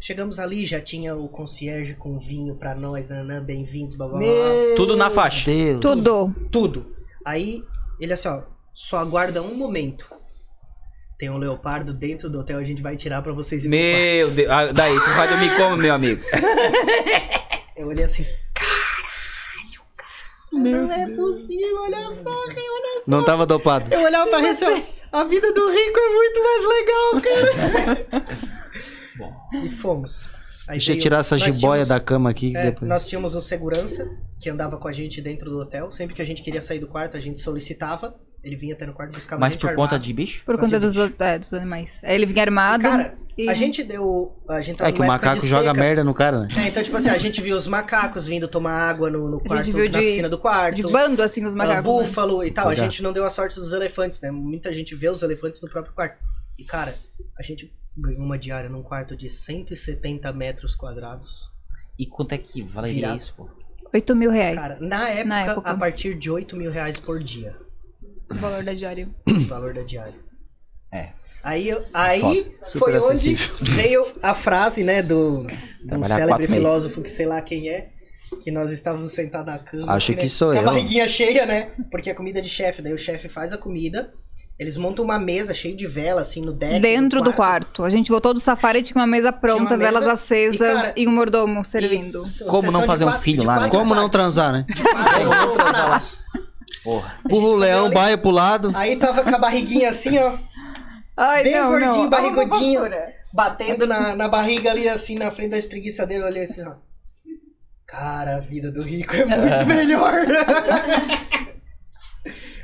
A: Chegamos ali, já tinha o concierge com vinho pra nós, nanã, bem-vindos, blá blá blá.
C: Tudo na faixa.
B: Deus.
D: Tudo.
A: Tudo. Aí ele assim, ó, só aguarda um momento. Tem um leopardo dentro do hotel, a gente vai tirar pra vocês irem pro
C: Meu Deus. Ah, daí, tu vai dormir como, meu amigo?
A: quarto. Eu olhei assim, caralho, cara. não é possível, olha só. cara."
B: Não tava dopado.
A: Eu olhava pra ele assim, ó, a vida do rico é muito mais legal, cara. e fomos. Aí
B: Deixa eu
A: veio-
B: tirar essa
A: nós
B: jiboia
A: tínhamos-
B: da cama aqui. que
A: É,
B: depois...
A: Nós tínhamos um segurança que andava com a gente dentro do hotel. Sempre que a gente queria sair do quarto, a gente solicitava. Ele vinha até no quarto e buscava a
C: Mas
A: gente
C: por conta
A: armado.
C: de bicho?
D: Por
A: Mas
D: conta
A: é
D: dos,
A: bicho.
D: outros- é, dos animais. Aí ele vinha armado.
A: Cara,
D: e...
A: a gente deu. A gente tava
B: É que o
A: numa época de
B: macaco joga
A: seca.
B: merda no cara, né?
A: É, então, tipo assim, a gente viu os macacos vindo tomar água no, no quarto,
D: viu
A: na
D: de-
A: piscina do quarto.
D: De bando, assim, os
A: ah,
D: macacos. né?
A: búfalo e tal. A
B: Legal.
A: gente não deu a sorte dos elefantes, né? Muita gente vê os elefantes no próprio quarto. E, cara, a gente ganhou uma diária num quarto de 170 metros quadrados.
C: E quanto é que valeria
A: Virado.
C: isso, pô?
D: né? Oito mil reais.
A: Cara, na época,
D: É Na época.
A: a partir de 8 mil reais por dia,
D: O valor da diária.
A: o valor da diária.
C: É.
A: Aí, eu- aí
B: Foda. Super
A: foi onde
B: acessível.
A: veio a frase, né, do, de um
B: Trabalhar
A: célebre
B: quatro meses.
A: filósofo que sei lá quem é, que nós estávamos sentados na cama.
B: Acho
A: né,
B: que sou
A: com
B: eu.
A: A barriguinha cheia, né? Porque é comida de chefe. Daí o chefe faz a comida, eles montam uma mesa cheia de vela, assim, no deck.
D: Dentro do quarto. A gente voltou do safari e tinha uma mesa pronta,
A: mesa
D: velas acesas
A: e, cara,
D: e um mordomo
A: E-
D: servindo.
A: s-
C: Como não
A: sessão de
C: fazer um
A: quatro-
C: filho
A: de
C: lá, né?
A: quatro
B: Como não
A: partes.
B: transar, né?
A: Quatro partes.
C: Porra.
B: Burro o leão, baia pro lado.
A: Aí tava com a barriguinha assim, ó,
D: Ai,
A: Bem
D: não,
A: gordinho,
D: não.
A: barrigudinho.
D: Olha uma fofura.
A: batendo na, na barriga ali, assim, na frente da espreguiçadeira, eu olhei assim, ó. Cara, a vida do rico é muito melhor.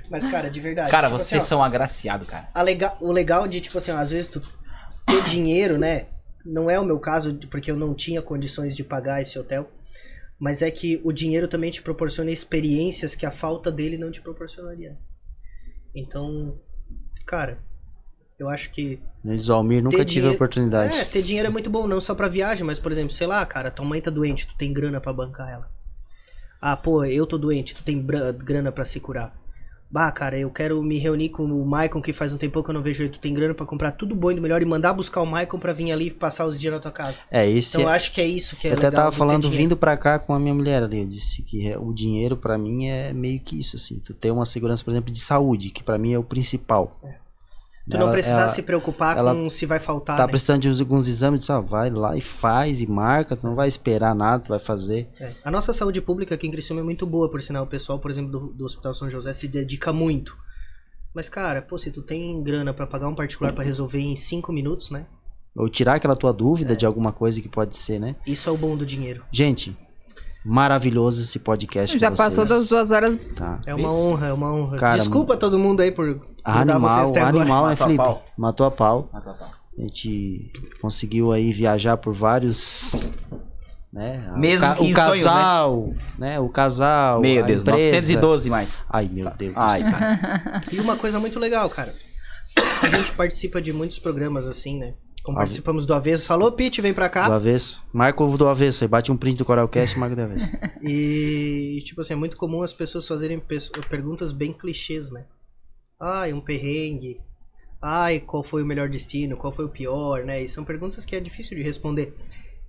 A: Mas, cara, de verdade.
C: Cara,
A: tipo assim,
C: vocês
A: ó,
C: são agraciados, cara.
A: a lega- o legal de, tipo assim, ó, às vezes tu ter dinheiro, né? Não é o meu caso, porque eu não tinha condições de pagar esse hotel. Mas é que o dinheiro também te proporciona experiências que a falta dele não te proporcionaria. Então, cara, eu acho que.
B: Diz o Almir, nunca
A: Ter É.
B: tive a
A: dinheiro- É,
B: oportunidade.
A: ter dinheiro é muito bom, não só pra viagem, mas, por exemplo, sei lá, cara, tua mãe tá doente, tu tem grana pra bancar ela. Ah, pô, eu tô doente, tu tem bra- grana pra se curar. Bah, cara, eu quero me reunir com o Maicon, que faz um tempão que eu não vejo ele, tu tem grana pra comprar tudo bom e do melhor e mandar buscar o Maicon pra vir ali e passar os dias na tua casa.
B: É, esse
A: Então
B: é-
A: eu acho que é isso que é
B: eu até
A: legal
B: tava
A: do ter
B: falando
A: dinheiro.
B: vindo pra cá com a minha mulher ali, eu disse que é- o dinheiro pra mim é meio que isso assim, tu ter uma segurança, por exemplo, de saúde, que pra mim é o principal. Né,
A: Tu não
B: Ela-
A: precisar
B: ela
A: se preocupar
B: ela
A: com se vai faltar,
B: tá
A: né?
B: precisando de uns- alguns exames, disse, ó, vai lá e faz e marca, tu não vai esperar nada, tu vai fazer.
A: É. A nossa saúde pública aqui em Criciúma é muito boa, por sinal. O pessoal, por exemplo, do, do Hospital São José se dedica muito. Mas, cara, pô, se tu tem grana pra pagar um particular pra resolver em 5 minutos, né?
B: Ou tirar aquela tua dúvida de alguma coisa que pode ser, né?
A: Isso é o bom do dinheiro.
B: Gente, maravilhoso esse podcast
D: Já
B: com
D: passou
B: vocês,
D: das duas horas.
B: Tá.
A: É uma
C: Isso.
A: honra, é uma honra.
B: Cara,
A: Desculpa todo mundo aí por mudar vocês
B: Animal,
A: até agora.
B: animal, né,
C: Matou a
B: Felipe?
C: pau.
B: Matou a pau.
C: Ah, tá, tá.
B: A gente conseguiu aí viajar por vários. Né?
C: Mesmo
B: o, ca-
C: que em
B: o
C: sonhos,
B: casal, né? O casal.
C: Meu
B: a
C: Deus,
B: empresa.
C: 912, Mike.
B: Ai, meu Deus.
C: Ai,
A: é
C: cara.
A: E uma coisa muito legal, cara. A gente participa de muitos programas assim, né? Como
B: Ah,
A: participamos do Aveso. Falou, Pete, vem pra
B: Do
A: cá.
B: avesso. Marca o do avesso aí. Bate um print do Coralcast e marca do avesso.
A: E, tipo assim, é muito comum as pessoas fazerem pes- perguntas bem clichês, né? Ai, um perrengue. Ai, qual foi o melhor destino? Qual foi o pior, né? E são perguntas que é difícil de responder.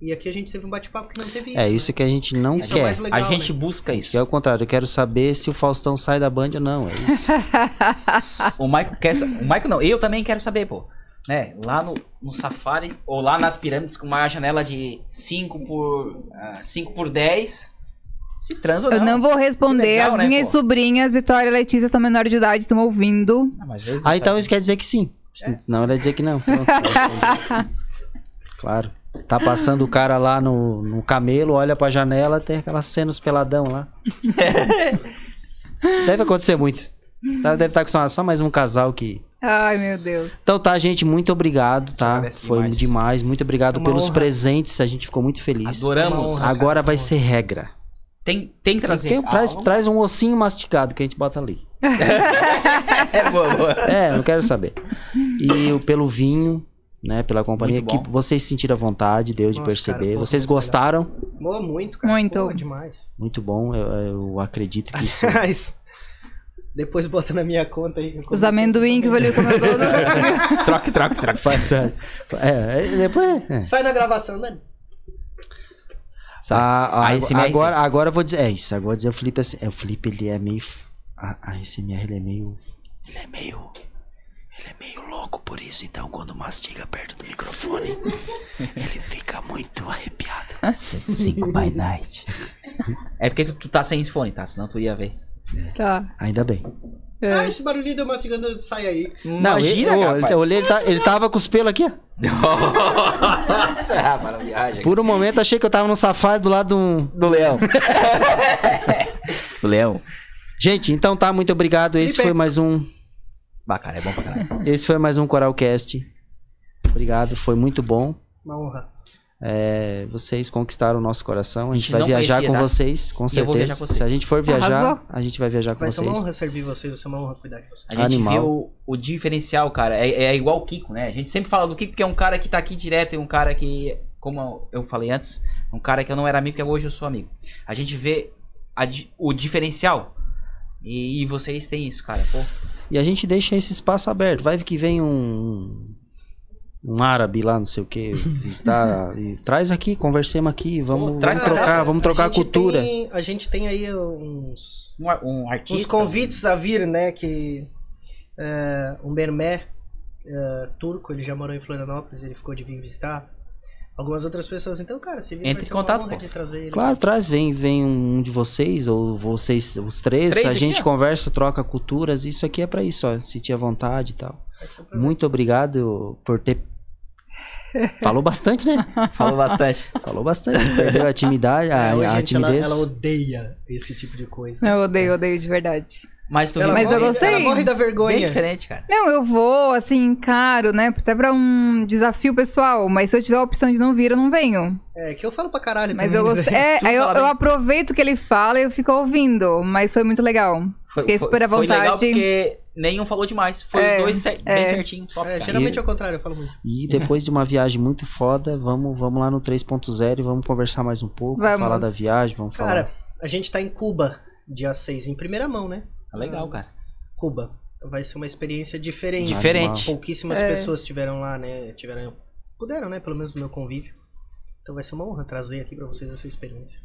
A: E aqui a gente teve um bate-papo que não teve isso.
B: É isso que a gente não
A: né? Isso é o
B: quer.
A: mais legal,
C: a gente
A: né?
C: busca isso.
B: Que é o contrário. Eu quero saber se o Faustão sai da Band ou não. É isso.
C: O Michael quer. sa- O Michael não, eu também quero saber, pô. Né? Lá no, no Safari, ou lá nas pirâmides, com uma janela de 5 por. 5 por 10. Se transa ou não.
D: Eu não vou responder.
C: legal,
D: As
C: né,
D: minhas
C: pô?
D: sobrinhas, Vitória e Letícia, são menor de idade, estão ouvindo.
C: Ah, mas eles
B: Ah, então
C: sabem.
B: isso quer dizer que sim.
A: É?
B: Não, ele vai dizer que não. Pronto, já respondi. claro. Tá passando o cara lá no, no camelo, olha pra janela, tem aquelas cenas peladão lá. Deve acontecer muito. Tá- Deve estar com só- só mais um casal que.
D: Ai, meu Deus.
B: Então tá, gente, muito obrigado, tá?
C: Agradece
B: Foi
C: demais.
B: demais. Muito obrigado
A: É uma
B: pelos
A: honra.
B: presentes, a gente ficou muito feliz.
A: Uma
C: Adoramos.
A: honra.
B: Agora vai
A: Uma honra.
B: ser regra.
C: Tem, tem que trazer.
B: Tem-
C: Ah,
B: traz,
C: vamos-
B: traz um ossinho masticado que a gente bota ali.
C: É, boa, boa.
B: É, não quero saber. E o- pelo vinho, né? Pela companhia
C: Muito bom.
B: que vocês sentiram à vontade, deu de
A: Nossa,
B: perceber.
A: cara, pô,
B: vocês
A: muito legal.
B: gostaram?
A: Boa, né? muito, cara.
D: Muito.
A: Pô, demais.
B: Muito bom, eu, eu acredito que isso.
A: Mas, depois bota na minha conta aí.
D: Os amendoim que
A: é
D: o Valeu comeu todos.
C: troca, troca, troca.
B: Faz, é, é, depois. é.
A: Sai na gravação, Dani.
C: Sabe?
B: A- a-
C: A ASMR,
B: agora, agora eu vou dizer. É isso, agora eu vou dizer o Felipe assim. é, o Felipe ele é meio. f- A, a SMR ele é meio. Ele é meio. Ele é meio louco por isso, então quando mastiga perto do microfone, ele fica muito arrepiado.
C: 5 by night. É porque tu, tu tá sem esse fone, tá? Senão tu ia ver.
D: tá.
B: Ainda bem.
D: É.
A: Ah, esse barulhinho deu mastigando, sai aí.
B: Não,
C: Imagina,
B: ele, ô,
C: rapaz.
B: ele, olhei, ele, tá- ele tava com os pelos aqui, ó.
C: Nossa, rapaz, na é viagem.
B: Por um momento achei que eu tava num safari do lado de um.
C: Do leão. Do leão.
B: Gente, então tá, muito obrigado. Esse
A: Felipe.
B: foi mais um.
C: Bah, cara, é bom pra caralho.
B: Esse foi mais um Coralcast. Obrigado, foi muito bom.
A: Uma honra.
B: É, vocês conquistaram o nosso coração. A
C: A
B: gente
C: gente
B: vai
C: não
B: viajar
C: conhecia,
B: com
C: tá?
B: vocês, com
C: E eu vou viajar
B: certeza.
C: com vocês.
B: Se a gente for viajar,
D: Arrasou.
B: a gente vai viajar Tá com
A: Vai ser uma
B: vocês.
A: honra servir vocês, vai ser uma honra cuidar de vocês.
C: A gente
B: Animal.
C: vê o, o diferencial, cara. É, é igual o Kiko, né? A gente sempre fala do Kiko que é um cara que tá aqui direto e um cara que, como eu falei antes, um cara que eu não era amigo, que hoje eu sou amigo. A gente vê a di- o diferencial. E, e vocês têm isso, cara. Pô,
B: E a gente deixa esse espaço aberto. Vai que vem um um árabe lá, não sei o que, visitar. e traz aqui, conversemos aqui, vamos,
C: Traz
B: vamos
C: pra cá.
B: trocar, vamos trocar a
A: gente
B: cultura.
A: tem- a gente tem aí uns,
C: Um, ar- um artista.
A: uns convites a vir, né? Que é, um bermé é, turco, ele já morou em Florianópolis, ele ficou de vir visitar. Algumas outras pessoas. Então, cara, se vir,
C: Entre
A: vai
C: em
A: ser uma
C: contato,
A: honra
C: pô.
A: de trazer ele.
B: Claro, traz, vem, vem um de vocês, ou vocês, os três,
C: três
B: a
C: aqui,
B: gente
C: ó.
B: conversa, troca culturas, isso aqui é pra isso, ó, sentir a vontade e tal.
A: Vai ser um prazer.
B: Muito obrigado por ter. Falou bastante, né?
C: Falou bastante.
B: Falou bastante, perdeu a timidez, a,
A: É, hoje
B: Ah, a
A: gente, ela,
B: timidez.
A: ela odeia esse tipo de coisa.
D: Eu odeio, odeio de verdade.
C: Mas tu
A: Ela
C: viu
D: Mas eu
A: morre-
D: gostei.
A: Ela morre da
C: bem
A: vergonha.
C: diferente, cara.
D: Não, eu vou, assim, caro, né? Até pra um desafio pessoal. Mas se eu tiver a opção de não vir, eu não venho.
A: É, que eu falo pra caralho
D: Mas
A: também,
D: eu
A: né?
D: gostei. É,
C: Tudo
D: aí eu,
C: fala Então tá bem.
D: eu aproveito que ele fala e eu fico ouvindo. Mas foi muito legal.
C: Foi,
D: Fiquei
C: foi-
D: super à
C: foi legal
D: vontade.
C: porque nenhum falou demais. Foi
D: É,
C: os dois cer- bem certinho. Top,
A: É,
C: cara.
A: geralmente é o contrário, eu falo muito.
B: E depois de uma viagem muito foda, vamos, vamos lá no 3.0 e vamos conversar mais um pouco,
D: Vamos.
B: falar da viagem, vamos falar.
A: Cara, a gente tá em Cuba, dia 6, em primeira mão, né?
C: Tá Legal, cara.
A: Cuba. Vai ser uma experiência diferente.
C: Diferente.
A: Pouquíssimas pessoas tiveram lá, né? Tiveram. Puderam, né? Pelo menos no meu convívio. Então vai ser uma honra trazer aqui pra vocês essa experiência.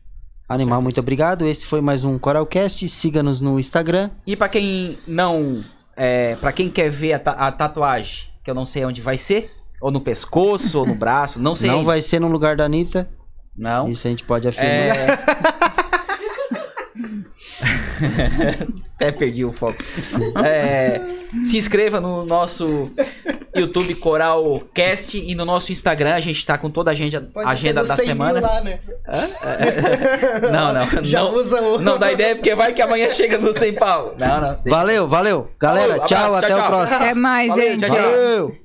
B: Animal,
A: certeza.
B: muito obrigado. Esse foi mais um Coralcast. Siga-nos no Instagram.
C: E pra quem não. É, pra quem quer ver a, ta- a tatuagem, que eu não sei onde vai ser. Ou no pescoço, ou no braço, não sei.
B: Não
C: ainda.
B: vai ser no lugar da Anitta.
C: Não.
B: Isso a gente pode afirmar.
C: É... Até perdi o foco. É, se inscreva no nosso YouTube Coral Cast e no nosso Instagram. A gente tá com toda a agenda, agenda da semana. É.
A: lá, né?
C: Não, não.
A: Já
C: não,
A: usa o.
C: não dá ideia, porque vai que amanhã chega no Sem Pau. Não, não.
B: Valeu, valeu. Galera,
C: Falou,
B: tchau,
C: abraço,
B: até
C: tchau,
B: o
C: tchau.
B: próximo.
D: Até mais,
C: Tá. Valeu,
D: gente.
C: tchau, tchau.
B: Valeu!